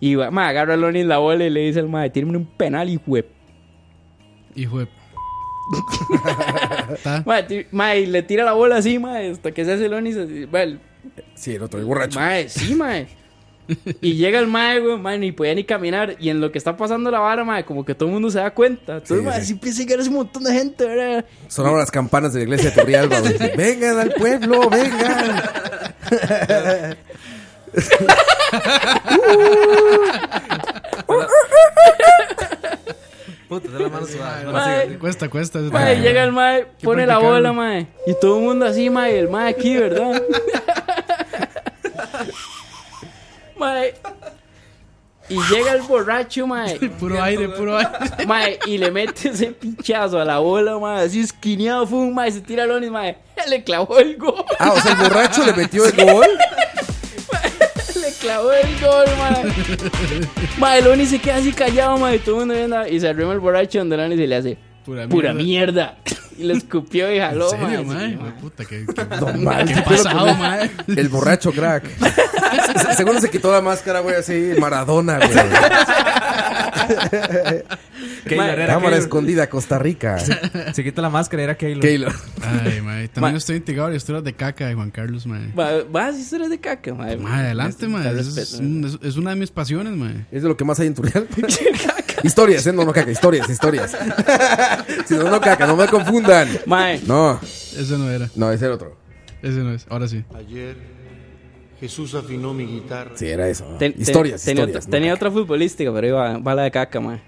S4: Y va- mae, agarra a Lonis la bola y le dice al mae, tírame un penal y hue
S5: Hijo de...
S4: Mae, ti- mae, y le tira la bola así, mae, hasta que se hace Lonis así. Mae, el-
S10: Sí, el otro, el borracho.
S4: Mae, sí, mae. Y llega el mae, güey, mae, ni podía ni caminar. Y en lo que está pasando la vara, mae, como que todo el mundo se da cuenta. Entonces,
S1: Sí,
S4: mae,
S1: sí.
S4: sí empieza a llegar ese montón de gente, ¿verdad?
S1: Sonaron las campanas de la iglesia de Turrialba. güey. vengan al pueblo, vengan.
S3: Puta, de la mano sudada. No,
S4: Mae.
S3: siga,
S5: Cuesta, cuesta.
S1: Ah.
S4: Mae, llega el mae,
S5: Qué
S4: pone la
S5: practicable.
S4: bola, mae. Y todo el mundo así, mae, el mae aquí, ¿verdad? mae. Y llega el borracho, mae.
S5: Puro aire, puro aire.
S4: Mae, y le mete ese pinchazo a la bola, mae, así esquineado, fum, mae, se tira Lonis, mae, le clavó el gol.
S1: Ah, o sea, el borracho le metió el gol.
S4: Le clavó el gol, mae. Mae, Loni se queda así callado, mae. Todo el mundo viendo. Y se arrima el borracho donde Loni se le hace
S5: Pura
S4: pura
S5: mierda".
S4: mierda. Y lo escupió y
S5: ¿En
S4: jaló, mae.
S5: serio, mae?
S4: Sí,
S5: Hijo de
S4: mae.
S5: Puta, qué, qué,
S1: No, mal,
S5: qué
S1: qué pedo con
S5: pasado,
S1: él.
S5: mae.
S1: El borracho crack. Se- Seguro se quitó la máscara, güey, así, Maradona, güey.
S3: Keylor,
S4: Mae,
S3: era
S1: Cámara
S3: Keylor.
S1: escondida, Costa Rica.
S3: Se quita la máscara, era Keylor.
S1: Keylor.
S5: Ay, mae. También
S4: Mae.
S5: estoy intrigado de historias de caca de Juan Carlos, mae.
S4: Mae, Vas historias de caca, mae.
S5: Mae, adelante, mae.
S4: Tal
S5: Es,
S4: respeto,
S5: un- es- es una de mis pasiones, mae.
S1: Es de lo que más hay en Turrialba. historias, ¿eh? No, no caca, historias, historias. si no, no caca, no me confundan.
S4: Mae,
S1: No,
S5: Ese no era.
S1: no, es el otro.
S5: Ese no es. Ahora sí.
S11: Ayer Jesús afinó mi guitarra.
S1: Sí, era eso.
S4: ten- ten-
S1: historias,
S4: tenía,
S1: historias.
S4: otra,
S1: no
S4: tenía
S1: caca.
S4: otra futbolística, pero iba, va la de caca, mae.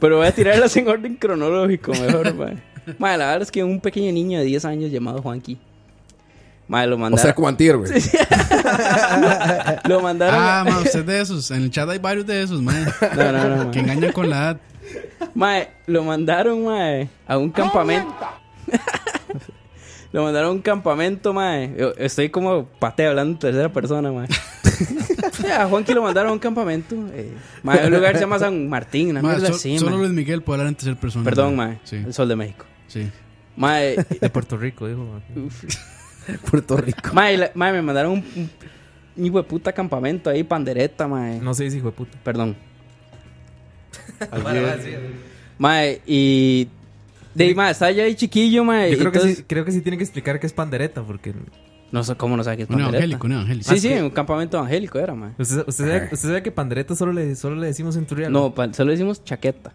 S4: Pero voy a tirarlas en orden cronológico, mejor, mae. Mae, la verdad es que un pequeño niño de 10 años llamado Juanqui. Mae, lo
S1: O sea,
S4: mandaron.
S1: como antier, güey.
S4: lo mandaron.
S5: Ah, mae, usted es de esos. En el chat hay varios de esos, mae.
S4: No, no, no, mae.
S5: Que engañan con la edad.
S4: Mae, lo mandaron, mae, a un campamento. lo mandaron a un campamento, mae. Yo estoy como pate hablando en tercera persona, mae. a Juanqui lo mandaron a un campamento. Eh, mae, un lugar que se llama San Martín, una
S5: Mae,
S4: mierda
S5: so-
S4: así,
S5: solo
S4: mae.
S5: Luis Miguel puede hablar en tercera persona.
S4: Perdón, mae.
S5: Sí,
S4: El sol de México.
S5: sí.
S4: Mae,
S3: De Puerto Rico, dijo. mae.
S1: Puerto Rico.
S4: mae, la- mae, me mandaron un, un, un hijo de puta campamento ahí, pandereta, mae.
S3: No sé si hijo de puta.
S4: Perdón.
S11: Ayer
S4: Mae, y. De ahí, mae, estaba yo ahí chiquillo, mae.
S3: Yo creo, que
S4: entonces-
S3: sí, creo que sí tiene que explicar que es pandereta, porque
S4: No sé cómo no sabe que es
S5: Un
S4: pandereta.
S5: evangélico, un
S3: Ah,
S5: evangélico.
S4: Sí, sí, un campamento evangélico era, mae.
S3: usted, usted,
S5: Ah.
S3: sabe, usted sabe que pandereta solo le, solo le decimos en Turrialba.
S4: No, pa- solo decimos chaqueta.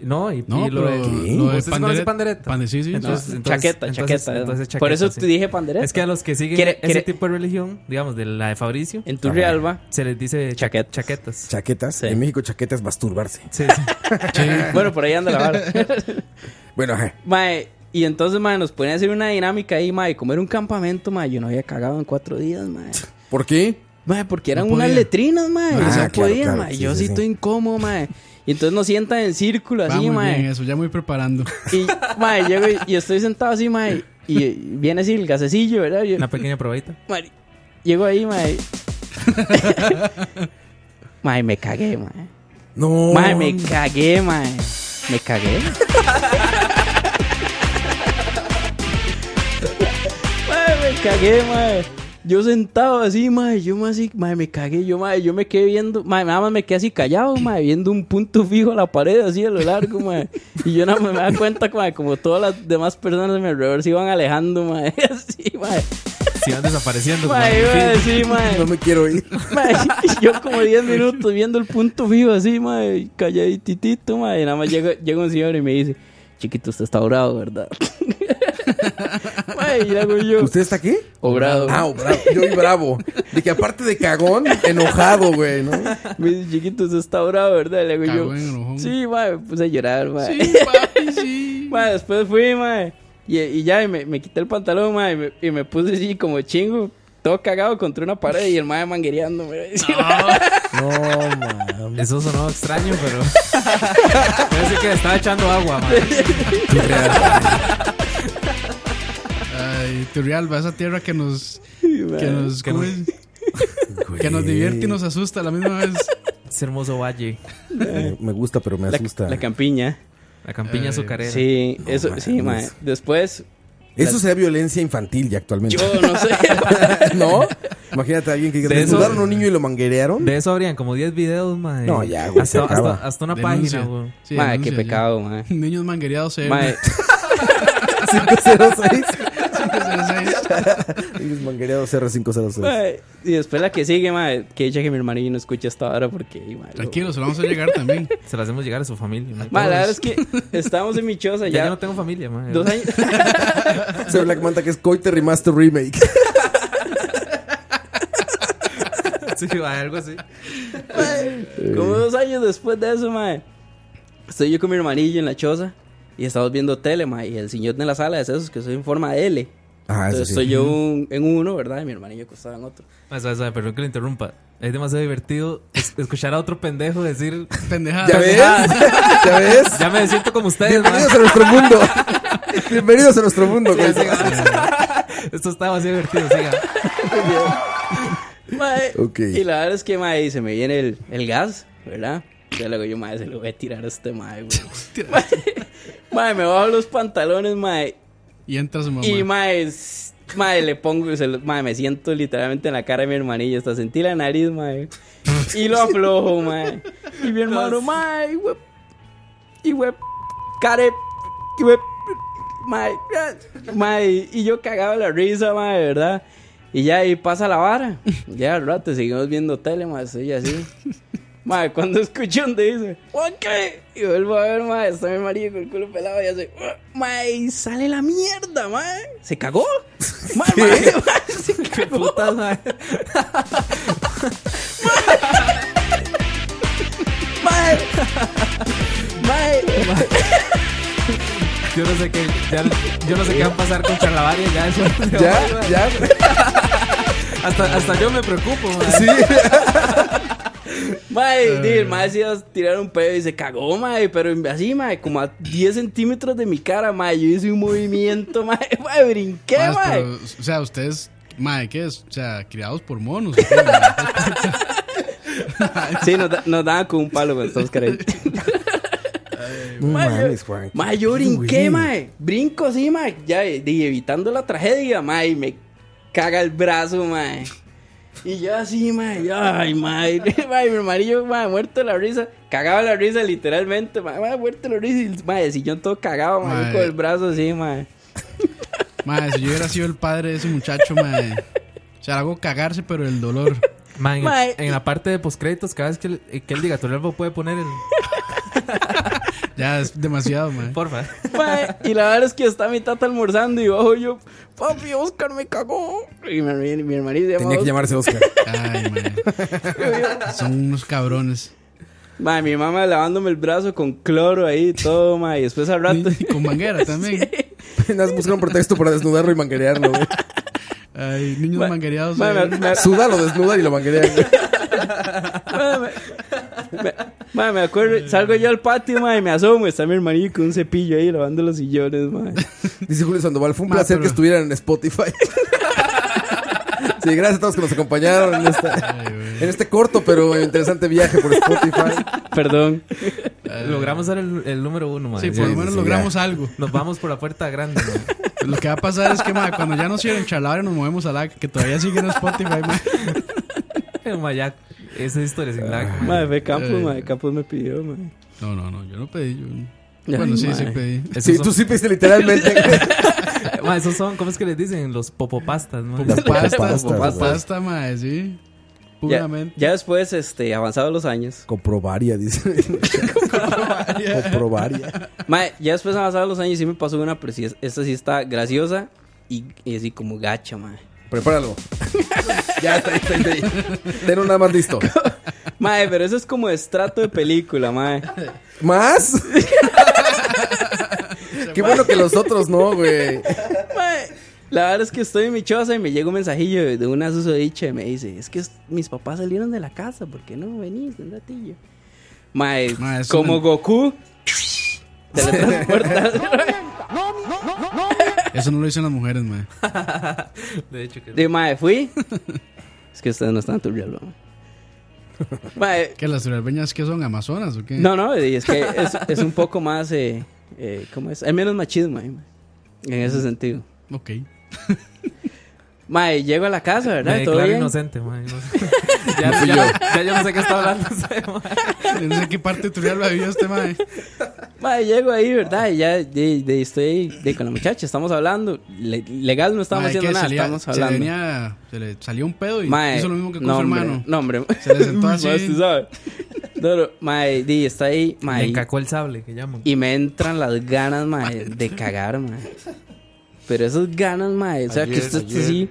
S3: no, y,
S5: No,
S3: y lo de,
S5: pero lo de
S3: ¿Usted se conoce
S5: pandereta-
S3: pandereta?
S5: pande- sí, sí,
S3: Entonces-
S5: sí.
S3: entonces-
S4: chaqueta,
S3: entonces-
S4: chaqueta, ¿no?
S3: entonces chaqueta,
S4: Por eso
S3: sí.
S4: te dije pandereta.
S3: Es que a los que siguen
S4: Quiere-
S3: ese
S4: quiere-
S3: tipo de religión, digamos, de la de Fabricio,
S4: En Turrialba.
S3: se les dice cha-
S4: Chaquetas.
S3: chaquetas.
S1: Chaquetas.
S4: Sí.
S1: En México, chaquetas, masturbarse.
S3: Sí, sí.
S4: Bueno, por ahí anda la vara.
S1: Bueno, ajá.
S4: mae, y entonces, mae, nos ponían a hacer una dinámica ahí, mae, comer un campamento, mae. Yo no había cagado en cuatro días, mae.
S1: ¿Por qué?
S4: Mae, porque eran
S5: No podía.
S4: unas letrinas, mae.
S1: Ah,
S4: no se
S1: claro,
S4: podían,
S1: claro,
S4: mae.
S1: sí,
S4: Yo
S1: sí,
S4: sí,
S1: sí.
S4: estoy incómodo, mae. Y entonces nos sientan en círculo
S5: Va
S4: así,
S5: muy
S4: mae.
S5: bien eso, ya me voy preparando.
S4: Y, mae, llego y, y estoy sentado así, mae. Y, y viene así el gasecillo, ¿verdad? Yo-
S3: Una pequeña probadita.
S4: Mari- Llego ahí, mae. mae, me cagué, mae.
S1: No.
S4: Mae, me cagué, mae. Me cagué. mae, me cagué, mae. Yo sentado así, mae, yo más así, mae, me cagué, yo mae, yo me quedé viendo, mae, nada más me quedé así callado, mae, viendo un punto fijo a la pared así a lo largo, mae. Y yo nada más me da cuenta, mae, como todas las demás personas de mi alrededor se iban alejando, mae, así, mae.
S3: Si van desapareciendo. pues,
S4: Mae, iba a
S3: mae, en fin.
S4: decir, mae.
S1: No me quiero ir.
S4: Mae, yo como 10 minutos viendo el punto fijo así, mae, calladititito, mae. Nada más llega, llega un señor y me dice, chiquito, usted está bravo, ¿verdad? Güey, ya hago yo.
S1: ¿Usted está qué?
S4: Obrado.
S1: Ah, obrado. Yo y bravo. De que aparte de cagón, enojado, güey, ¿no?
S4: Me dice, chiquito, usted está bravo, ¿verdad? Le hago yo.
S5: Cagón, enojón.
S4: Sí, mae, me puse a llorar, mae.
S5: Sí, papi, sí.
S4: Mae, después fui, mae. Y, y ya, y me, me quité el pantalón, mae, y me, y me puse así como chingo, todo cagado contra una pared y el mae manguereando, mae. Sí,
S5: Ah,
S1: No, mames.
S3: Eso sonó extraño, pero. Parece que le estaba echando agua, mae.
S5: Ay, Turrialba, esa tierra que nos.
S4: mae.
S5: Que nos,
S3: Que
S5: ¿cómo
S3: nos-
S5: es? que nos divierte y nos asusta a la misma vez.
S3: Ese hermoso valle.
S1: Eh, Me gusta, pero me
S4: La,
S1: asusta.
S4: la campiña.
S3: La campiña
S5: Eh,
S3: azucarera.
S4: Sí, eso, sí, mae.
S1: mames.
S4: Después,
S1: Eso sería violencia infantil ya actualmente.
S4: yo no sé.
S1: ¿No? Imagínate a alguien que
S3: De
S1: desnudaron
S3: eso-
S1: a un niño y lo manguerearon.
S3: De eso habrían como 10 videos, mae.
S1: No, ya, güey, se
S3: Hasta,
S1: acaba.
S3: hasta, hasta una
S5: Denuncia.
S3: página, güey.
S5: Sí,
S4: mae,
S5: denuncia
S4: qué
S5: ya.
S4: pecado, mae.
S5: Niños manguereados eh. se
S4: Mae,
S1: 506.
S5: 506.
S1: Niños manguereados CR506.
S4: mae. Y después la que sigue, mae, que dicha que mi hermanillo no escucha hasta ahora porque, mae. lo-
S5: Tranquilo, se lo vamos a llegar también.
S3: Se las hacemos llegar a su familia. mae.
S4: Mae, la verdad
S3: Todos.
S4: es que estábamos en mi choza
S3: Ya,
S4: ya.
S3: yo no tengo familia, mae.
S4: Dos años.
S1: Se Black Manta que es Coite Remaster Remake.
S3: Sí, mae, algo así.
S4: Como dos años después de eso, mae. Estoy yo con mi hermanillo en la choza y estamos viendo tele, mae. Y el señor de la sala es esos que soy en forma de L.
S1: Ah, eso
S4: Entonces estoy
S1: sí.
S4: yo un- en uno, ¿verdad? Y mi hermanillo acostado en otro.
S3: Mae, suave, suave, perdón que lo interrumpa. Es demasiado divertido es- escuchar a otro pendejo decir.
S5: Pendejada.
S1: ¿Ya ves? ¿Ya ves?
S3: Ah. Ya me siento como ustedes, mae.
S1: Bienvenidos a nuestro mundo. Bienvenidos a nuestro mundo, güey.
S3: Esto está demasiado divertido, siga.
S4: Mae,
S1: Ok.
S4: Y la verdad es que, mae, se me viene el, el gas, ¿verdad? Ya luego yo, mae, se lo voy a tirar a este mae, güey. mae, mae, me bajo los pantalones, mae.
S5: Y entra su mamá.
S4: Y mae, s- mae, le pongo, se lo- mae, me siento literalmente en la cara de mi hermanillo, hasta sentí la nariz, mae. Y lo aflojo, mae. Y mi hermano, mae, güey. Y güey, care, y güey, mae, ah, mae. Y yo cagaba la risa, mae, ¿verdad? Y ya ahí pasa la vara. Ya al rato seguimos viendo tele, mae, estoy así. Mae, cuando escucho un dice, ok, y vuelvo a ver, mae, está mi marido con el culo pelado y hace, "Ah, mae, y sale la mierda, mae. ¿Se cagó? Mae, mae, mae, se cagó.
S3: Putas, mae.
S4: Mae, mae,
S3: Yo no sé qué. ya- yo no sé qué va a pasar con Charlavaria. Ya, eso,
S1: ¿Ya? ¿Ya?
S3: Hasta, hasta yo me preocupo, mae.
S1: Sí.
S4: mae, di, el mae se iba a tirar un pedo y se cagó, mae, pero así, mae, como a 10 centímetros de mi cara, mae, yo hice un movimiento, mae, mae, brinqué,
S5: Más,
S4: mae.
S5: pero, o sea, ustedes, madre, ¿qué es? O sea, criados por monos. ¿o qué, mae?
S4: Sí, nos, da- nos daban con un palo cuando estamos carentes.
S1: No
S4: Mae, yo-
S1: mames, Juan.
S4: Mae, yo
S1: Qué
S4: brinqué,
S1: güey.
S4: mae. Brinco, sí, mae. Ya, y evitando la tragedia, mae. y Me caga el brazo, mae. Y yo así, mae. yo, Ay, mae. Mae, mi hermanillo, mae, muerto de la risa. Cagaba la risa, literalmente, mae. Mae, muerto de la risa. Y, Mae, si yo todo cagado, mae. yo
S5: Mae.
S4: Con el brazo así, mae.
S5: Mae, si yo hubiera sido el padre de ese muchacho, madre. O sea, hago cagarse, pero el dolor.
S3: Man, en-
S4: Mae.
S3: en la parte de postcréditos, cada vez que el, que el digatorelbo puede poner el.
S5: Ya es demasiado, madre.
S3: Porfa.
S4: Mae, y la verdad es que está mi tata almorzando y bajo yo, papi, Oscar me cagó. Y mi, mi, mi hermanillo se llama
S1: Tenía que
S4: Oscar.
S1: llamarse Oscar.
S5: Ay, madre. Son unos cabrones.
S4: Mae, mi mamá lavándome el brazo con cloro ahí y todo, mae. Y después al rato.
S5: Y con manguera también.
S1: Apenas buscar un pretexto para desnudarlo y manguerearlo, güey.
S5: Ay, niños
S4: Mae,
S5: manguereados. eh.
S4: mae,
S5: mae.
S4: me- me-
S1: Suda, lo desnudan y lo manguerean. güey.
S4: Madre, me- madre, me acuerdo, salgo yo al patio, madre, me asomo, está mi hermanillo con un cepillo ahí lavando los sillones, madre.
S1: Dice Julio Sandoval, fue un
S5: Ma,
S1: placer
S5: pero-
S1: que estuvieran en Spotify. Sí, gracias a todos que nos acompañaron en, esta- en este corto pero interesante viaje por Spotify.
S4: Perdón.
S3: Logramos dar el, el número uno, man.
S5: Ah, Sí, por
S1: sí,
S5: lo menos
S1: sí,
S5: logramos algo. Pues
S3: Nos vamos por la puerta grande, man.
S5: Lo que va a pasar es que, mae, cuando ya nos hicieron charlar, nos movemos a la que todavía sigue en Spotify, mae.
S3: Pero, man, ya. Esa historia sin lag, man.
S4: Madre, fue Campos,
S5: Ay.
S4: madre, Campos me pidió, madre.
S5: No, no, no, yo no pedí. Yo no.
S4: Ay,
S5: Bueno, sí, sí
S4: mae.
S5: pedí.
S3: Esos
S1: Sí,
S3: son-
S1: tú sí pediste literalmente.
S3: Ma, esos son, ¿cómo es que les dicen? Los popopastas, ¿no?
S5: Como pasta,
S1: pastas,
S5: como
S1: güey.
S5: pasta, mae, sí.
S4: Ya,
S5: Puramente.
S4: ya después, este, avanzados los años.
S1: Compró varias, dice. Compró varias.
S4: Mae, ya después han pasado los años y sí me pasó una, pero sí, es- esta sí está graciosa y, y así como gacha, mae.
S1: Prepáralo. ya está, ahí, está, ahí, está. ahí. Tenlo nada más listo.
S4: Mae, pero eso es como estrato de película, mae.
S1: ¿Más? Qué bueno que los otros no, güey.
S4: Mae, La verdad es que estoy en mi choza y me llega un mensajillo de- de una susodicha y me dice, es que es- mis papás salieron de la casa, ¿por qué no venís un ratillo? Mae,
S5: Mae, es
S4: como
S5: una-
S4: Goku, teletransportas.
S5: Eso no lo dicen las mujeres, mae.
S3: De hecho, que.
S4: De mae, fui. es que ustedes no están turbiando, mae.
S5: ¿Qué las turbeñas que son amazonas o qué?
S4: No, no, y es que es, es un poco más, eh, eh, ¿cómo es? Hay menos machismo ahí, mae, en ese sentido.
S5: Ok.
S4: Mae, llego a la casa, ¿verdad?
S3: Me
S4: Todo
S3: declaro
S4: bien.
S3: inocente, mae. no sé. ya, ya, ya yo no sé qué está hablando ese, mae.
S5: No sé qué parte tutorial lo vivido este mae.
S4: Mae, llego ahí, ¿verdad? Y ya de, de- estoy ahí, de, con la muchacha, estamos hablando. Le- legal no estamos
S5: Mae,
S4: haciendo
S5: que
S4: nada,
S5: salía-
S4: estamos
S5: Se le,
S4: hablando.
S5: venía- se le salió un pedo y
S4: Mae,
S5: hizo lo mismo que con
S4: no,
S5: su
S4: hombre,
S5: hermano.
S4: No, hombre.
S5: Se le sentó así.
S4: Mae, usted sabe. No, no, mae, di, está ahí, mae.
S3: Le encacó el sable, que llaman.
S4: Y me entran las ganas, mae, de cagar, mae. Pero esas ganas, mae, o sea, que
S6: Ayer,
S4: usted está
S6: ayer.
S4: así.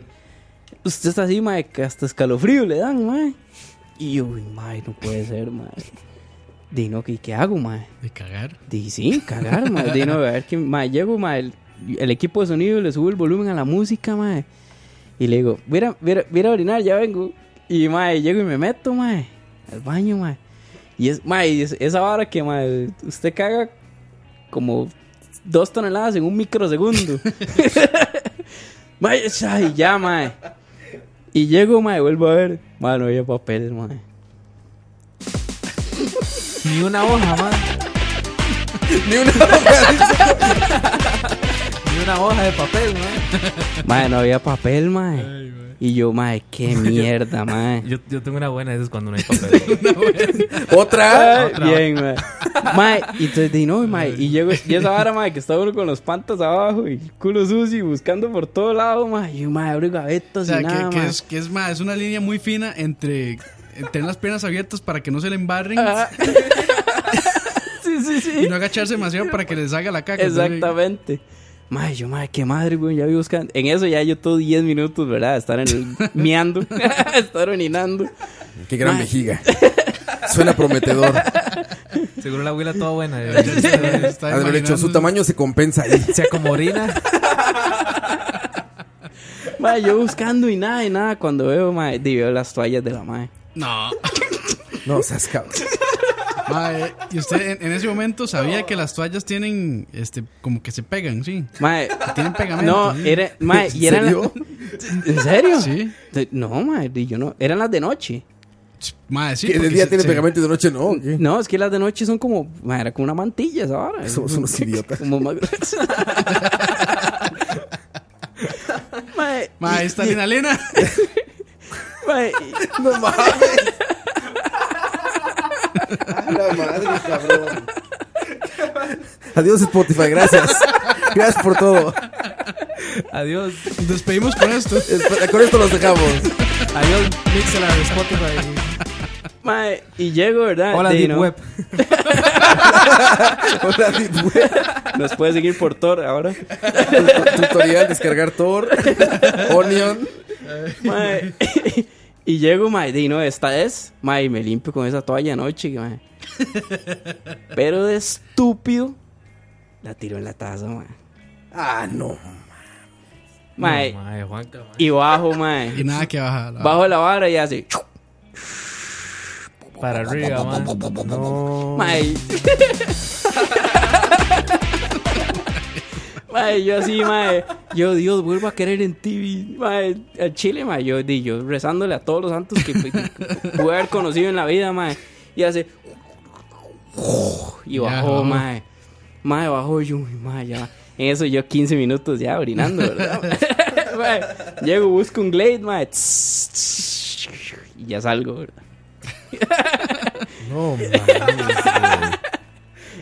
S4: Usted está así, mae, que hasta escalofrío le dan, mae. Y yo, uy, mae, no puede ser, mae. Dino, ¿qué, qué hago, mae?
S5: De cagar.
S4: Dije, sí, cagar, mae. Dino, a ver, que, mae, llego, mae, el, el equipo de sonido le subo el volumen a la música, mae. Y le digo, mira, mira, mira, orinar, ya vengo. Y, mae, llego y me meto, mae, al baño, mae. Y es, mae, y es- esa vara que, mae, usted caga como dos toneladas en un microsegundo. mae, es- ay, ya, mae. Y llego, mae, vuelvo a ver. Mae, no había papeles, mae.
S3: Ni una hoja, mae.
S1: Ni una hoja.
S3: Ni una hoja de papel, mae.
S4: Mae, no había papel, mae. Y yo, mae, qué mierda, mae.
S3: Yo, yo tengo una buena, eso es cuando no hay papel.
S1: Otra.
S4: Ay, Bien, mae. Mae, y entonces dije, no, mae. Y llego, y esa vara, mae, que está uno con los pantas abajo y el culo sucio y buscando por todo lado, mae. Y yo, mae, abro
S5: O
S4: gavetas
S5: sea,
S4: y nada,
S5: que, que
S4: mae.
S5: es, que es más, es una línea muy fina entre entre tener las piernas abiertas para que no se le embarren
S4: Ah. Sí, sí,
S5: y
S4: sí.
S5: no agacharse demasiado para que les haga la caca.
S4: Exactamente. Mae, yo, mae, qué madre, güey. Ya vi buscando. En eso ya yo todo 10 minutos, ¿verdad? Estar en el meando, estar orinando.
S1: Qué gran
S4: Mae.
S1: vejiga. Suena prometedor.
S3: Seguro la abuela toda buena. de
S5: Entonces,
S3: verdad.
S5: está- está
S1: Ha de haber hecho,
S5: imaginando-
S1: su tamaño se compensa ahí.
S3: O sea, como orina.
S4: Mae, yo buscando y nada, y nada. Cuando veo, mae, di, veo las toallas de la mae.
S5: No.
S1: No, seas cabrón.
S5: Mae, y usted en, en ese momento sabía que las toallas tienen, este, como que se pegan, sí.
S4: Mae,
S5: Tienen pegamento.
S4: no,
S5: sí.
S4: era, mae, y eran.
S1: serio?
S4: ¿En serio?
S5: Sí.
S4: De- No, mae, di, yo no. Eran las de noche.
S5: Mae, sí.
S1: Que de
S5: porque
S1: día
S5: se-
S1: tiene
S5: se-
S1: pegamento y de noche no. ¿o qué?
S4: No, es que las de noche son como. mae, era como una mantilla esa vara.
S1: Somos unos idiotas.
S4: Como más- Mae,
S5: Mae, esta adrenalina.
S4: mae,
S1: No mames. A la madre, cabrón. Adiós, Spotify. Gracias. Gracias por todo.
S3: Adiós.
S5: Despedimos con esto.
S1: Espe- Con esto los dejamos.
S3: Adiós, Mixelar, Spotify.
S1: Ah,
S4: mae, y llego, ¿verdad?
S3: Hola,
S4: Di,
S3: Deep
S4: ¿no?
S3: Web.
S1: Hola, Deep Web.
S4: Nos puede seguir por Tor ahora.
S1: Tutorial, descargar Tor, Onion.
S4: Mae, y llego, mae, di, no, esta es, mae, y me limpio con esa toalla anoche, mae. Pero de estúpido, la tiro en la taza, mae.
S1: Ah, no. Eh.
S4: Mae,
S3: No, mae, Juanca, mae.
S4: y bajo,
S5: Y
S4: mae.
S5: nada que baja. la-
S4: Ah. Bajo la vara y hace,
S3: Para arriba, mae.
S1: No.
S4: mae. Mae, yo así, mae. Yo, Dios, vuelvo a querer en ti, mae. Al chile, mae. Yo, di, yo rezándole a todos los santos que, que pude haber conocido en la vida, mae. Y hace. Y
S5: Ya,
S4: bajó,
S5: bajó.
S4: mae. Mae, bajó yo, uy, mae, ya. En eso yo 15 minutos ya orinando, ¿verdad? Mae, llego, busco un glade, mae. tss, tss, Y ya salgo, ¿verdad?
S1: No, mames.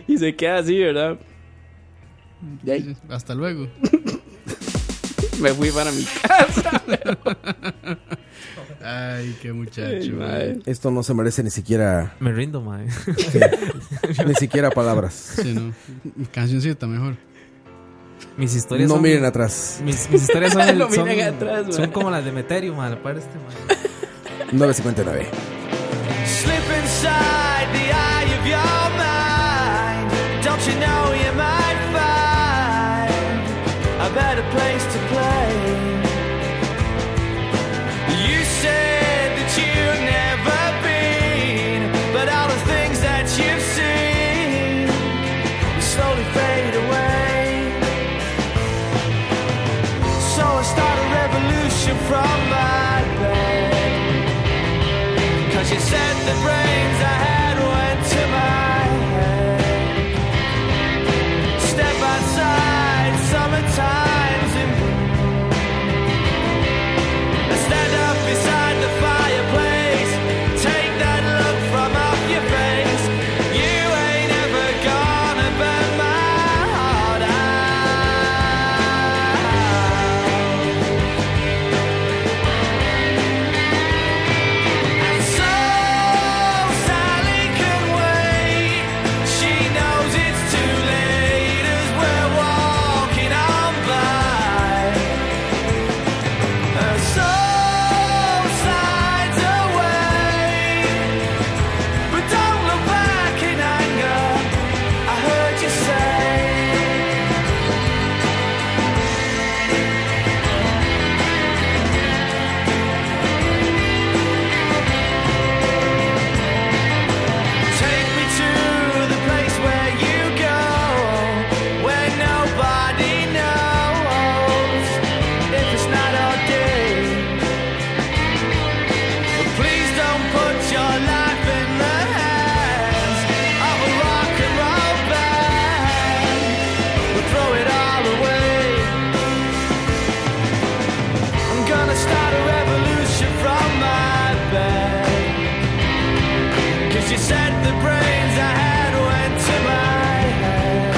S4: Y se queda así, ¿verdad? Y ahí
S5: Hasta luego.
S4: me fui para mi
S5: Ay, qué muchacho.
S1: Ay, Esto no se merece ni siquiera.
S3: Me rindo, mae.
S1: ni siquiera palabras.
S5: Sí, no. Cancioncita mejor.
S3: Mis historias
S1: No
S3: son-
S1: miren atrás.
S3: Mis, mis historias son,
S1: No
S3: son-
S1: miren atrás,
S3: son
S1: mae.
S3: como las de Meterio, mae, la par este, mae.
S1: 959.
S8: Slip inside the eye of your mind. Don't you know you might find a better place to play? You said that you've never been, but all the things that you've seen slowly fade away. So I start a revolution from my bed. Cause you said the brains I had went to my head. Step outside, summertime's in bloom. I stand up beside the fireplace. Take that look from off your face. You ain't ever gonna burn my heart out. And so Sally can wait. She knows it's too late as we're walking on by. Her soul slides away, but don't look back in anger. I heard you say. Take me to the place where you go, where nobody knows if it's not our day. But please don't put your life in the hands of a rock and roll band. We'll throw it all away. I'm gonna start a revolution from my bed. Cause you said the brains I had went to my head.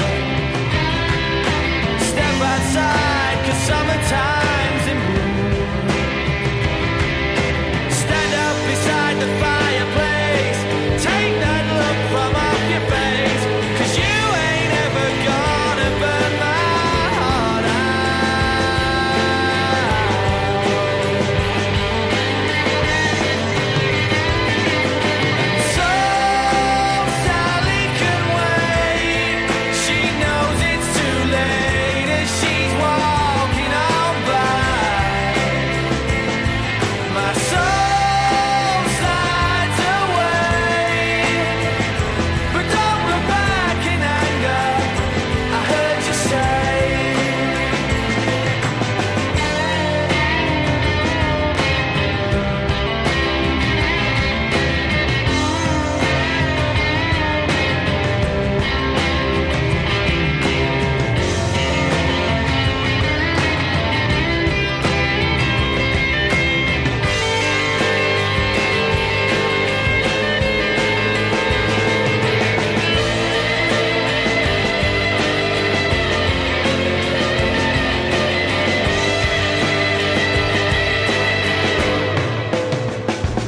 S8: Step outside, cause summertime's in bloom. Stand up beside the fireplace. Take that look from off your face. Cause you ain't ever gonna burn my heart So Sally can wait. She knows it's too late as she's walking on by. My soul slides away, but don't look back in anger. I heard you say.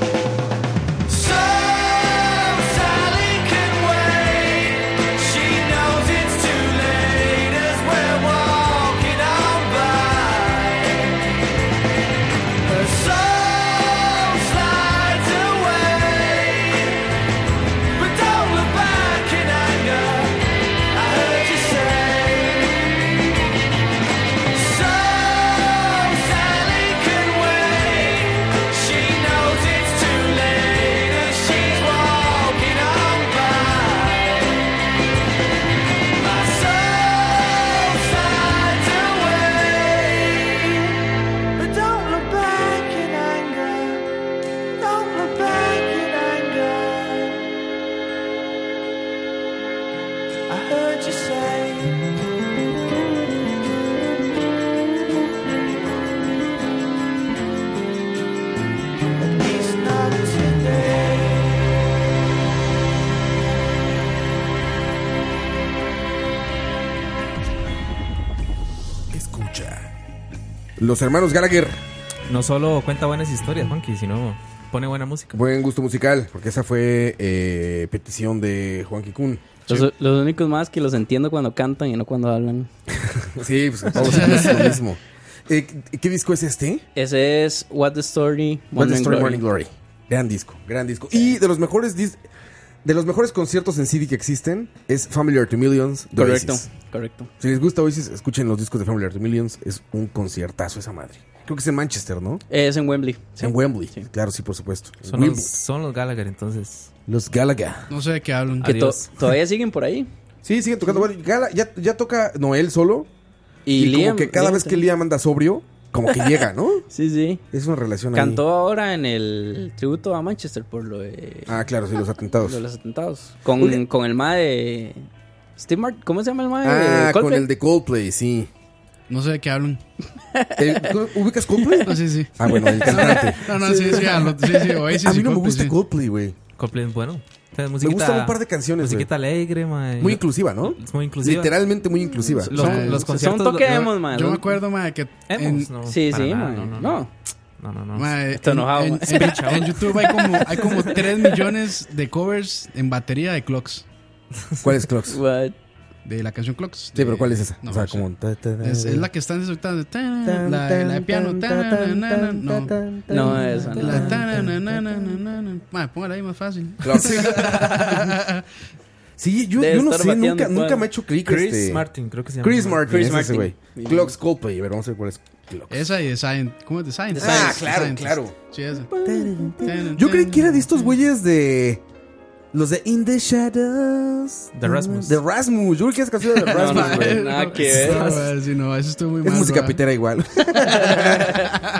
S8: So Sally can wait. She knows it's too late as we're walking on by. Her soul slides away, but don't look back in anger. I heard you say. So Sally can wait. She knows it's too late as she's walking on by. My soul slides away, but don't look back in anger. Don't look back in anger. I heard you say. It's not today.
S10: Escucha.
S1: Los hermanos Gallagher.
S3: No solo cuenta buenas historias, Juanqui, sino pone buena música.
S1: Buen gusto musical, porque esa fue eh, petición de Juan Kikun.
S4: Los, los únicos más que los entiendo cuando cantan y no cuando hablan.
S1: Sí, pues todos hacemos lo mismo. Eh, ¿Qué disco es este?
S4: Ese es What the Story
S1: What
S4: Morning
S1: the Story
S4: Glory.
S1: Morning Glory. Gran disco, gran disco. Y de los mejores dis- de los mejores conciertos en CD que existen es Familiar to Millions de
S4: Correcto,
S1: Oasis.
S4: correcto.
S1: Si les gusta Oasis, escuchen los discos de Familiar to Millions. Es un conciertazo esa madre. Creo que es en Manchester, ¿no?
S4: Es en Wembley.
S1: Es en Wembley. Claro, sí, por supuesto. En
S3: Son
S1: Wembley.
S3: los, son los Gallagher, entonces.
S1: Los Gallagher.
S5: No sé de qué hablan.
S4: Que to- todavía siguen por ahí.
S1: Sí, siguen tocando. Bueno, Gala- ya, ya toca Noel solo.
S4: Y, Liam,
S1: como que cada
S4: Liam
S1: vez que
S4: también.
S1: Liam anda sobrio, como que llega, ¿no?
S4: Sí, sí.
S1: Es una relación ahí.
S4: Cantó ahora en el tributo a Manchester por lo de,
S1: Ah, claro, sí, los
S4: lo de
S1: atentados.
S4: los atentados. Pues, Con,
S1: Oye.
S4: con el ma de. Steve Martin. ¿Cómo se llama el ma de
S1: Ah, con
S4: Eh, Coldplay?
S1: el de Coldplay, sí.
S5: No sé de qué hablan.
S1: El- ¿tú ¿Ubicas Coldplay?
S5: No, sí, sí.
S1: Ah, bueno, el cantante.
S5: No, no, sí, sí, hablo- sí, sí, Oasis
S1: A
S5: y
S1: mí no me
S5: Coldplay,
S1: gusta
S5: sí.
S1: Coldplay, güey.
S3: Coldplay es bueno. O sea,
S1: Me
S3: musiquita-
S1: gustan un par de canciones, güey.
S3: Musiquita alegre, mae.
S1: Muy inclusiva, ¿no?
S3: Es muy inclusiva. Mm,
S1: Literalmente muy inclusiva.
S3: Los,
S5: Son-
S3: los
S5: son
S3: conciertos.
S4: toque
S3: lo-
S4: emo, mae.
S5: Yo me acuerdo, ma, que en,
S3: Emos, no.
S4: Sí,
S3: para
S4: sí,
S3: nada,
S4: mae.
S3: No, no, no.
S4: No.
S3: No, no, no.
S5: ma,
S4: Está
S5: en-
S4: enojado,
S5: en,
S4: ma.
S5: en- en YouTube hay como, hay como 3 millones de covers en batería de Clocks.
S1: ¿Cuál es Clocks? Sí,
S4: What?
S5: De la canción Clocks. de-
S1: pero ¿cuál es esa?
S5: No,
S1: o sea,
S5: no sé.
S1: como...
S5: Es, es la que están disfrutando. La, la de piano. tananana, No.
S4: No, esa no.
S5: La tananana, ma, póngala ahí más fácil.
S1: Clocks. sí, yo,
S4: Debe
S1: yo no
S4: estar
S1: sé,
S4: bateando,
S1: nunca,
S4: ¿cuál?
S1: nunca me ha hecho clic
S3: Chris
S1: este...
S3: Martin, creo que se llama.
S1: Chris Martin,
S4: Chris
S1: es ese
S4: Martin.
S1: güey. Clocks Coldplay. A ver, vamos a ver cuál es Clocks.
S5: Esa y de Science. ¿Cómo es de Science?
S1: Ah, claro, claro.
S5: Sí, esa.
S1: Yo creí que era de estos güeyes de... Los de In the Shadows.
S3: De Rasmus.
S1: De Rasmus. Yo creo que es canción de
S4: No,
S1: Rasmus,
S4: no,
S1: güey.
S4: no, nada que ver.
S5: No, ma, sí, no, eso estuvo muy
S1: Es
S5: mal,
S1: música
S5: ma.
S1: pitera igual.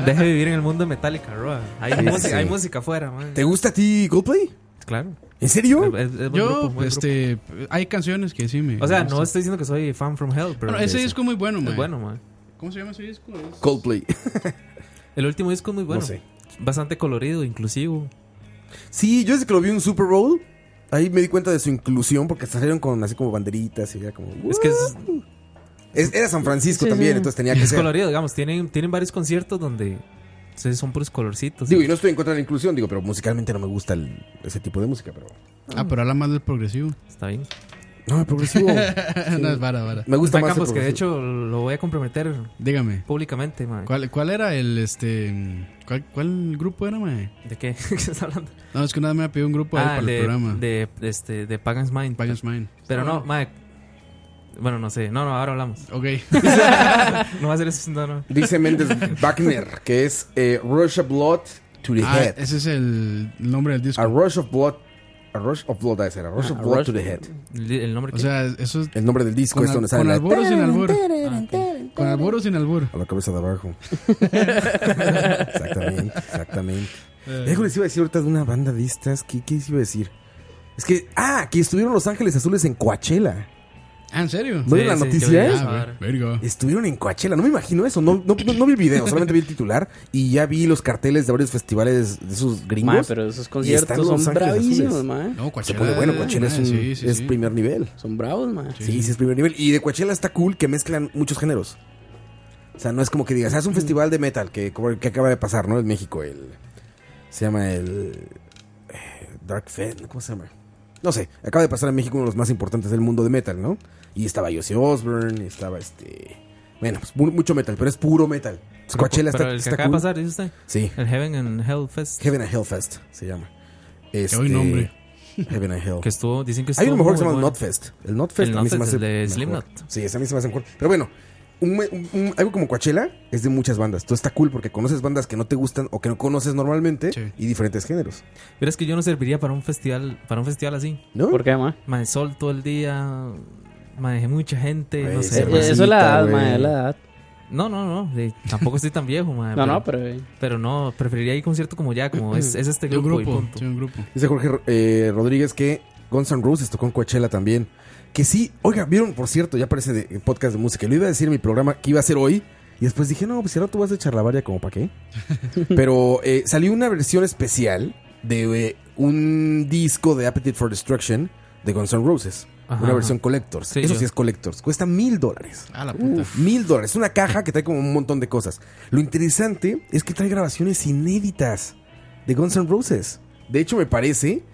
S3: Deje de vivir en el mundo de Metallica, Roa. Hay,
S1: Sí,
S3: música,
S1: sí.
S3: hay música afuera, mae.
S1: ¿Te gusta a ti Coldplay?
S3: Claro.
S1: ¿En serio?
S3: Es- es buen
S5: Yo,
S3: grupo, buen grupo.
S5: este, hay canciones que sí me.
S3: O sea,
S5: me
S3: no
S5: gustan.
S3: estoy diciendo que soy fan from hell, pero.
S5: Bueno, ese
S3: es-
S5: disco es muy bueno,
S3: es
S5: man.
S3: bueno, mae.
S5: ¿Cómo se llama ese disco? Es-
S1: Coldplay.
S3: El último disco es muy bueno.
S1: No sé.
S3: Bastante colorido, inclusivo.
S1: Sí, yo desde que lo vi en Super Bowl, ahí me di cuenta de su inclusión porque salieron con así como banderitas y era como.
S3: Es que es,
S1: Es- era San Francisco
S4: Sí,
S1: también,
S4: sí.
S1: entonces tenía que
S3: es
S1: ser.
S3: colorido, digamos. Tienen, tienen varios conciertos donde se- son puros colorcitos.
S1: Digo, y no estoy en contra de la inclusión, digo, pero musicalmente no me gusta el- ese tipo de música, pero.
S5: Ah, pero habla más del progresivo.
S3: Está bien.
S1: No, el progresivo.
S5: no, es vara, vara.
S1: me gusta
S3: Está
S1: más. el
S3: Campos, que de
S1: progresivo.
S3: hecho lo voy a comprometer
S5: Dígame,
S3: públicamente, mae.
S5: ¿cuál, cuál era el, este, mm, cuál, cuál grupo era, mae?
S3: ¿De qué? ¿Qué estás hablando?
S5: No, es que nada me pidió un
S1: Pues,
S5: grupo ahí
S3: Ah,
S5: para
S3: de,
S5: el programa.
S3: de, este, de Pagan's Mind.
S5: Pagan's Mind.
S3: Pero no, mae. Bueno, no sé. No, no, ahora hablamos.
S5: Ok.
S3: No va a ser eso. No, no.
S1: Dice Méndez Wagner, que es eh, Rush of Blood to the
S5: Ah,
S1: Head.
S5: ese es el nombre del disco.
S1: A Rush of Blood. A Rush of Blood, ese era. Rush of
S4: Ah,
S1: Blood
S4: Rush-
S1: to the Head.
S3: El, el nombre
S5: O
S3: que.
S5: sea, eso es
S1: El nombre del disco
S5: con,
S1: es
S5: al-
S1: donde sale
S5: con
S1: la-
S5: albur o sin albur. Con albur o sin albur.
S1: A la cabeza de abajo. exactamente, exactamente.
S3: Eh.
S1: Algo les iba a decir ahorita de una banda de estas. ¿Qué, qué les iba a decir? Es que, ah, que estuvieron Los Ángeles Azules en Coachella.
S5: Ah, ¿en serio?
S1: ¿No
S3: Sí,
S1: vieron la
S3: sí,
S1: noticia?
S3: yo vi
S5: Ah,
S3: eso.
S5: a ver, verga.
S1: Estuvieron en Coachella, no me imagino eso. No, no, no- no vi el video, solamente vi el titular y ya vi los carteles de varios festivales de esos gringos.
S4: Mae, pero esos
S1: están
S4: conciertos
S1: Los
S4: son
S1: Ángeles
S4: bravísimos,
S1: Azules.
S4: mae.
S5: No, Coachella.
S1: Se pone bueno, Coachella es,
S5: mae,
S1: un-
S5: sí, sí,
S1: es
S5: sí.
S1: primer nivel.
S4: Son bravos, mae.
S1: Sí, sí, es primer nivel. Y de Coachella está cool que mezclan muchos géneros. O sea, no es como que digas, ah, es un festival de metal que, que acaba de pasar, ¿no? En México, el. Se llama el. eh, Dark Fest, ¿cómo se llama? No sé, acaba de pasar en México uno de los más importantes del mundo de metal, ¿no? Y estaba Ozzy Osbourne, y estaba este. Bueno, pues mu- mucho metal, pero es puro metal. Pues Coachella
S3: pero
S1: está,
S3: el que
S1: está
S3: acaba
S1: cool.
S3: de pasar, dice usted.
S1: Sí,
S3: El Heaven and Hell Fest.
S1: Heaven and Hell Fest se llama. Este,
S5: buen nombre.
S1: Heaven and Hell.
S3: Que estuvo, dicen que estuvo.
S1: Hay uno mejor que se
S3: muy
S1: llama
S3: bueno.
S1: Notfest. El Notfest
S3: El
S1: a mí se me
S3: Knotfest,
S1: hace.
S3: el de
S1: mejor.
S3: Slipknot.
S1: Sí, ese a mí se me hace mejor. Pero bueno, un- un- un- algo como Coachella es de muchas bandas. Tú está cool porque conoces bandas que no te gustan o que no conoces normalmente
S5: Sí.
S1: y diferentes géneros.
S3: Pero es que yo no serviría para un festival, para un festival así.
S1: ¿No?
S4: ¿Por qué, mae?
S3: Mae, sol todo el día. Manejé mucha gente.
S1: Güey,
S3: no
S1: se
S3: sé.
S4: Eh,
S3: mae.
S1: masita,
S4: Eso es la edad,
S1: güey.
S4: mae, es la edad.
S3: No, no, no. de- tampoco estoy tan viejo,
S1: Ah,
S3: mae,
S4: No, no, pero. eh,
S3: Pero no, preferiría ir a un concierto como ya, como es, es este
S5: De un
S3: grupo. y
S5: grupo.
S3: punto.
S5: Sí, un grupo.
S1: Dice Jorge eh, Rodríguez que Guns N' Roses tocó en Coachella también. Que sí, oiga, vieron, por cierto, ya parece de podcast de música. Lo iba a decir en mi programa que iba a hacer hoy. Y después dije, no, pues si ahora tú vas de charlavaria, como para qué. Pero eh, salió una versión especial de eh, un disco de Appetite for Destruction de Guns N' Roses.
S3: Ajá,
S1: una
S3: ajá.
S1: versión collectors.
S3: Sí,
S1: Eso
S3: yo-
S1: sí es collectors. Cuesta mil dólares.
S5: Ah, la puta.
S1: Uf, Mil dólares. Una caja que trae como un montón de cosas. Lo interesante es que trae grabaciones inéditas de Guns N' Roses. De hecho, me parece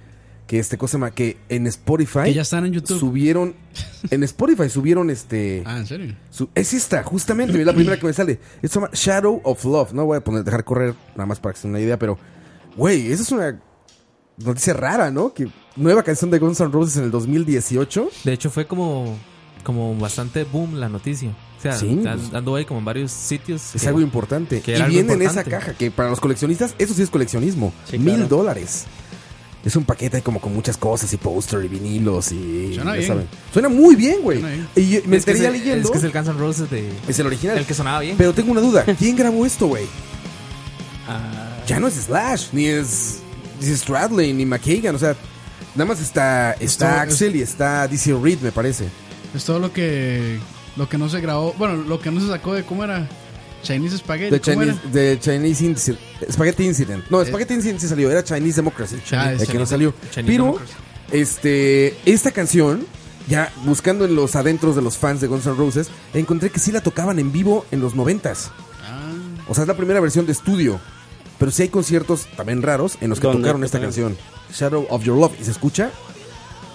S1: que este cosa ma- que en Spotify
S5: Que ya están en YouTube.
S1: subieron en Spotify subieron este
S5: Ah, ¿en serio?
S1: su- es esta, justamente, es la primera que me sale. Esto se llama Shadow of Love. No voy a poner, dejar correr nada más para que se den una idea, pero, güey, esa es una noticia rara, ¿no? Que nueva canción de Guns N' Roses en el 2018.
S3: De hecho, fue como, como bastante boom la noticia. O sea,
S1: Sí,
S3: an-
S1: pues.
S3: anduvo ahí como en varios sitios.
S1: Es
S3: que-
S1: algo importante.
S3: que
S1: Y
S3: era algo
S1: viene en esa
S3: importante.
S1: caja, que para los coleccionistas, eso sí es coleccionismo.
S4: Sí,
S1: Mil
S4: claro.
S1: dólares. Es un paquete como con muchas cosas y póster y vinilos y...
S5: Suena
S1: ya
S5: bien.
S1: saben. Suena muy bien, güey.
S5: Suena bien.
S1: Y yo- me
S3: es que es
S1: estaría
S3: el-
S1: leyendo...
S3: Es que es el Guns N' Roses de.
S1: es el original.
S3: El que sonaba bien.
S1: Pero tengo una duda. ¿Quién grabó esto, güey?
S4: Ah,
S1: ya no es Slash, ni es, ni es Stradley, ni McKagan, o sea, nada más está, está
S5: Esto-
S1: Axel y está DC Reed, me parece.
S5: Es todo lo que, lo que no se grabó. Bueno, lo que no se sacó de cómo era. Chinese Spaghetti.
S1: The
S5: ¿cómo era?
S1: Chinese, the Chinese Incident. Spaghetti Incident. No,
S5: Eh.
S1: Spaghetti Incident sí salió, era Chinese Democracy.
S5: Ah,
S1: el
S5: es
S1: que no
S5: Chinese-
S1: salió.
S3: Chinese
S1: Pero,
S3: Democracy.
S1: este, esta canción, ya buscando en los adentros de los fans de Guns N' Roses, encontré que sí la tocaban en vivo en los noventas.
S5: Ah,
S1: O sea, es la primera versión de estudio. Pero sí hay conciertos también raros en los que
S4: ¿Dónde?
S1: tocaron esta canción. Shadow of Your Love. Y se escucha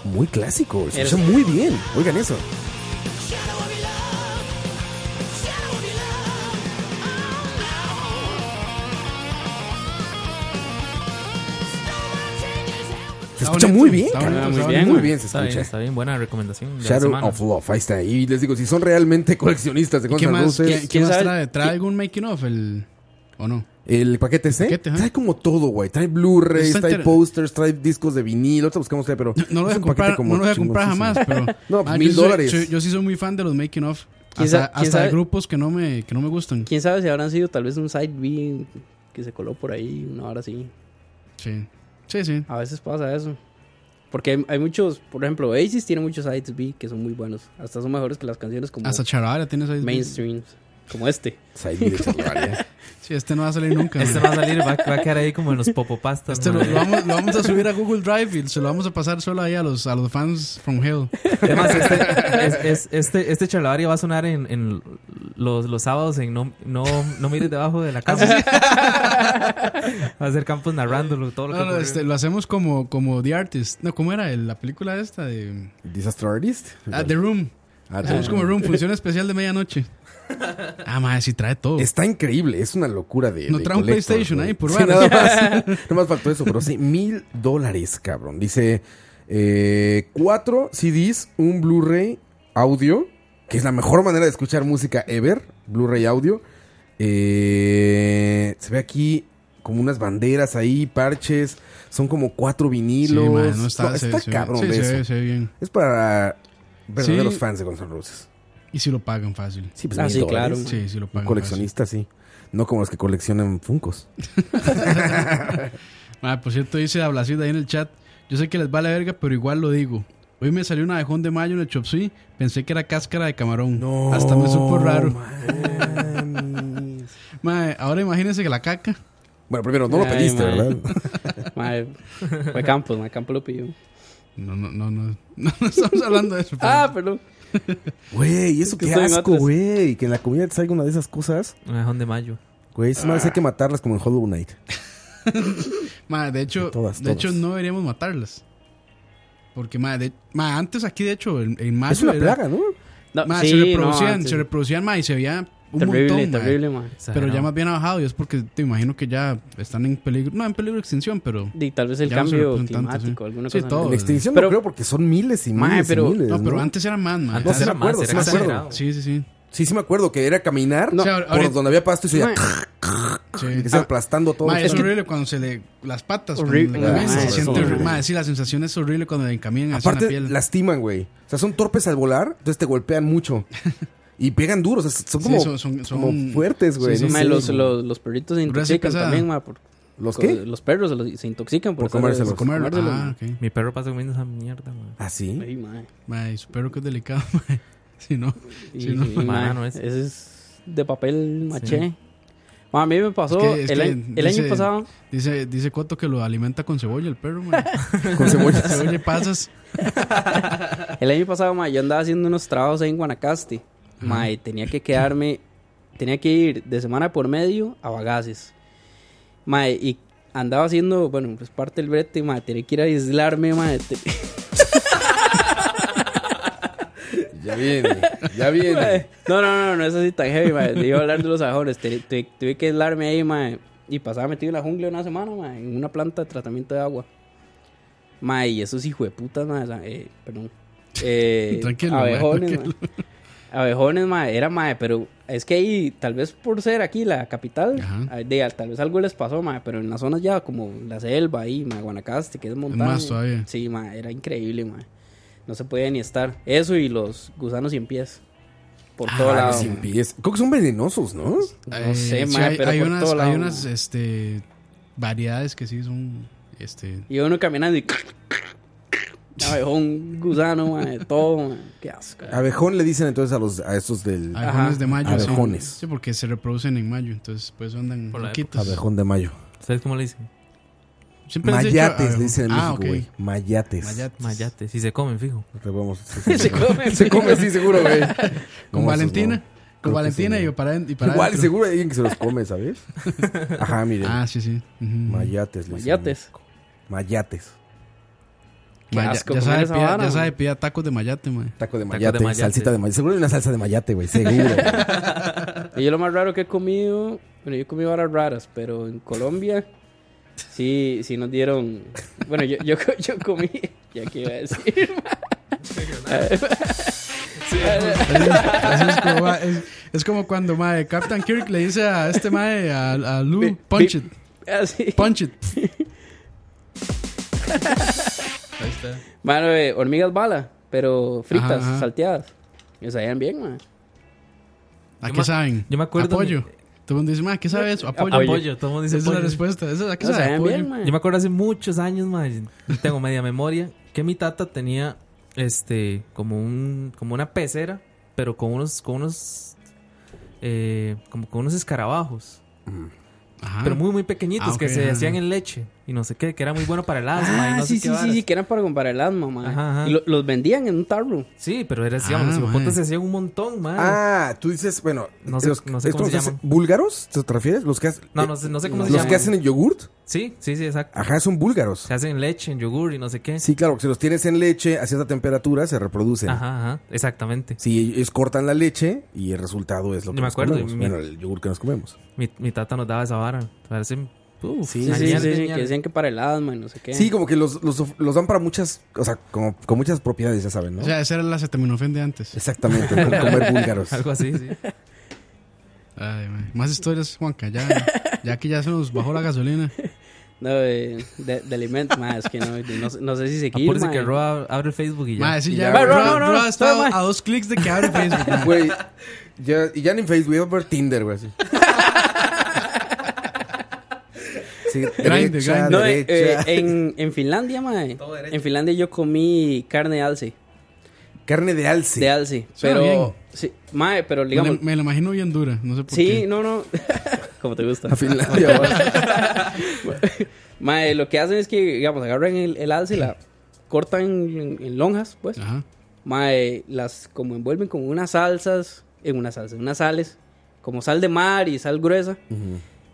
S1: muy clásico. Se escucha muy bien. Oigan eso. Se
S5: Está
S1: escucha
S5: bonito,
S1: muy bien.
S5: está
S1: cara.
S5: bonito,
S4: muy
S5: está
S4: bien,
S1: Muy
S4: güey.
S1: bien se
S3: Está bien,
S1: escucha.
S3: está bien. Buena recomendación. de la
S1: Shadow
S3: semana.
S1: of Love. Ahí está. Y les digo, si son realmente coleccionistas de Guns
S5: ¿Qué
S1: N'
S5: más,
S1: Roses,
S5: qué- qué más
S4: sabe?
S5: trae? ¿Trae algún making of? El, ¿O no?
S1: El paquete este
S5: Paquete, ajá.
S1: trae como todo, güey. Trae Blu-rays,
S5: Está
S1: trae
S5: inter-
S1: posters, trae discos de vinilo. Ahorita buscamos, trae, pero.
S5: No lo voy
S1: es
S5: a
S1: un paquete
S5: comprar,
S1: como
S5: no lo voy a comprar jamás,
S1: chingosísimo.
S5: pero.
S1: No,
S5: ah,
S1: mil
S5: yo soy-
S1: dólares.
S5: Yo, yo sí soy muy fan de los making of.
S4: ¿Quién
S5: Hasta,
S4: sa- quién
S5: hasta de
S4: sabe?
S5: grupos que no me, que no me gustan.
S4: ¿Quién sabe si habrán sido tal vez un side B que se coló por ahí una hora así?
S5: Sí. Sí, sí.
S4: A veces pasa eso. Porque hay, hay muchos, por ejemplo, Oasis tiene muchos sides B que son muy buenos. Hasta son mejores que las canciones como
S5: Hasta Charabara tienes ahí.
S4: mainstream, como este.
S1: Side B de Charlavaria.
S5: Sí, este no va a salir nunca.
S3: Este va
S5: man.
S3: a salir, va, va a quedar ahí como en los popopastas.
S5: Este lo,
S3: madre.
S5: lo vamos, lo vamos a subir a Google Drive y se lo vamos a pasar solo ahí a los, a los fans from Hell.
S3: Además, este, es- es- este, este charlavaria va a sonar en, en los, los sábados en no, no, no mires debajo de la cama. va a ser Campos narrándolo, todo lo
S5: No,
S3: que
S5: no,
S3: ocurrió.
S5: este, lo hacemos como, como The Artist. No, ¿cómo era? El- La película esta de.
S1: Disaster Artist.
S5: Ah, The Room.
S1: Ah,
S5: Hacemos
S1: no.
S5: como Room, función especial de medianoche. Ah, madre, sí trae todo.
S1: Está increíble, es una locura de.
S5: No
S1: de
S5: trae un
S1: collector,
S5: PlayStation
S1: güey.
S5: ahí, por
S1: Sí,
S5: vara.
S1: nada más. Nada más faltó eso, pero sí, mil dólares, cabrón. Dice: eh, cuatro CDs, un Blu-ray audio, que es la mejor manera de escuchar música ever. Blu-ray audio. Eh, se ve aquí como unas banderas ahí, parches. Son como cuatro
S5: Sí,
S1: vinilos.
S5: madre, no está,
S1: No,
S5: se-
S1: está
S5: se ve-
S1: cabrón
S5: sí,
S1: de
S5: se
S1: eso.
S5: ve- se ve bien.
S1: Es para verdaderos
S5: Sí.
S1: fans de Guns N' Roses.
S5: Y si lo pagan fácil.
S1: Sí, pues
S4: Ah,
S1: mil
S4: sí,
S1: dólares.
S4: claro.
S5: Sí, sí lo
S1: Un
S5: pagan.
S1: coleccionista, sí. No como los que coleccionan Funcos.
S5: fácil. Ah, por cierto, dice Ablacid ahí en el chat. Yo sé que les vale verga, pero igual lo digo. Hoy me salió un abejón de mayo en el chop suey. Pensé que era cáscara de camarón. Hasta me supo raro.
S1: mames.
S5: Madre, ahora imagínense que la caca.
S1: bueno, primero, no lo
S4: Ay,
S1: pediste,
S4: madre.
S1: ¿verdad?
S4: Madre, fue Campos, madre, Campos lo pidió.
S5: No, no, no, no. No, no estamos hablando de eso. pero-
S4: Ah, perdón.
S1: Güey, eso
S4: que
S1: qué
S4: estoy en
S1: asco,
S4: otras.
S1: güey. Que en la comida te salga una de esas cosas.
S3: Un abejón de mayo.
S1: Güey, esas madres hay que matarlas como en Hollow Knight.
S5: Madre, de hecho,
S1: De todas,
S5: de hecho
S1: todas.
S5: no deberíamos matarlas. Porque, madre, de- madre, antes aquí, de hecho, en, en mayo.
S1: Es una
S5: era-
S1: plaga, ¿no?
S4: No,
S5: madre,
S4: sí,
S5: se
S4: no,
S5: reproducían,
S4: sí.
S5: se reproducían, madre, y se veía un
S4: Terrible,
S5: montón. madre.
S4: terrible, madre.
S5: Pero ya
S3: Exagerado.
S5: más bien ha bajado y es porque te imagino que ya están en peligro. No, en peligro de extinción, pero.
S4: Y tal vez el
S5: Ya no se
S4: cambio
S5: representan tanto,
S4: climático, alguna
S5: Sí,
S4: cosa.
S5: todo.
S1: En extinción
S4: Pero-
S1: no creo porque son miles y miles
S4: Madre, pero-
S1: y miles.
S5: No, pero
S1: ¿no?
S5: antes eran más, madre.
S3: Antes
S1: sí
S3: era
S1: me
S3: más,
S1: acuerdo, sí
S3: era
S1: me
S5: Antes era-
S1: acuerdo.
S3: exagerado.
S5: Sí, sí, sí.
S1: Sí, sí me acuerdo que era caminar
S5: No. O sea,
S1: por
S5: ahorita-
S1: donde había pasto y se
S4: Madre,
S1: iba
S5: sí. Ah,
S1: aplastando todo.
S5: madre, es,
S4: Es que-
S5: horrible cuando se le. Las patas. cuando
S4: Horrible,
S5: le caminan,
S4: madre,
S5: se
S4: es
S5: siente
S4: horrible.
S5: horrible. Madre, sí, la sensación es horrible cuando le encaminan así en la
S1: Aparte,
S5: piel.
S1: lastiman, güey. O sea, son torpes al volar, entonces te golpean mucho. Y pegan duros, son
S5: Sí,
S1: como,
S5: son- son- son-
S1: como fuertes, güey.
S5: Sí, sí,
S1: no
S4: Madre,
S1: sé.
S4: los, los, los perritos se
S5: Recién
S4: intoxican
S5: casada.
S4: también, madre. Por,
S1: ¿Los
S4: co-
S1: qué?
S4: Los perros se, los- se intoxican por,
S1: Por comérselos.
S4: hacer- por
S5: Comer-
S4: comérselos,
S5: Ah,
S4: madre.
S5: ok.
S3: Mi perro pasa comiendo esa mierda, madre.
S1: ¿Ah, sí?
S4: Ay, madre.
S5: Madre, espero que es delicado, madre. Si no.
S4: Y,
S5: Sí, no.
S4: y, madre,
S3: Mano, ese.
S4: ese es de papel maché. Ma, a mí me pasó
S5: que- es
S4: el,
S5: que
S4: año, el
S5: dice-
S4: año pasado.
S5: Dice, dice Coto que lo alimenta con cebolla el perro, man.
S4: Con cebolla.
S5: Cebolla y pasas.
S4: El año pasado, ma, yo andaba haciendo unos trabajos ahí en Guanacaste. Ma, y tenía que quedarme, tenía que ir de semana por medio a Bagaces. Ma, y andaba haciendo, bueno, pues parte del brete, ma, tenía que ir a aislarme, ma. te-
S1: Ya viene, ya viene.
S4: Mae, No, no, no, no es así tan heavy, mae. Te iba a hablar de los sajones. Te- te- tuve que aislarme ahí, mae. Y pasaba metido en la jungla una semana, mae, en una planta de tratamiento de agua. Mae, y esos hijos de putas, mae, sa- eh, perdón. Eh,
S5: Tranquilo, mae,
S4: abejones,
S5: tranquilo.
S4: mae. Abejones, mae, era mae, pero es que ahí, tal vez por ser aquí la capital, ah, de- tal vez algo les pasó, mae, pero en las zonas ya como la selva ahí, mae, Guanacaste, que es montaña.
S5: más todavía.
S4: Sí, mae, era increíble, mae. No se podía ni estar. Eso y los gusanos sin pies. Por todo lado.
S1: Sin
S4: mae.
S1: pies. Creo que son venenosos, ¿no?
S4: No sé,
S5: Eh, sí,
S4: mae,
S5: hay,
S4: pero
S5: hay
S4: por
S5: unas,
S4: todo
S5: hay
S4: lado,
S5: unas,
S4: mae.
S5: este, variedades que sí son, este...
S4: Y uno caminando y. Abejón, gusano, mae, todo, mae. Qué asco.
S1: Abejón le dicen entonces a los a esos del
S5: Abejones de mayo, sí.
S1: Abejones.
S5: Sí, porque se reproducen en mayo, entonces pues andan loquitos.
S1: Abejón de mayo.
S3: ¿Sabes cómo le dicen?
S5: Siempre les he dicho
S1: Mayates
S5: Pues, abejón.
S1: le dicen en
S5: Ah,
S1: México,
S5: ok.
S1: güey. Mayates.
S5: Mayates.
S3: Mayate. Si se comen, fijo.
S1: Te vamos- sí,
S4: Se
S1: sí, sí.
S4: come.
S1: Se come, sí, seguro, güey.
S5: Con
S1: No,
S5: Valentina.
S1: esos no. Creo
S5: Con
S1: que
S5: Valentina
S1: sí,
S5: y
S1: no.
S5: para, en- y para
S1: Igual,
S5: adentro.
S1: seguro hay alguien que se los come, ¿sabes? Ajá, miren.
S5: Ah, sí, sí. Ujú.
S1: Mayates. le dicen.
S4: Mayates.
S1: Mayates.
S4: Qué
S5: Maya-
S4: asco
S5: ya
S4: comer
S5: sabe,
S4: esa
S5: pida,
S4: vara,
S5: ya sabe,
S4: mae.
S5: pida tacos de mayate, mae.
S1: Taco de
S3: Taco de
S1: mayate,
S3: mayate.
S1: salsita de mayate. Seguro hay una salsa de mayate, güey. Seguro.
S4: Y yo lo más raro que he comido. Bueno, yo he comido varas raras, pero en Colombia. Sí, sí nos dieron. Bueno, yo, yo, co- yo comí. Ya que iba a decir.
S5: Eso es, como, ma, es- es como cuando mae, Captain Kirk le dice a este mae, a, a Lou,
S4: Bi-
S5: punch
S4: bi-
S5: it,
S4: Así.
S5: punch it.
S4: Mano, eh, hormigas bala, pero fritas,
S5: Ajá, ajá.
S4: salteadas. Y sabían bien, man.
S5: ¿A
S3: Yo
S5: qué
S3: me-
S5: saben?
S3: yo me acuerdo-
S5: Apoyo. Todo el mundo dice, mae, ¿qué sabe eso? Apoyo.
S3: Apoyo, todo el mundo
S5: Esa
S3: dice
S5: es la
S3: apoyo.
S5: respuesta. Esa, ¿A qué
S4: No
S5: sabe?
S4: sabían
S5: Apoyo.
S4: bien, man.
S3: Yo me acuerdo hace muchos años, madre, tengo media memoria, que mi tata tenía este como un como una pecera, pero con unos con unos eh, como con unos escarabajos,
S5: Ajá.
S3: pero muy muy pequeñitos
S5: Ah, ok,
S3: que se
S5: ajá,
S3: hacían
S5: ajá.
S3: en leche y no sé qué, que era muy bueno para el asma y
S4: Ah,
S3: no sé
S4: sí,
S3: qué
S4: sí, sí,
S3: varas.
S4: sí, que eran para comprar el asma, man.
S3: Ajá, ajá.
S4: Y lo- los vendían en un tarro.
S3: Sí, pero era digamos,
S5: Ah,
S3: los hijueputas
S5: mae.
S3: se hacían un montón, madre.
S1: Ah, tú dices, bueno,
S3: No sé-
S1: los-
S3: no sé
S1: estos
S3: cómo se
S1: los hacen-
S3: llaman.
S1: ¿Búlgaros? ¿Te te refieres? Los que, hac-
S3: No, no sé- no sé cómo
S1: los
S5: Pues
S3: se llaman.
S1: que hacen en yogurt.
S3: Sí, sí, sí, exacto.
S1: Ajá, son búlgaros.
S3: Se hacen en leche, en yogur y no sé qué.
S1: Sí, claro, que si los tienes en leche a cierta temperatura se reproducen.
S5: Ah.
S3: Ajá, ajá, exactamente.
S1: Sí, ellos cortan la leche y el resultado es lo
S3: Yo
S1: que
S3: me
S1: nos
S3: acuerdo,
S1: comemos.
S3: mi-
S1: Bueno, el yogur que nos comemos.
S3: Mi, mi tata nos daba esa vara. Parece uf,
S1: Sí,
S4: Sí, sí, sí,
S3: genial,
S4: sí,
S3: genial.
S4: que decían que para el asma y no sé qué.
S1: Sí, como que los, los, of- los dan para muchas, o sea, como, con muchas propiedades, ya saben, ¿no?
S5: O sea, esa era la acetaminofén de antes.
S1: Exactamente, como comer búlgaros.
S3: Algo así, sí.
S5: Ay, mae. Más historias, Juanca. Ya, ya que ya se nos bajó la gasolina.
S4: No, de, de, de alimento, man. Es que no, de- no, sé- no sé si seguir,
S3: Apúrese
S4: man.
S3: que Roa abre el Facebook y ya.
S5: Mae, sí,
S1: ya,
S5: ya. Roa-
S4: mae. No, no, no,
S5: Roa está
S4: no, mae.
S5: a dos clics de que abre Facebook. mae.
S1: Güey, ya, y ya ni en Facebook, iba por Tinder, güey, así. Sí,
S5: Grindr,
S1: derecha,
S5: Grindr.
S4: No, eh, eh,
S1: derecha.
S4: en, en Finlandia, man.
S3: Todo derecho.
S4: En Finlandia yo comí carne de alce.
S1: Carne de alce.
S4: De alce.
S5: Suena bien.
S4: Pero, sí, mae, pero
S5: Me la-
S4: digamos.
S5: me la imagino bien dura. No sé por
S4: Sí,
S5: qué.
S4: no, no. como te gusta.
S1: A Finlandia, güey.
S4: Mae, lo que hacen es que, digamos, agarran el, el alce, la cortan en, en lonjas, pues.
S5: Ajá.
S4: Mae, las como envuelven con unas salsas, en unas salsas, unas sales, como sal de mar y sal gruesa.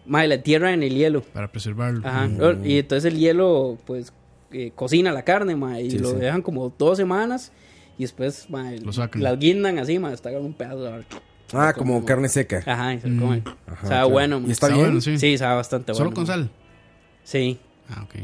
S4: Mae, la entierran en el hielo.
S5: Para preservarlo. Mm.
S4: Ajá. Y entonces el hielo, pues, eh, cocina la carne, mae, y
S1: Sí,
S4: lo
S1: sí.
S4: dejan como dos semanas. Y después, mae,
S5: Lo sacan.
S4: las guindan así, mae, destacan un pedazo de
S1: Ah, como carne seca.
S4: Ajá, y se
S5: Mm.
S4: lo comen.
S1: Ajá,
S4: sabe
S1: claro.
S4: bueno,
S1: ¿Y
S4: mae.
S1: está
S5: Está
S1: bien?
S5: bueno, sí.
S4: Sí, sabe bastante bueno.
S5: Solo con
S4: mae.
S5: sal.
S4: Sí.
S5: Ah, ok.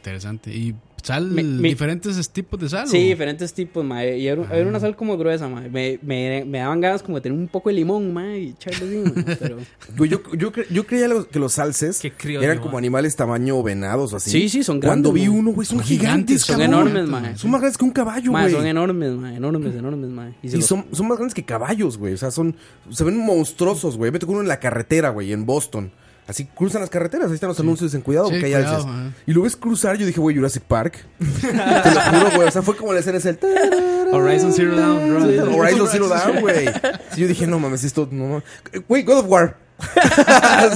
S5: Interesante. ¿Y sal?
S4: Mi- mi-
S5: ¿Diferentes tipos de sal?
S4: Sí,
S5: o- Ah.
S4: diferentes tipos, mae. Y era, era una sal como gruesa, mae. Me, me, me daban ganas como de tener un poco de limón, mae, y echarle así, mae, Pero...
S1: Güey, yo, yo, cre- yo creía los- que los salses
S3: Qué criollo,
S1: eran
S3: man.
S1: como animales tamaño venados o así.
S4: Sí, sí, son
S1: Cuando
S4: grandes,
S1: vi
S4: man.
S1: uno, güey, son
S5: Son
S1: gigantes,
S5: gigantes, son
S4: Son
S1: cabrón.
S4: enormes, mae.
S1: Son más grandes que un caballo,
S4: Mae,
S1: güey.
S4: son enormes, mae. Enormes, enormes, mae. Y se
S1: Y
S4: los-
S1: son, son más grandes que caballos, güey. O sea, son. Se ven monstruosos, güey. Me tocó uno en la carretera, güey, en Boston. Así cruzan las carreteras, ahí están los anuncios en cuidado,
S5: Sí,
S1: porque hay
S5: cuidado,
S1: alces.
S5: ajá.
S1: Y lo ves cruzar, yo dije, güey, Jurassic Park. Te lo juro, güey. O sea, fue como la escena es el.
S3: Horizon Zero Dawn, bro.
S1: Horizon Zero Dawn, güey. Sí, yo dije, no mames, esto no mames. Güey, God of War.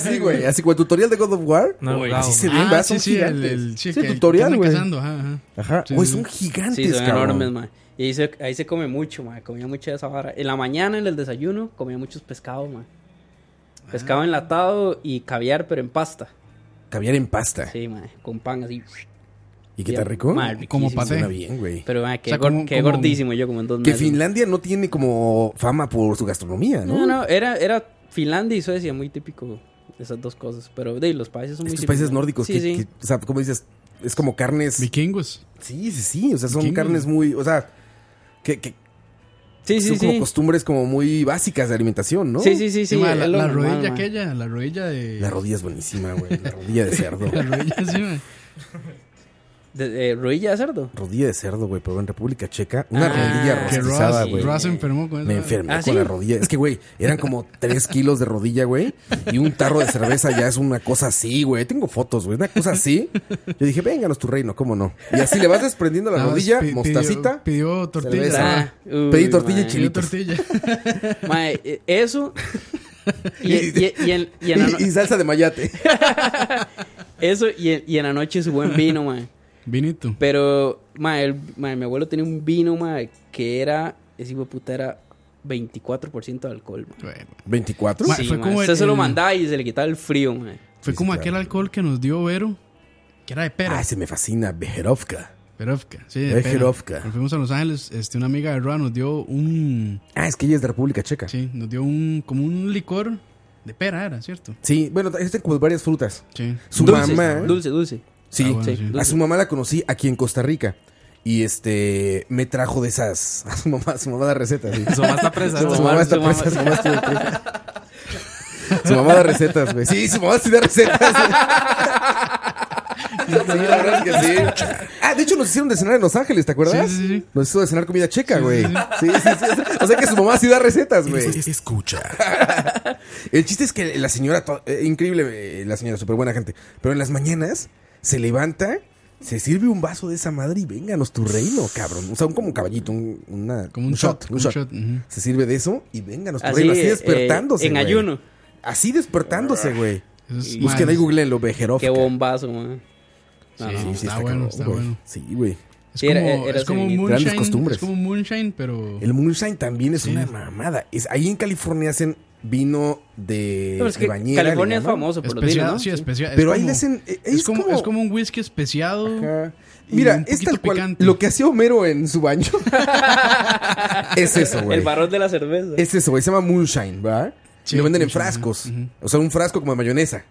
S1: sí, güey. Así como el tutorial de God of War.
S3: No,
S1: güey,
S3: wow.
S1: así se
S5: Ah,
S1: ven, ¿verdad?
S5: sí,
S1: Son
S5: sí,
S1: gigantes.
S5: el- el- sí,
S1: Sí, el
S5: que- que
S1: tutorial,
S5: andan
S1: güey.
S5: cazando, ajá, ajá.
S1: Ajá.
S5: Sí,
S1: Güey,
S5: sí,
S1: son
S5: sí.
S1: gigantes,
S4: Sí, son
S1: cabrón.
S4: enormes, mae. Y ahí se, ahí se come mucho, mae. Comía mucha de esa vara. En la mañana, en el desayuno, comía muchos pescados, mae. Pescado
S1: Ah.
S4: enlatado y caviar, pero en pasta.
S1: Caviar en pasta.
S4: Sí, mae. Con pan así.
S1: ¿Y qué
S4: Ya,
S1: está rico?
S4: mae, riquísimo.
S1: pasé. Suena bien, güey.
S4: Pero, mae, qué,
S1: O sea, como-
S4: gor- qué
S1: como-
S4: gordísimo yo como en dos
S1: Que
S4: meses.
S1: Finlandia no tiene como fama por su gastronomía, ¿no?
S4: No, no, era, era Finlandia y Suecia, muy típico esas dos cosas. Pero de ahí, los países son muy
S1: Estos
S4: similares.
S1: países nórdicos,
S4: Sí,
S1: que,
S4: sí.
S1: que, o sea, como dices, es como carnes.
S5: Vikingos.
S1: Sí, sí, sí. O sea, son
S4: Vikingos.
S1: carnes muy. O sea, que. que
S4: Sí, sí,
S1: son como
S4: sí.
S1: costumbres como muy básicas de alimentación, ¿no?
S5: Sí, ma, la, la rodilla aquella, la rodilla de.
S1: La rodilla es buenísima, güey. La rodilla de cerdo.
S5: La rodilla, sí, ma.
S4: De, de eh, rodilla de cerdo.
S1: rodilla de cerdo, güey, pero en República Checa, una
S4: Ah,
S1: rodilla
S5: que
S1: rostizada,
S5: Ross-
S1: güey.
S5: Ross se enfermó con esa
S1: Me
S5: madre.
S1: enfermé
S5: ¿Ah,
S1: con
S5: sí?
S1: la rodilla. Es que, güey, eran como tres kilos de rodilla, güey. Y un tarro de cerveza ya es una cosa así, güey. Tengo fotos, güey. Una cosa así. Yo dije, vénganos tu reino, ¿cómo no? Y así le vas desprendiendo la
S5: Nada más
S1: rodilla,
S5: pi- pidió-
S1: mostacita.
S5: Pidió
S1: cerveza.
S5: tortilla.
S4: Ah,
S1: Pedí
S4: uy,
S1: tortilla y
S4: mae.
S5: Pidió
S1: chilitos.
S5: tortilla.
S4: Mae, eh, eso. Y, y- y en, y en la no-
S1: Y, y salsa de mayate.
S4: eso y en, y en la noche su buen vino, mae.
S5: Vinito.
S4: Pero, mae, el- mae, mi abuelo tenía un vino, mae, que era. Ese hijo de puta era 24% de alcohol, mae.
S5: Bueno.
S1: ¿24?
S5: Ma,
S4: Sí,
S5: fue
S4: mae,
S5: como
S4: usted
S5: el-
S4: se lo
S5: el-
S4: mandaba y se le quitaba el frío, mae.
S5: Fue como aquel alcohol que nos dio Vero, que era de pera.
S1: Ay, se Ah, me fascina. Bejerovka.
S5: Verovka, sí, de
S1: Es
S5: pera.
S1: Jerovka.
S5: Cuando fuimos a Los Ángeles, este, una amiga de Roa nos dio un,
S1: Ah, es que ella es de República Checa. Sí.
S5: sí, nos dio un, como un licor de pera, era, ¿cierto?
S1: bueno, existen como varias frutas.
S5: Sí.
S1: Su
S4: Dulce,
S1: mamá.
S4: Dulce, dulce.
S1: Sí,
S5: Ah, bueno,
S4: sí,
S5: sí.
S1: A
S4: dulce.
S1: su mamá la conocí aquí en Costa Rica. Y este me trajo de esas. A su mamá, su mamá da recetas. sí.
S3: Su mamá está presa.
S1: Su
S3: ¿no?
S1: mamá está
S4: su mamá-
S1: presa, su mamá estuvo presa. Su mamá da recetas, güey. Sí, su mamá sí da recetas. Sí, la verdad es que sí. Ah, de hecho nos hicieron de cenar en Los Ángeles, ¿te acuerdas?
S5: Sí, sí, sí.
S1: Nos hizo de cenar comida checa, güey. Sí, sí, sí. O sea que su mamá sí da recetas, güey.
S10: Escucha.
S1: El chiste es que la señora, to- eh, increíble eh, la señora, súper buena gente, pero en las mañanas se levanta, se sirve un vaso de esa madre y vénganos tu reino, cabrón. O sea, un, como un caballito, un, una-
S5: Como un shot,
S1: un
S5: como un shot, ujú.
S1: Se sirve de eso y vénganos tu
S4: Así,
S1: reino, así
S4: eh,
S1: despertándose.
S4: en
S1: güey.
S4: ayuno.
S1: Así despertándose, güey.
S5: Eso es-
S1: Busquen
S5: ma,
S1: ahí, googleenlo, Bejerov.
S4: Qué bombazo, mae. No,
S1: Sí,
S4: no.
S1: sí,
S5: está
S1: está
S5: bueno,
S1: cabrón,
S5: está
S1: güey.
S5: bueno.
S1: Sí, güey.
S5: Es
S4: Sí, era-
S5: como,
S4: era
S5: es como
S4: ese
S5: un
S1: Grandes
S5: moonshine,
S1: costumbres.
S5: es como un moonshine, pero...
S1: El moonshine también es
S5: Sí.
S1: una mamada. Es, ahí en California hacen vino de,
S4: Pero es
S1: de
S4: que
S1: bañera, le
S4: California es
S1: llaman.
S4: famoso por los
S5: especiado,
S4: vinos, ¿no?
S5: sí, especial. es
S1: Pero ahí
S5: como-
S1: le hacen... eh,
S5: Es, como, es como un whisky especiado.
S1: Ajá.
S5: Y
S1: Mira,
S5: un
S1: es
S5: poquito
S1: tal cual
S5: picante.
S1: lo que hacía Homero en su baño. es eso, güey.
S4: El varón de la cerveza.
S1: Es eso, güey. Se llama Moonshine, ¿verdad?
S5: Sí,
S1: Y lo venden en
S5: Moonshine,
S1: frascos.
S5: ajá, ujú.
S1: O sea, un frasco como de mayonesa.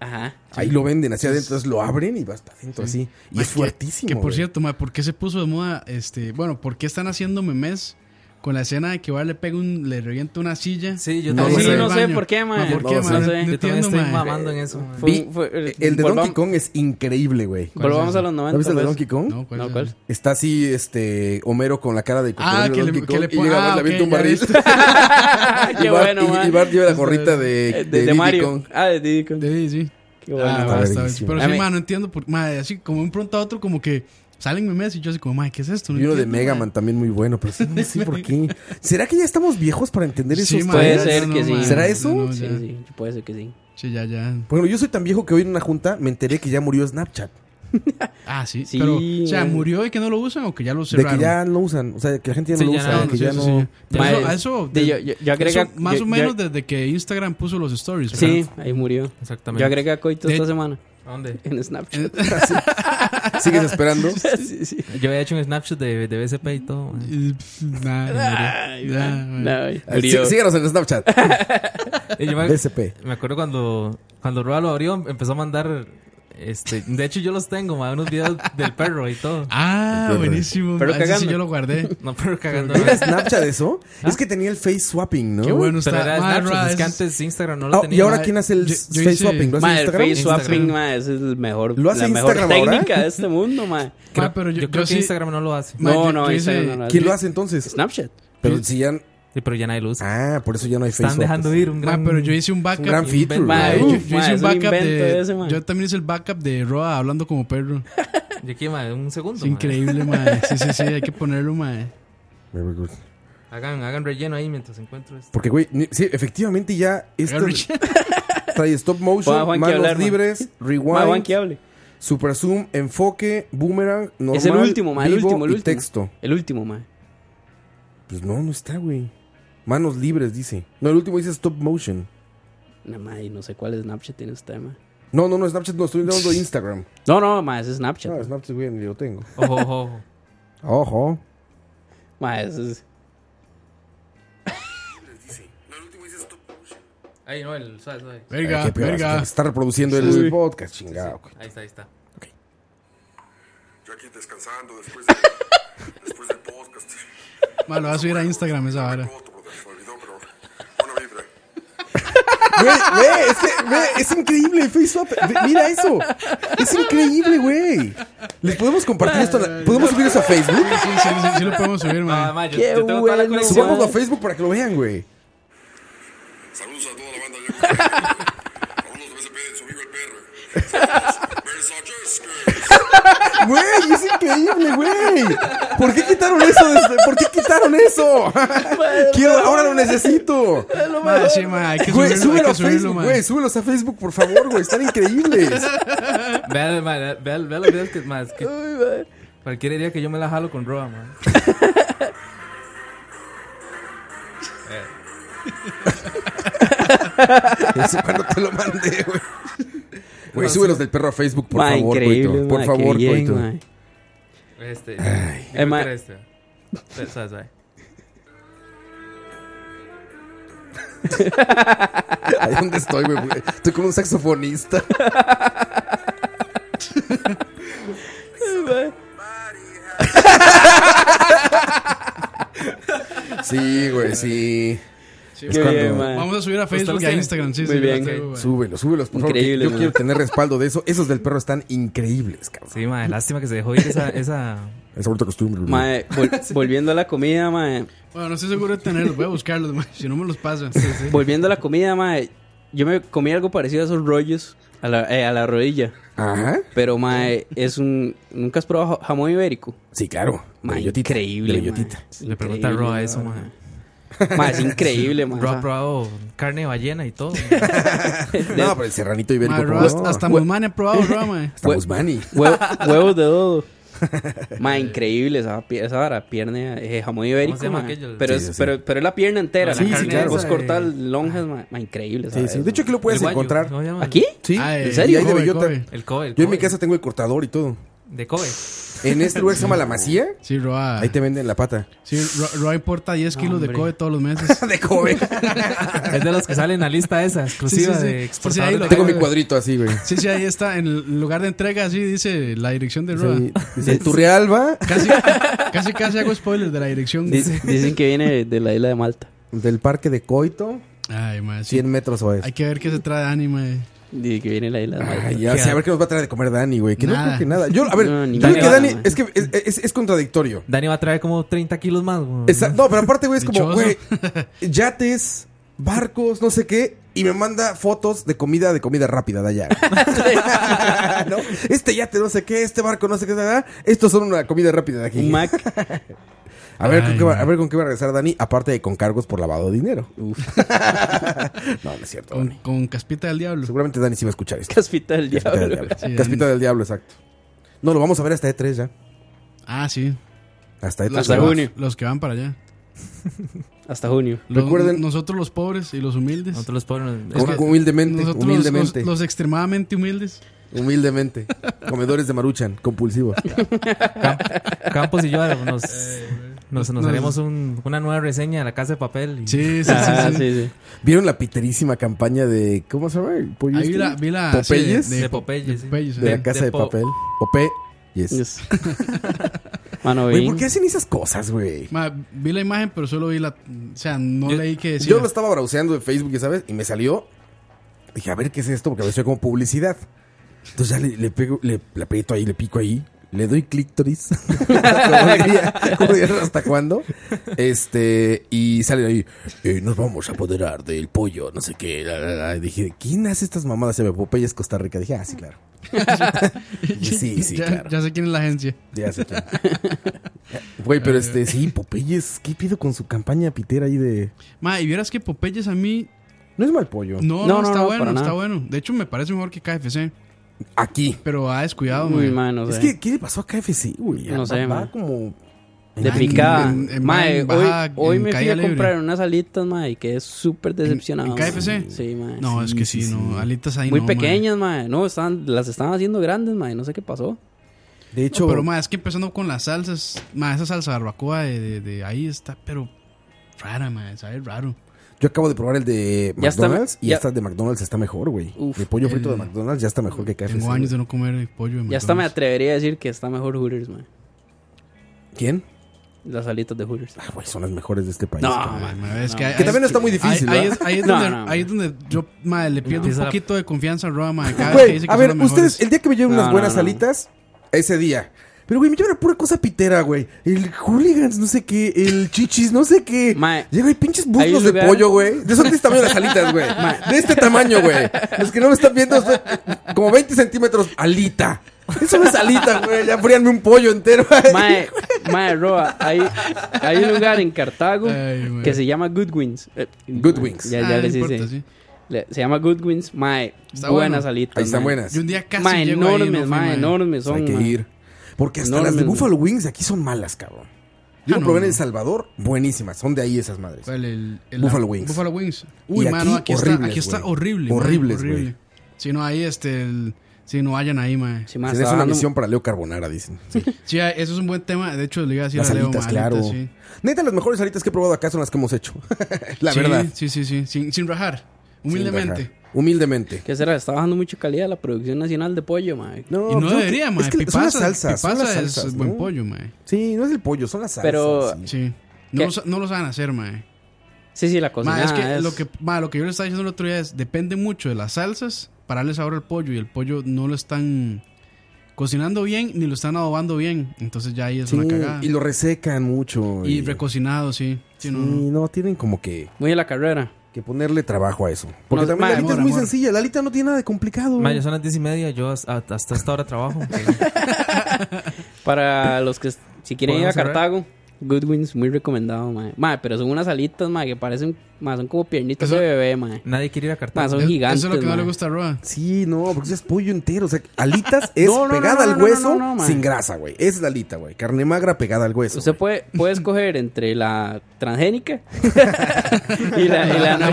S4: Ajá.
S1: Ahí lo venden hacia adentro. Entonces lo abren y vas para adentro así. Y
S5: Ma,
S1: es
S5: que-
S1: fuertísimo.
S5: Que, por
S1: güey.
S5: cierto, ma, ¿por qué se puso de moda este, bueno, por qué están haciendo memes con la escena de que va le pega un le revienta una silla? Ah,
S3: Sí, yo
S1: No,
S3: también.
S1: sí,
S5: del
S1: no
S4: sé
S5: baño?
S4: por qué, ma.
S5: Ma, ¿Por
S4: No
S5: qué,
S4: sé.
S5: ma?
S4: Yo
S5: No
S3: Yo también
S5: entiendo,
S3: estoy
S5: ma.
S3: mamando en eso. man.
S4: Fue
S1: Vi-
S4: un- fue-
S1: eh, el de
S4: volvamos-
S1: Donkey Kong es increíble, güey.
S5: ¿Cuál es
S4: Volvamos
S5: ese?
S4: a los 90.
S1: ¿No viste el de
S4: pues.
S1: Donkey Kong?
S5: No, ¿cuál
S4: No,
S5: es
S4: ¿cuál?
S5: ese?
S1: Está así, este, Homero con la cara de
S5: Ah,
S1: cocodrilo
S5: que
S1: Donkey
S5: le, que le
S1: y
S5: pone
S1: llega Bart,
S5: ah,
S1: le avienta
S5: ok,
S1: un
S5: ya
S1: barril.
S5: viste.
S1: y,
S4: Qué
S1: Bart,
S4: bueno,
S1: y-
S4: ma.
S1: y Bart lleva la
S5: Eso
S1: gorrita
S5: es.
S1: de,
S4: Eh, de,
S1: de
S4: de
S1: Diddy
S4: Mario.
S1: Kong.
S4: Ah, de Diddy Kong.
S5: Sí, sí.
S4: Qué bueno.
S5: Ah,
S1: Está
S5: va, está-
S1: verguísima.
S5: pero
S4: A
S5: sí,
S4: mí-
S5: ma, no entiendo por, ma, así como un pronto a otro como que salen memes y yo así como, ma, ¿qué es esto? No
S1: Y uno de
S5: entiendo,
S1: Mega
S5: ma.
S1: Man también muy bueno, pero sí, no sé por qué. ¿Será que ya estamos viejos para entender
S5: Sí,
S1: esos
S5: ma,
S4: Puede
S5: ya,
S1: temas?
S4: ser que sí.
S5: ma,
S1: ¿Será eso?
S5: no,
S4: sí,
S5: ya.
S4: sí, puede ser que sí.
S5: Sí, ya, ya.
S1: Bueno, yo soy tan viejo que hoy en una junta me enteré que ya murió Snapchat.
S5: Ah, sí,
S4: Sí,
S5: pero, o sea,
S4: ma.
S5: ¿murió y que no lo usan o que ya lo
S1: De
S5: cerraron? Ah,
S1: que ya no usan, o sea, que la gente ya no
S3: Sí,
S1: lo
S3: ya
S1: usa,
S3: no,
S1: que
S5: sí,
S1: ya
S5: sí,
S1: no...
S5: sí. Pero
S4: Ma,
S5: eso-
S4: eh,
S5: a eso-
S4: de- yo, yo, yo agrega,
S5: Eso, más
S4: yo-
S5: o menos
S4: yo-
S5: desde que Instagram puso los stories.
S4: sí,
S5: ¿verdad?
S4: ahí murió.
S3: Exactamente.
S4: Yo agrega coito
S5: De-
S4: esta semana
S3: ¿A dónde?
S4: en Snapchat.
S1: ¿Sigues esperando?
S4: sí, sí.
S3: Yo había hecho un snapshot de, de BCP y todo. man.
S5: Y, pff, nah, murió.
S4: Ay,
S5: Ya,
S4: man,
S5: bueno.
S4: ay,
S1: Sí,
S4: murió.
S1: síganos en Snapchat,
S3: Y yo me,
S1: DSP.
S3: me acuerdo cuando, cuando Roa lo abrió, empezó a mandar. Este, de hecho, yo los tengo, man, unos videos del perro y todo.
S5: Ah, buenísimo.
S4: Pero
S5: Pero que sí
S4: cagando.
S5: yo lo guardé.
S3: No, pero cagando.
S1: ¿Era
S3: man.
S1: Snapchat eso? Es que tenía el face swapping, ¿no?
S5: Qué bueno
S3: Pero
S5: está.
S3: era
S5: Ah,
S3: Snapchat,
S5: Ra,
S3: es que
S5: es-
S3: antes Instagram no lo
S1: Ah,
S3: tenía.
S1: ¿Y ahora
S5: ma,
S1: quién hace el
S5: yo- yo
S1: face
S5: hice-
S1: swapping? ¿Lo hace
S4: Ma, el
S1: Instagram?
S4: face swapping,
S3: Instagram.
S4: ma, es el mejor,
S1: ¿Lo hace
S4: la mejor
S1: Instagram ahora?
S4: técnica de este mundo, ma.
S3: Creo-
S5: Ah, pero yo-
S3: yo, creo
S5: yo
S3: que
S5: sí-
S3: Instagram no lo hace.
S5: Ma,
S4: No,
S5: yo-
S4: no,
S5: yo
S4: Instagram
S5: hice-
S4: no lo hace.
S1: ¿Quién lo hace entonces?
S4: Snapchat.
S1: Pero si ya...
S3: Sí, pero ya nadie lo usa.
S1: Ah, por eso ya no hay face
S3: Están dejando ir un
S5: Ma,
S3: gran.
S5: Ah, pero yo hice un backup.
S1: un gran feature,
S3: invento.
S1: güey.
S4: Ma,
S5: Ay,
S4: Uf,
S5: yo, yo
S4: ma,
S5: hice
S4: es
S5: un
S4: un
S5: backup
S4: invento
S5: de.
S4: ese, ma.
S5: yo también hice el backup de Roa hablando como perro.
S3: Yo aquí, ma, un segundo.
S5: Es
S3: ma.
S5: increíble, mae. Sí, sí, sí, hay que ponerlo, mae.
S1: Very good.
S3: Hagan, hagan relleno ahí mientras encuentro esto.
S1: Porque, güey, ni- sí, efectivamente ya... esto-
S5: Hagan reach-
S1: Trae stop motion,
S4: Ponga a Juanqui
S1: manos
S4: a hablar, man.
S1: libres,
S4: Ma,
S1: rewind,
S4: Juanqui, hable.
S1: super zoom, enfoque, boomerang, normal,
S4: es el último, ma, el
S1: vivo
S4: último, el
S1: y
S4: último.
S1: texto.
S4: El último, ma.
S1: Pues no, no está, güey. Manos libres, dice. No, el último dice stop motion.
S4: No, ma, y no sé cuál Snapchat tiene usted, ma.
S1: No, no, no, Snapchat no, estoy hablando de Instagram.
S4: No, no, ma, ese es Snapchat.
S1: No, Snapchat, güey, ni lo tengo.
S4: Ojo, ojo, ojo.
S1: Ojo.
S4: Ma, ese es...
S3: Ahí no, el suave, suave.
S1: Ay, qué peor,
S3: verga.
S1: Está reproduciendo el
S3: Sí.
S1: podcast, chingado. güey.
S3: Ahí está, ahí está.
S12: Yo aquí descansando después, de, después del podcast.
S5: Ma, lo vas a subir a Instagram esa vara.
S1: Güey, güey, es que, güey, es increíble, FaceApp. Mira eso. Es increíble, güey. Les podemos compartir esto. a la- ¿Podemos subir eso a Facebook?
S5: Sí, sí, sí, sí lo podemos subir, ma.
S3: ma, Ah, yo- Qué yo tengo toda la bueno, colección.
S1: Subámoslo a Facebook para que lo vean, güey.
S12: Saludos a toda la banda. Yo a unos de BCP, su amigo el perro. Saludos. Versace.
S1: Güey, es increíble, güey. ¿Por qué quitaron eso? de- ¿Por qué quitaron eso? Quiero, ahora lo necesito.
S5: Ma, sí, ma, hay que
S1: Güey,
S5: subirlo, hay
S1: súbelo a
S5: que subirlo,
S1: Facebook,
S5: ma.
S1: güey. Súbelos a Facebook, por favor, güey. Están increíbles.
S3: Vean, ma, vean, vean los videos que más. Que... Cualquiera diría que yo me la jalo con Roa, man.
S1: Eso cuando te lo mandé, güey. Güey, súbelos del perro a Facebook, por
S4: Ma,
S1: favor,
S4: increíble,
S1: coito.
S4: ma,
S1: Por
S4: qué
S1: favor,
S4: bien,
S1: coito.
S4: ma. Eh,
S3: Este.
S1: Ay.
S3: Yo creo
S4: ma.
S3: que era este. Suave, suave, suave.
S1: Ahí donde estoy, güey. güey. Estoy como un saxofonista. Sí, güey, sí.
S5: Sí,
S1: Es
S5: qué
S1: cuando-
S5: bien, man. Vamos a subir a Facebook y a Instagram, sí, Pues, Muy sí, bien. lo tengo, güey.
S1: Súbelo, súbelos, por favor, que
S3: Increíble,
S1: Yo
S3: man.
S1: quiero tener respaldo de eso. Esos del perro están increíbles, cabrón.
S3: Sí, ma, lástima que se dejó ir esa. esa...
S1: Es ahorita costumbre, güey.
S4: Ma, eh, vol- volviendo a la comida, ma. eh,
S5: Bueno, no estoy seguro de tenerlos. Voy a buscarlos, ma. Si no me los pasan.
S4: Volviendo a la comida, ma. eh, Yo me comí algo parecido a esos rollos a la, eh, a la rodilla.
S1: Ajá.
S4: Pero, ma, eh, es un... ¿Nunca has probado ja- jamón ibérico?
S1: Sí, claro.
S4: Ma,
S1: Bellotita,
S4: increíble,
S1: bellotita.
S3: Le pregunta a Roa eso,
S4: ma.
S3: man.
S4: Ma, es increíble, ma.
S3: Roa ha probado carne de ballena y todo.
S1: No, pero el serranito ibérico.
S5: Ma,
S1: ¿cómo
S5: Roa,
S1: no?
S5: hasta Musmani ha probado, Roa, ma.
S1: Hasta Guzmán y-
S4: Hue- huevos de dodo. Ma, increíble esa, pi- esa vara, pierna, eh, jamón ibérico.
S3: llama
S4: ma.
S3: aquello?
S4: Pero,
S3: Sí,
S4: es,
S3: sí, sí.
S4: Pero, pero es la pierna entera.
S3: Ah, sí,
S4: la
S3: sí,
S4: carne,
S3: claro.
S4: Vos
S3: esa
S4: cortar
S3: de-
S4: lonjas, ma, ma, increíble. esa
S1: Sí,
S4: vara,
S1: sí. De hecho, aquí lo puedes
S3: El guayo,
S1: encontrar.
S3: ¿cómo se llama?
S4: ¿Aquí?
S1: Sí.
S5: Ah,
S1: ¿En
S5: el
S1: serio?
S5: Kobe,
S1: Hay de bellota.
S5: Kobe.
S3: El Kobe, el
S1: Yo en mi
S3: Kobe.
S1: casa tengo el cortador y todo.
S3: De Kobe.
S1: En este lugar se llama La Masía.
S5: Sí, Roa.
S1: Ahí te venden la pata.
S5: Sí, Ro- Roa importa 10 kilos de
S3: hombre.
S5: Kobe todos los meses.
S1: De Kobe.
S3: Es de los que salen en la lista esa, exclusiva
S5: Sí, sí,
S3: de
S5: sí. Sí, sí, ahí
S3: exportadores.
S5: lo
S3: de
S1: Tengo
S3: Kobe.
S1: mi cuadrito así, güey.
S5: Sí, sí, ahí está. En el lugar de entrega, así dice la dirección de Roa.
S1: Sí, Dice, Turrialba,
S5: Casi, casi, casi hago spoilers de la dirección.
S4: Dic- Dicen que viene de la isla de Malta.
S1: del parque de Coito,
S5: Ay, ma. sí.
S1: 100 metros oeste.
S5: Hay que ver qué se trae Dani, ma.
S4: Dicen que viene de la isla de Malta.
S1: Ay, ya, o sea, a ver qué nos va a traer de comer Dani, güey. Que no
S5: Nada.
S1: creo que nada. Yo, a ver,
S4: No, ni
S1: yo creo que
S4: nada,
S1: Dani,
S4: güey.
S1: es que es, es- es contradictorio.
S3: Dani va a traer como 30 kilos más, güey.
S1: Esa- no, pero aparte, güey, es como,
S5: Dichoso.
S1: güey, yates, barcos, no sé qué, y me manda fotos de comida, de comida rápida de allá. ¿No? Este yate, no sé qué, este barco, no sé qué, da, da. estos son una comida rápida de
S4: Un
S1: aquí.
S4: Mac.
S1: A ver, con
S5: Ay,
S1: qué va,
S5: no.
S1: a ver con qué va a regresar Dani, aparte de con cargos por lavado de dinero. no, no es cierto.
S5: Con,
S1: Dani.
S5: con caspita del diablo.
S1: Seguramente Dani sí va a escuchar esto.
S4: Caspita del
S1: Caspita del
S4: diablo.
S1: diablo.
S5: Sí,
S1: Caspita
S5: Dani.
S1: del diablo, exacto. No, lo vamos a ver hasta E3 ya.
S5: Ah, sí.
S1: Hasta E E3.
S4: Hasta
S5: que van-
S4: junio.
S5: los que van para allá.
S4: Hasta junio.
S5: Los-
S1: Recuerden-
S5: Nosotros los pobres y los humildes.
S3: Nosotros los pobres.
S1: Con-
S3: es que-
S1: humildemente,
S5: Nosotros los-
S1: humildemente,
S5: Los, los extremadamente humildes.
S1: humildemente. Comedores de maruchan, compulsivos.
S3: Campos y yo nos, nos, nos
S5: Nos-
S3: haremos un- una nueva reseña de la casa de papel. y-
S5: Sí, sí, sí.
S4: Ah,
S5: sí.
S4: sí, sí.
S1: ¿Vieron la piterísima campaña de. ¿Cómo se llama? ¿El pollo
S5: Ahí
S1: este?
S5: vi la, vi la-
S1: ¿Popeyes?
S5: sí,
S3: De Popeyes, sí.
S5: Popeyes,
S1: De
S5: eh.
S1: la casa de,
S3: de po-
S1: papel. Popé. Yes.
S4: Yes. Mano,
S1: Güey,
S4: bien.
S1: ¿por qué hacen esas cosas, güey?
S5: Ma, vi la imagen, pero solo vi la. O sea, no
S3: Yo-
S5: leí que decía.
S1: Yo lo estaba browseando de Facebook, ya sabes, y me salió. Dije, a ver qué es esto, porque pareció como publicidad. Entonces ya le, le pego, le, le aprieto ahí, le pico ahí, le doy clítoris. como diría- como diría hasta cuándo. Este, y sale ahí, eh, nos vamos a apoderar del pollo, no sé qué. la, la, la. Y dije, ¿quién hace estas mamadas? Se me Popeyes Costa Rica. Dije, ah, sí, claro. Y sí, sí,
S5: ya,
S1: claro.
S5: ya sé quién es la agencia.
S1: Ya sé quién. Güey, pero este, sí, Popeyes, ¿qué pido con su campaña pitera ahí de.
S5: Ma, y vieras que Popeyes a mí.
S1: No es mal pollo.
S5: No, no, está bueno, está bueno. De hecho, me parece mejor que KFC.
S1: Aquí.
S5: Pero ha descuidado,
S4: Uy,
S5: güey.
S4: mae, no
S1: Es
S4: sé.
S1: que, ¿qué le pasó a KFC, güey?
S4: No sé,
S1: Va
S4: man.
S1: como...
S4: De
S1: en-
S4: picada.
S1: en- en-
S4: Mae,
S1: en
S4: hoy,
S1: bajada,
S4: hoy
S1: en
S4: me fui
S1: caída
S4: a
S1: libre.
S4: comprar unas alitas, mae, y quedé súper decepcionado.
S5: en KFC?
S4: mae. Sí, mae.
S5: No, es que sí, no. Alitas ahí
S4: Muy
S5: no, mae.
S4: pequeñas, mae. No, estaban, las estaban haciendo grandes, mae. No sé qué pasó.
S1: De
S5: No, pero más es que empezando con las salsas, más esa salsa barbacoa de, de- de ahí está, pero rara, más, sabe raro.
S1: Yo acabo de probar el de
S5: Ya está-
S1: McDonald's y
S5: ya-
S1: esta de McDonald's está mejor, güey.
S4: Uf.
S1: el pollo frito de
S4: El-
S1: McDonald's ya está mejor que KFC.
S5: Tengo años de no comer pollo. de
S4: Ya hasta me
S5: McDonald's.
S4: atrevería a decir que está mejor Hooters, mae.
S1: ¿Quién?
S4: Las alitas de Hooters.
S1: Ah, güey, son las mejores de este país.
S4: No,
S1: cabrón.
S4: mae,
S5: mae, es
S4: no.
S5: que, ahí-
S1: Que también
S5: ahí-
S1: está muy difícil,
S5: Ahí, ahí
S1: ¿verdad?
S5: es, ahí es
S1: No,
S5: donde,
S1: no,
S5: ahí es donde yo mae, le pierdo
S1: Empieza
S5: un
S1: la-
S5: poquito de confianza al Roa, mae, cada vez que
S1: Güey,
S5: dice que
S1: a
S5: son
S1: ver,
S5: las mejores.
S1: ustedes, el día que me lleven
S5: No,
S1: unas
S5: no,
S1: buenas
S5: no.
S1: alitas, ese día. Pero, güey, me llevan a pura cosa pitera, güey. El hooligans, no sé qué. El chichis, no sé qué. Llega y pinches
S4: hay
S1: muslos
S4: un
S1: de
S4: lugar-
S1: pollo, güey. De son de este tamaño las alitas, güey. De este tamaño, güey. Los que no lo están viendo, son como 20 centímetros. Alita. Eso no es alita, güey. Ya fríanme un pollo entero. ahí.
S4: Mae, mae, Roa, hay, hay un lugar en Cartago que se llama Goodwins. Eh,
S1: Goodwins.
S4: Ya,
S5: Ah,
S4: ya
S5: no
S4: les
S5: importa,
S4: hice.
S5: sí.
S4: Le- se llama Goodwins. Mae,
S5: Está
S4: buenas
S5: bueno.
S4: alitas.
S1: Ahí están
S4: mae.
S1: buenas.
S5: Yo un día casi
S4: Mae,
S5: llego ahí,
S4: enormes,
S5: no fui,
S4: mae,
S5: mae.
S4: enormes
S1: Hay
S4: son.
S1: que
S4: mae.
S1: ir. Porque hasta
S4: Enormes,
S1: las de
S4: güey.
S1: Buffalo Wings aquí son malas, cabrón. Yo
S5: Ah,
S1: lo
S5: no,
S1: probé en
S5: no.
S1: El Salvador, buenísimas. Son de ahí esas madres.
S5: ¿Cuál? El, el-
S1: Buffalo
S5: la-
S1: Wings.
S5: Buffalo Wings. Uy,
S1: Y
S5: mano, aquí,
S1: aquí
S5: está,
S1: horribles,
S5: aquí está
S1: güey.
S5: horrible. mae,
S1: Horribles,
S5: horrible.
S1: güey.
S5: Si no, ahí, este, el- si no vayan ahí, mae.
S4: Sí, mae,
S1: Si no, es
S4: estaba
S1: una
S4: dando-
S1: misión para Leo Carbonara, dicen.
S5: Sí, ah, eso es un buen tema. De hecho, le iba a decir
S1: las
S5: a Leo,
S1: alitas,
S5: mae,
S1: claro.
S5: alitas, sí.
S1: Neta, las mejores alitas que he probado acá son las que hemos hecho. La
S5: Sí,
S1: verdad.
S5: Sí, sí, sí. Sin, sin rajar. Humildemente.
S1: Sin rajar. Humildemente.
S4: ¿Qué será? Está bajando mucha calidad la producción nacional de pollo, mae.
S5: Y no
S1: yo-
S5: debería, mae.
S1: Es que son
S5: Pipaza-
S1: las salsas. son
S5: pipaza
S1: las
S5: es
S1: salsas,
S5: buen
S1: ¿no?
S5: pollo, mae.
S1: Sí, no es el pollo, son las salsas.
S4: Pero-
S1: sí.
S5: Sí. No,
S4: ¿Qué?
S5: lo, sa- no lo saben hacer, mae.
S4: Sí, sí, la
S5: Mae,
S4: cocina
S5: es que,
S4: Pues es-
S5: Lo, que, mae, lo que yo le estaba diciendo el otro día es, depende mucho de las salsas para darle sabor al pollo y el pollo no lo están cocinando bien ni lo están adobando bien. Entonces ya ahí es
S1: Sí,
S5: una cagada.
S1: y lo resecan mucho.
S5: Y recocinado, sí. Sí,
S1: Sí,
S5: no, no.
S1: no, tienen como que,
S4: Muy a la carrera.
S1: que ponerle trabajo a eso. Porque
S4: No,
S1: también la
S4: mae,
S1: alita
S5: amor,
S1: es muy
S5: amor.
S1: sencilla. La alita no tiene nada de complicado.
S3: Mae, ya son las 10 y media. Yo as- a- hasta, esta hora trabajo.
S4: Para los que s- si quieren ir a
S3: ¿Podemos cerrar?
S4: Cartago, Goodwins, muy recomendado, mae. Mae, pero son unas alitas, mae, que parecen, mae, son como piernitas de bebé, mae.
S3: Nadie quiere ir a Cartago.
S4: Mae, son
S5: Es-
S4: gigantes.
S5: Eso es lo que no
S4: mae.
S5: le gusta a Roa.
S1: Sí, no, porque si es pollo entero. O sea, alitas es
S4: No, no, no,
S1: pegada
S4: no,
S1: al
S4: no,
S1: hueso
S4: no, no, no,
S1: sin
S4: mae.
S1: grasa, güey. Esa Es la alita, güey. Carne magra pegada al hueso.
S4: Usted
S1: güey.
S4: puede, puede escoger entre la transgénica y, la, y, la,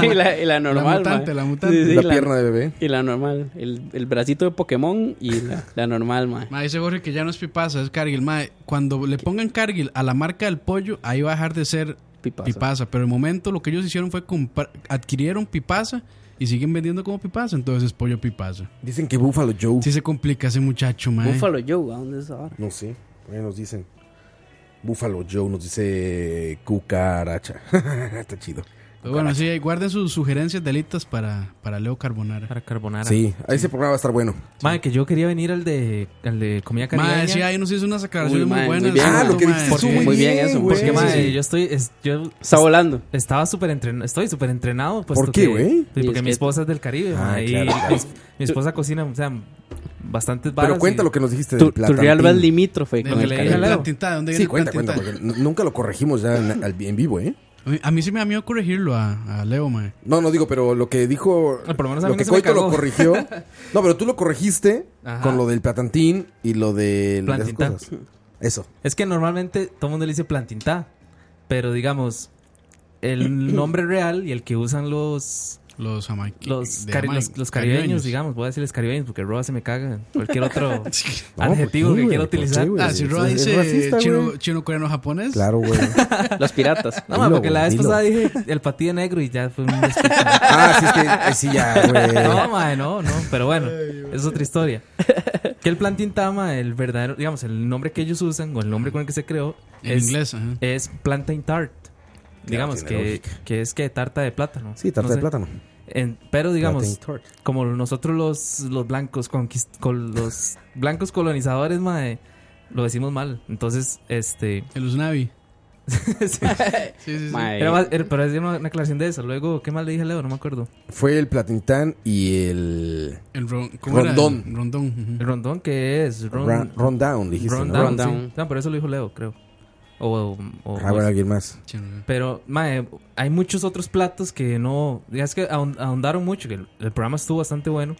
S4: y la- y la normal.
S5: mutante,
S4: mae.
S5: la mutante.
S1: La pierna de bebé.
S4: Y la normal. El, el bracito de Pokémon y la, la normal, mae.
S5: Mae, dice Jorge que ya no es pipaza, es Cargill. Mae, cuando le pongan Cargill a la marca del pollo, ahí va a dejar de ser
S4: Pipaza.
S5: pipaza. Pero el momento lo que ellos hicieron fue comprar- adquirieron pipaza y siguen vendiendo como pipaza. Entonces es pollo pipaza.
S1: Dicen que Buffalo Joe.
S5: Sí se complica ese muchacho, mae.
S4: Buffalo Joe, ¿a dónde es ahora?
S1: No sé, por ahí nos dicen. Buffalo Joe nos dice cucaracha.
S4: Ah.
S1: Está chido.
S5: Pero bueno, sí, ahí guarden sus sugerencias de alitas para, para Leo Carbonara.
S3: Para Carbonara.
S1: Sí, ahí ese programa va a estar bueno.
S3: Mae, que yo quería venir al de, al de comida caribeña.
S5: Mae, sí, ahí nos hizo unas
S4: Uy,
S5: aclaraciones muy
S4: mae, muy
S5: buenas.
S4: bien,
S5: ¿cierto,
S4: Ah, lo
S1: que
S5: mae?
S1: dijiste
S5: Porque-
S1: tú,
S4: Muy
S1: Muy
S4: bien
S1: bien,
S4: eso,
S1: güey.
S4: porque
S3: Porque,
S1: Sí,
S4: mae,
S3: mae,
S1: sí.
S3: yo estoy. es- yo
S4: está volando.
S3: Estaba súper entrenado. Estoy súper entrenado. puesto
S1: ¿Por qué,
S3: que-
S1: güey?
S3: sí,
S4: Y es
S3: Porque mi
S4: que-
S3: esposa es del Caribe.
S1: Ah,
S3: mae, y
S1: claro, claro.
S3: Mi, mi esposa cocina, o sea, bastantes varas.
S1: Pero cuenta
S3: y-
S1: lo que nos dijiste
S4: Tu,
S1: del
S4: tu
S1: platantín.
S4: Realba es limítrofe
S5: De-
S4: con
S5: de-
S4: el
S3: le
S5: de-
S3: dije
S4: Caribe.
S3: al lado.
S5: Plantita, ¿dónde viene
S1: Sí,
S5: el
S1: cuenta, cuenta,
S5: plantita?
S1: porque n- nunca lo corregimos ya en, al- en vivo, ¿eh?
S5: A mí, a mí sí me da miedo corregirlo a, a Leo, mae.
S1: No, no digo, pero lo que dijo.
S3: Ah, por lo menos a mí
S1: lo
S3: no
S1: que
S3: se me
S1: Coito lo
S3: cagó.
S1: corrigió. No, pero tú lo corregiste
S3: Ajá.
S1: con lo del platantín y lo de, de esas
S3: Plantita.
S1: cosas. Eso.
S3: Es que normalmente todo el mundo le dice plantintá, pero digamos, el nombre real y el que usan los
S5: Los, jamaic-
S3: los,
S5: de
S3: cari-
S5: Jamaica-
S3: los, los caribeños, digamos, voy a decirles caribeños porque Roa se me caga. Cualquier otro
S5: pues,
S1: No,
S3: adjetivo
S1: ¿por qué,
S3: que quiera
S1: güey? ¿Por qué,
S3: utilizar.
S1: güey?
S5: Ah, si
S1: Es-
S5: Roa
S1: es- es
S5: dice
S1: racista, güey.
S5: chino, chino, coreano, japonés.
S1: Claro, güey.
S4: Los piratas.
S3: No, ma,
S1: Dilo,
S3: porque la
S1: güey,
S3: vez
S1: dilo.
S3: pasada dije el patí de negro y ya fue un despecho.
S1: Ah, sí, es que. eh, Sí, ya, güey.
S3: No, ma, no, no, pero bueno, es otra historia. Que el plantintá, ma, el verdadero, digamos, el nombre que ellos usan o el nombre con el que se creó
S5: En
S3: es,
S5: inglés, ajá.
S3: es plantain tart. Digamos
S1: tiene
S3: que,
S1: lógica.
S3: que es que tarta de plátano.
S1: Sí, tarta
S3: No
S1: de
S3: sé.
S1: plátano.
S3: En- pero digamos,
S1: Plantain tart.
S3: como nosotros los, los blancos conquist- col- los blancos colonizadores, mae, lo decimos mal. Entonces, este
S5: El Usnavi.
S3: sí.
S5: Sí, sí, sí.
S4: Mae,
S3: era más- era- pero es una, una aclaración de eso. Luego, ¿qué más le dije a Leo? No me acuerdo.
S1: Fue el platintán y el.
S5: El ron- ¿cómo era?
S1: Rondón.
S5: El Rondón. ujú.
S3: El rondón que es Ron-
S1: Ron, rundown, dijiste. ¿no?
S3: rundown,
S4: Rundown.
S3: sí. No, pero eso lo dijo Leo, creo. O, o-
S1: Ah, bueno, alguien más.
S3: Pero, mae, hay muchos otros platos que no. ya Es que ahon- ahondaron mucho. que El, el programa estuvo bastante bueno.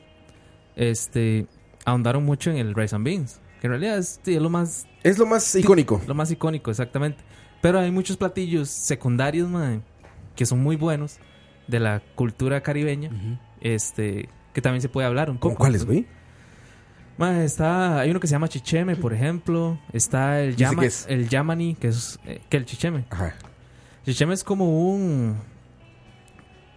S3: Este. Ahondaron mucho en el Rice and Beans. Que en realidad es, sí, es lo más.
S1: Es lo más icónico.
S3: Lo más icónico, exactamente. Pero hay muchos platillos secundarios, mae, que son muy buenos. De la cultura caribeña. Este. Que también se puede hablar un poco.
S1: cuáles, güey?
S3: Mae, está, hay uno que se llama chicheme, por ejemplo. Está el,
S1: ¿Y ese
S3: llama,
S1: qué es?
S3: el yamani, que es eh, que el chicheme.
S1: Ajá.
S3: Chicheme es como un...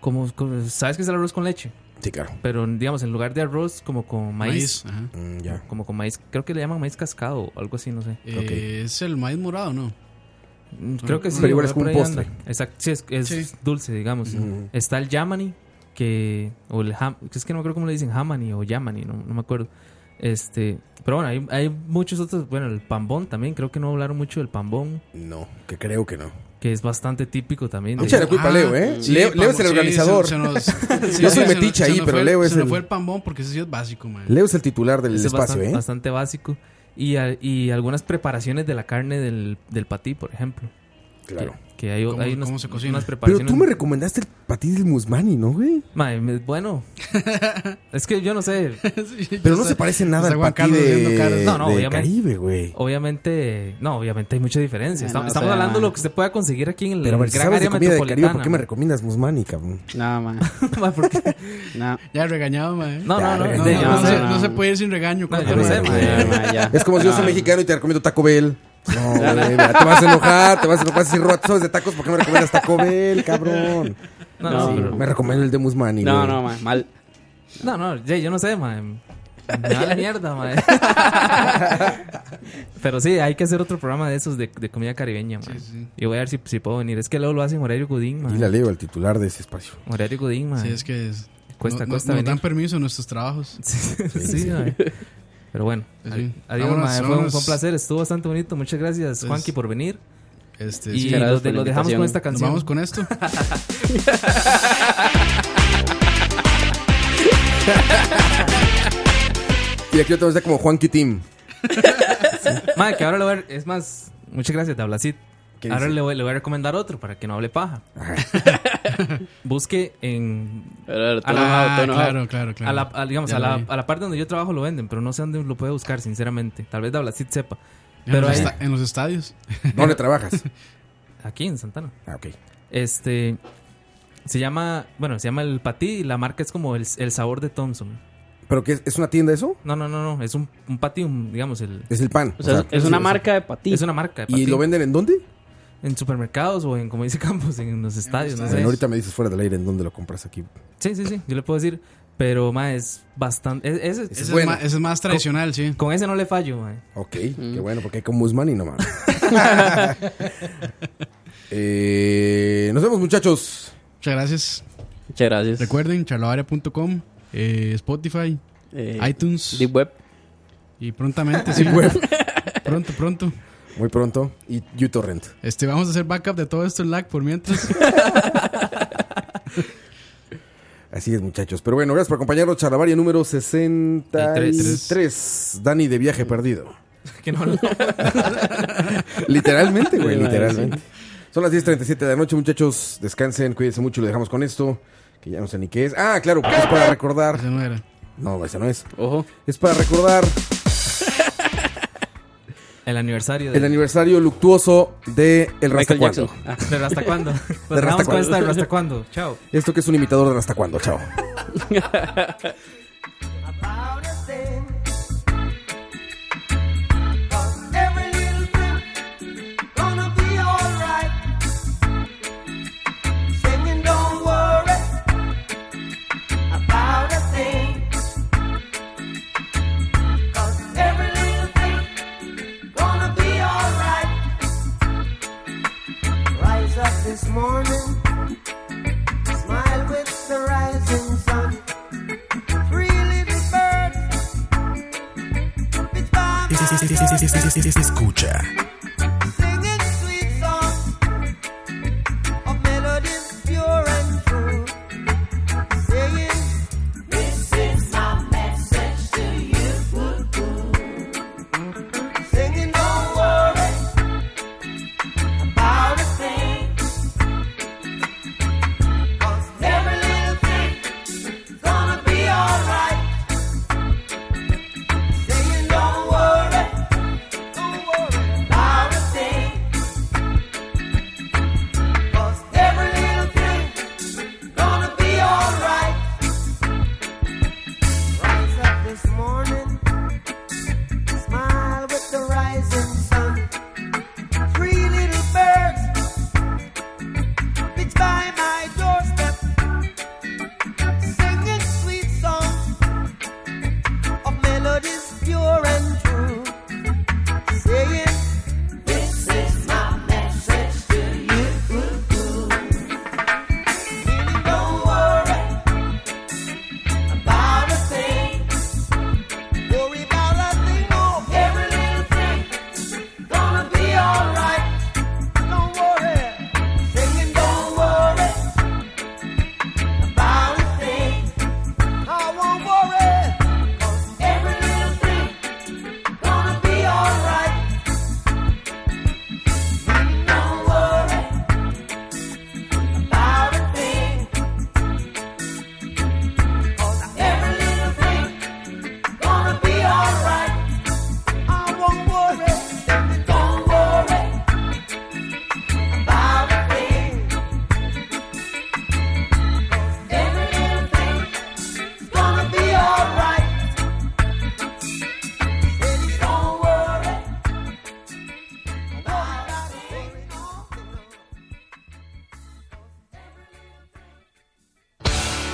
S3: Como, como- ¿Sabes qué es el arroz con leche?
S1: Sí, claro.
S3: Pero, digamos, en lugar de arroz, como con maíz.
S5: Maíz, ajá.
S1: Mm, ya.
S3: Como con maíz. Creo que le llaman maíz cascado o algo así, no sé.
S5: Eh, Es el maíz morado, ¿no?
S3: Mm,
S1: Mm.
S3: Creo que sí.
S5: Pero igual es
S3: por
S5: como un
S3: ahí anda.
S5: postre.
S3: Exacto, sí, es, es
S5: Sí.
S3: dulce, digamos.
S5: Ujú.
S3: Está el Yamani, que. O el ham- es que no creo cómo le dicen Hamani o Yamani, no, no me acuerdo. Este. Pero bueno, hay, hay muchos otros. Bueno, el pambón también, creo que no hablaron mucho del pambón.
S1: No, que creo que no.
S3: Que es bastante típico también. de-
S1: Mucha la culpa a Leo, ¿eh?
S5: Sí,
S1: Leo, Leo es el
S5: pambón, sí,
S1: organizador.
S5: se- se nos- sí,
S1: Yo
S5: sí,
S1: soy
S5: se nos-
S1: metiche
S5: se
S1: ahí,
S5: nos
S1: pero
S5: fue-
S1: Leo es
S5: Se nos fue
S1: el...
S5: el pambón porque ese sí es básico, man.
S1: Leo es el titular del
S3: Ese es
S1: espacio,
S3: bastante,
S1: ¿eh?
S3: bastante básico. Y, al- y algunas preparaciones de la carne del, del patí, por ejemplo.
S1: Claro.
S3: Que, que hay, o-
S5: ¿Cómo-
S3: hay unas,
S5: cómo se cocina?
S3: unas
S5: Pero
S1: Pero
S3: preparaciones.
S1: tú me recomendaste el patí del Musmani, ¿no, güey?
S3: Mae, me- bueno. es que yo no sé.
S1: Pero no se parece nada al patí de,
S3: No, no,
S1: de
S3: obviamente.
S1: Caribe, güey.
S3: Obviamente, no, obviamente hay mucha diferencia.
S4: Ay,
S3: Estamos,
S4: no
S3: estamos
S4: sé,
S3: hablando de
S4: man.
S3: lo que se pueda conseguir aquí en el
S1: Pero a ver, si
S3: gran
S1: sabes de
S3: área
S1: comida de Caribe,
S3: metropolitana.
S1: ¿por qué me recomiendas Musmani, cabrón?
S4: Nada, man.
S3: Ma, ¿por qué?
S4: Nada.
S5: Ya regañado, man.
S3: No, no, no,
S5: No,
S3: de-
S5: no,
S3: no,
S5: no se-
S3: no,
S5: no
S3: no.
S5: se puede ir sin regaño.
S3: No,
S5: compa.
S3: yo no sé,
S5: Sí,
S3: man.
S5: man.
S4: ma, ya.
S1: Es como si yo
S4: No,
S1: soy
S4: no.
S1: mexicano y te recomiendo Taco Bell. No,
S4: No, no.
S1: güey, mira, te vas a enojar, te vas a enojar si sabes de tacos, ¿por qué me recomiendas Taco Bell, cabrón?
S3: No,
S4: No,
S1: Sí,
S4: no.
S1: Me recomiendo el de Musmani,
S4: No,
S1: güey.
S4: no, man. Mal.
S3: No, no, ya, yo no sé, mae. Me da la mierda, mae. Pero sí, hay que hacer otro programa de esos de, de comida caribeña, mae. Y voy a ver si, si puedo venir. Es que luego lo hacen horario Godín, mae.
S1: Dile a Leo, el titular de ese espacio.
S3: Horario Godín, mae.
S5: Sí, es que es-
S3: Cuesta,
S5: no- no-
S3: cuesta
S5: Nos
S3: venir.
S5: dan permiso en nuestros trabajos.
S3: Sí, mae. Pero bueno.
S5: Pues sí.
S3: Adiós,
S5: Vámonos,
S3: mae. Fue un- Fue, un,
S5: vámonos.
S3: placer. Estuvo bastante bonito. Muchas gracias,
S5: Entonces,
S3: Juanqui, por venir.
S5: Este,
S3: y
S5: sí.
S3: lo,
S4: por la
S3: lo dejamos con
S4: invitación.
S3: esta
S5: Nos
S3: canción.
S5: vamos con esto.
S1: Y aquí otra vez está como Juanqui Team.
S3: Madre, que ahora le voy a... Es más, muchas gracias, Tablacit.
S1: ¿Qué
S3: Ahora
S1: dice? Ah.
S3: le voy, le voy a recomendar otro para que no hable paja. Busque en...
S4: Pero, pero,
S3: a la-
S4: todo enojado, todo enojado.
S5: Ah, claro, claro, claro.
S3: a la, a- digamos,
S5: Ya
S3: a
S5: lo
S3: la,
S5: vi.
S3: a la parte donde yo trabajo lo venden, pero no sé dónde lo puede buscar, sinceramente. Tal vez Tablacit sepa.
S5: En
S3: Pero
S5: los
S3: ahí-
S5: esta- en los estadios.
S1: ¿Dónde trabajas?
S3: aquí en Santana.
S1: Ah, ok.
S3: Este... Se llama... Bueno, se llama El Patí y la marca es como El, el Sabor de Thompson.
S1: ¿Pero qué es, es una tienda eso?
S3: No, no, no, no. Es un, un patí, un- digamos, el...
S1: Es el pan.
S4: O sea,
S1: o
S4: es-
S1: sea.
S4: es una marca de patí.
S3: Es una marca de patí.
S1: ¿Y lo venden en dónde?
S3: En supermercados o en, como dice Campos, en los estadios, no
S4: Pues
S3: sé.
S1: Bueno, ahorita me dices fuera del aire en dónde lo compras aquí.
S3: Sí, sí, sí, yo le puedo decir. Pero, ma, es bastante. es- es-
S5: Ese es,
S1: Bueno.
S5: más, ese es más tradicional, sí.
S3: con ese no le fallo, ma.
S1: Ok, qué bueno, porque hay con Musmani nomás. eh, nos vemos, muchachos.
S5: Muchas gracias.
S4: Muchas gracias.
S5: Recuerden, charlavaria.com, eh, Spotify,
S4: Eh,
S5: iTunes
S4: Deep Web.
S5: y prontamente, sí. pronto, pronto.
S1: Muy pronto. Y uTorrent.
S5: Este, vamos a hacer backup de todo esto en lag por mientras.
S1: Así es, muchachos. Pero bueno, gracias por acompañarnos. Charlavaria número 63. Dani de viaje perdido.
S3: Que no lo-
S1: literalmente, güey,
S4: Sí,
S1: literalmente. Son las 10.37 de la noche, muchachos. Descansen, cuídense mucho. Lo dejamos con esto. Que ya no sé ni qué es. Ah, claro, porque es para recordar.
S5: Esa no era.
S1: No, esa no es.
S4: Ojo.
S1: Es para recordar
S3: El aniversario de.
S1: el aniversario luctuoso de El
S4: Michael
S1: Rastacuando.
S4: Jackson. Ah,
S3: de hasta cuándo.
S1: De
S3: Nos dejamos con
S1: Rastacuando.
S3: esta de hasta cuándo. Chao.
S1: Esto que es un imitador de Rastacuando. Chao.
S8: about a thing. 'Cause every little thing gonna be alright. Singing, don't worry about a thing. 'Cause every little thing gonna be alright. Rise up this morning, smile with the rising sun. Three little birds. It's by my
S13: Escucha.
S8: singing sweet songs of melodies pure and true. Saying, This is my message to you. Singing, don't worry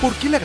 S10: ¿Por qué la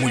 S10: Muy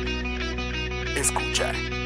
S10: escucha.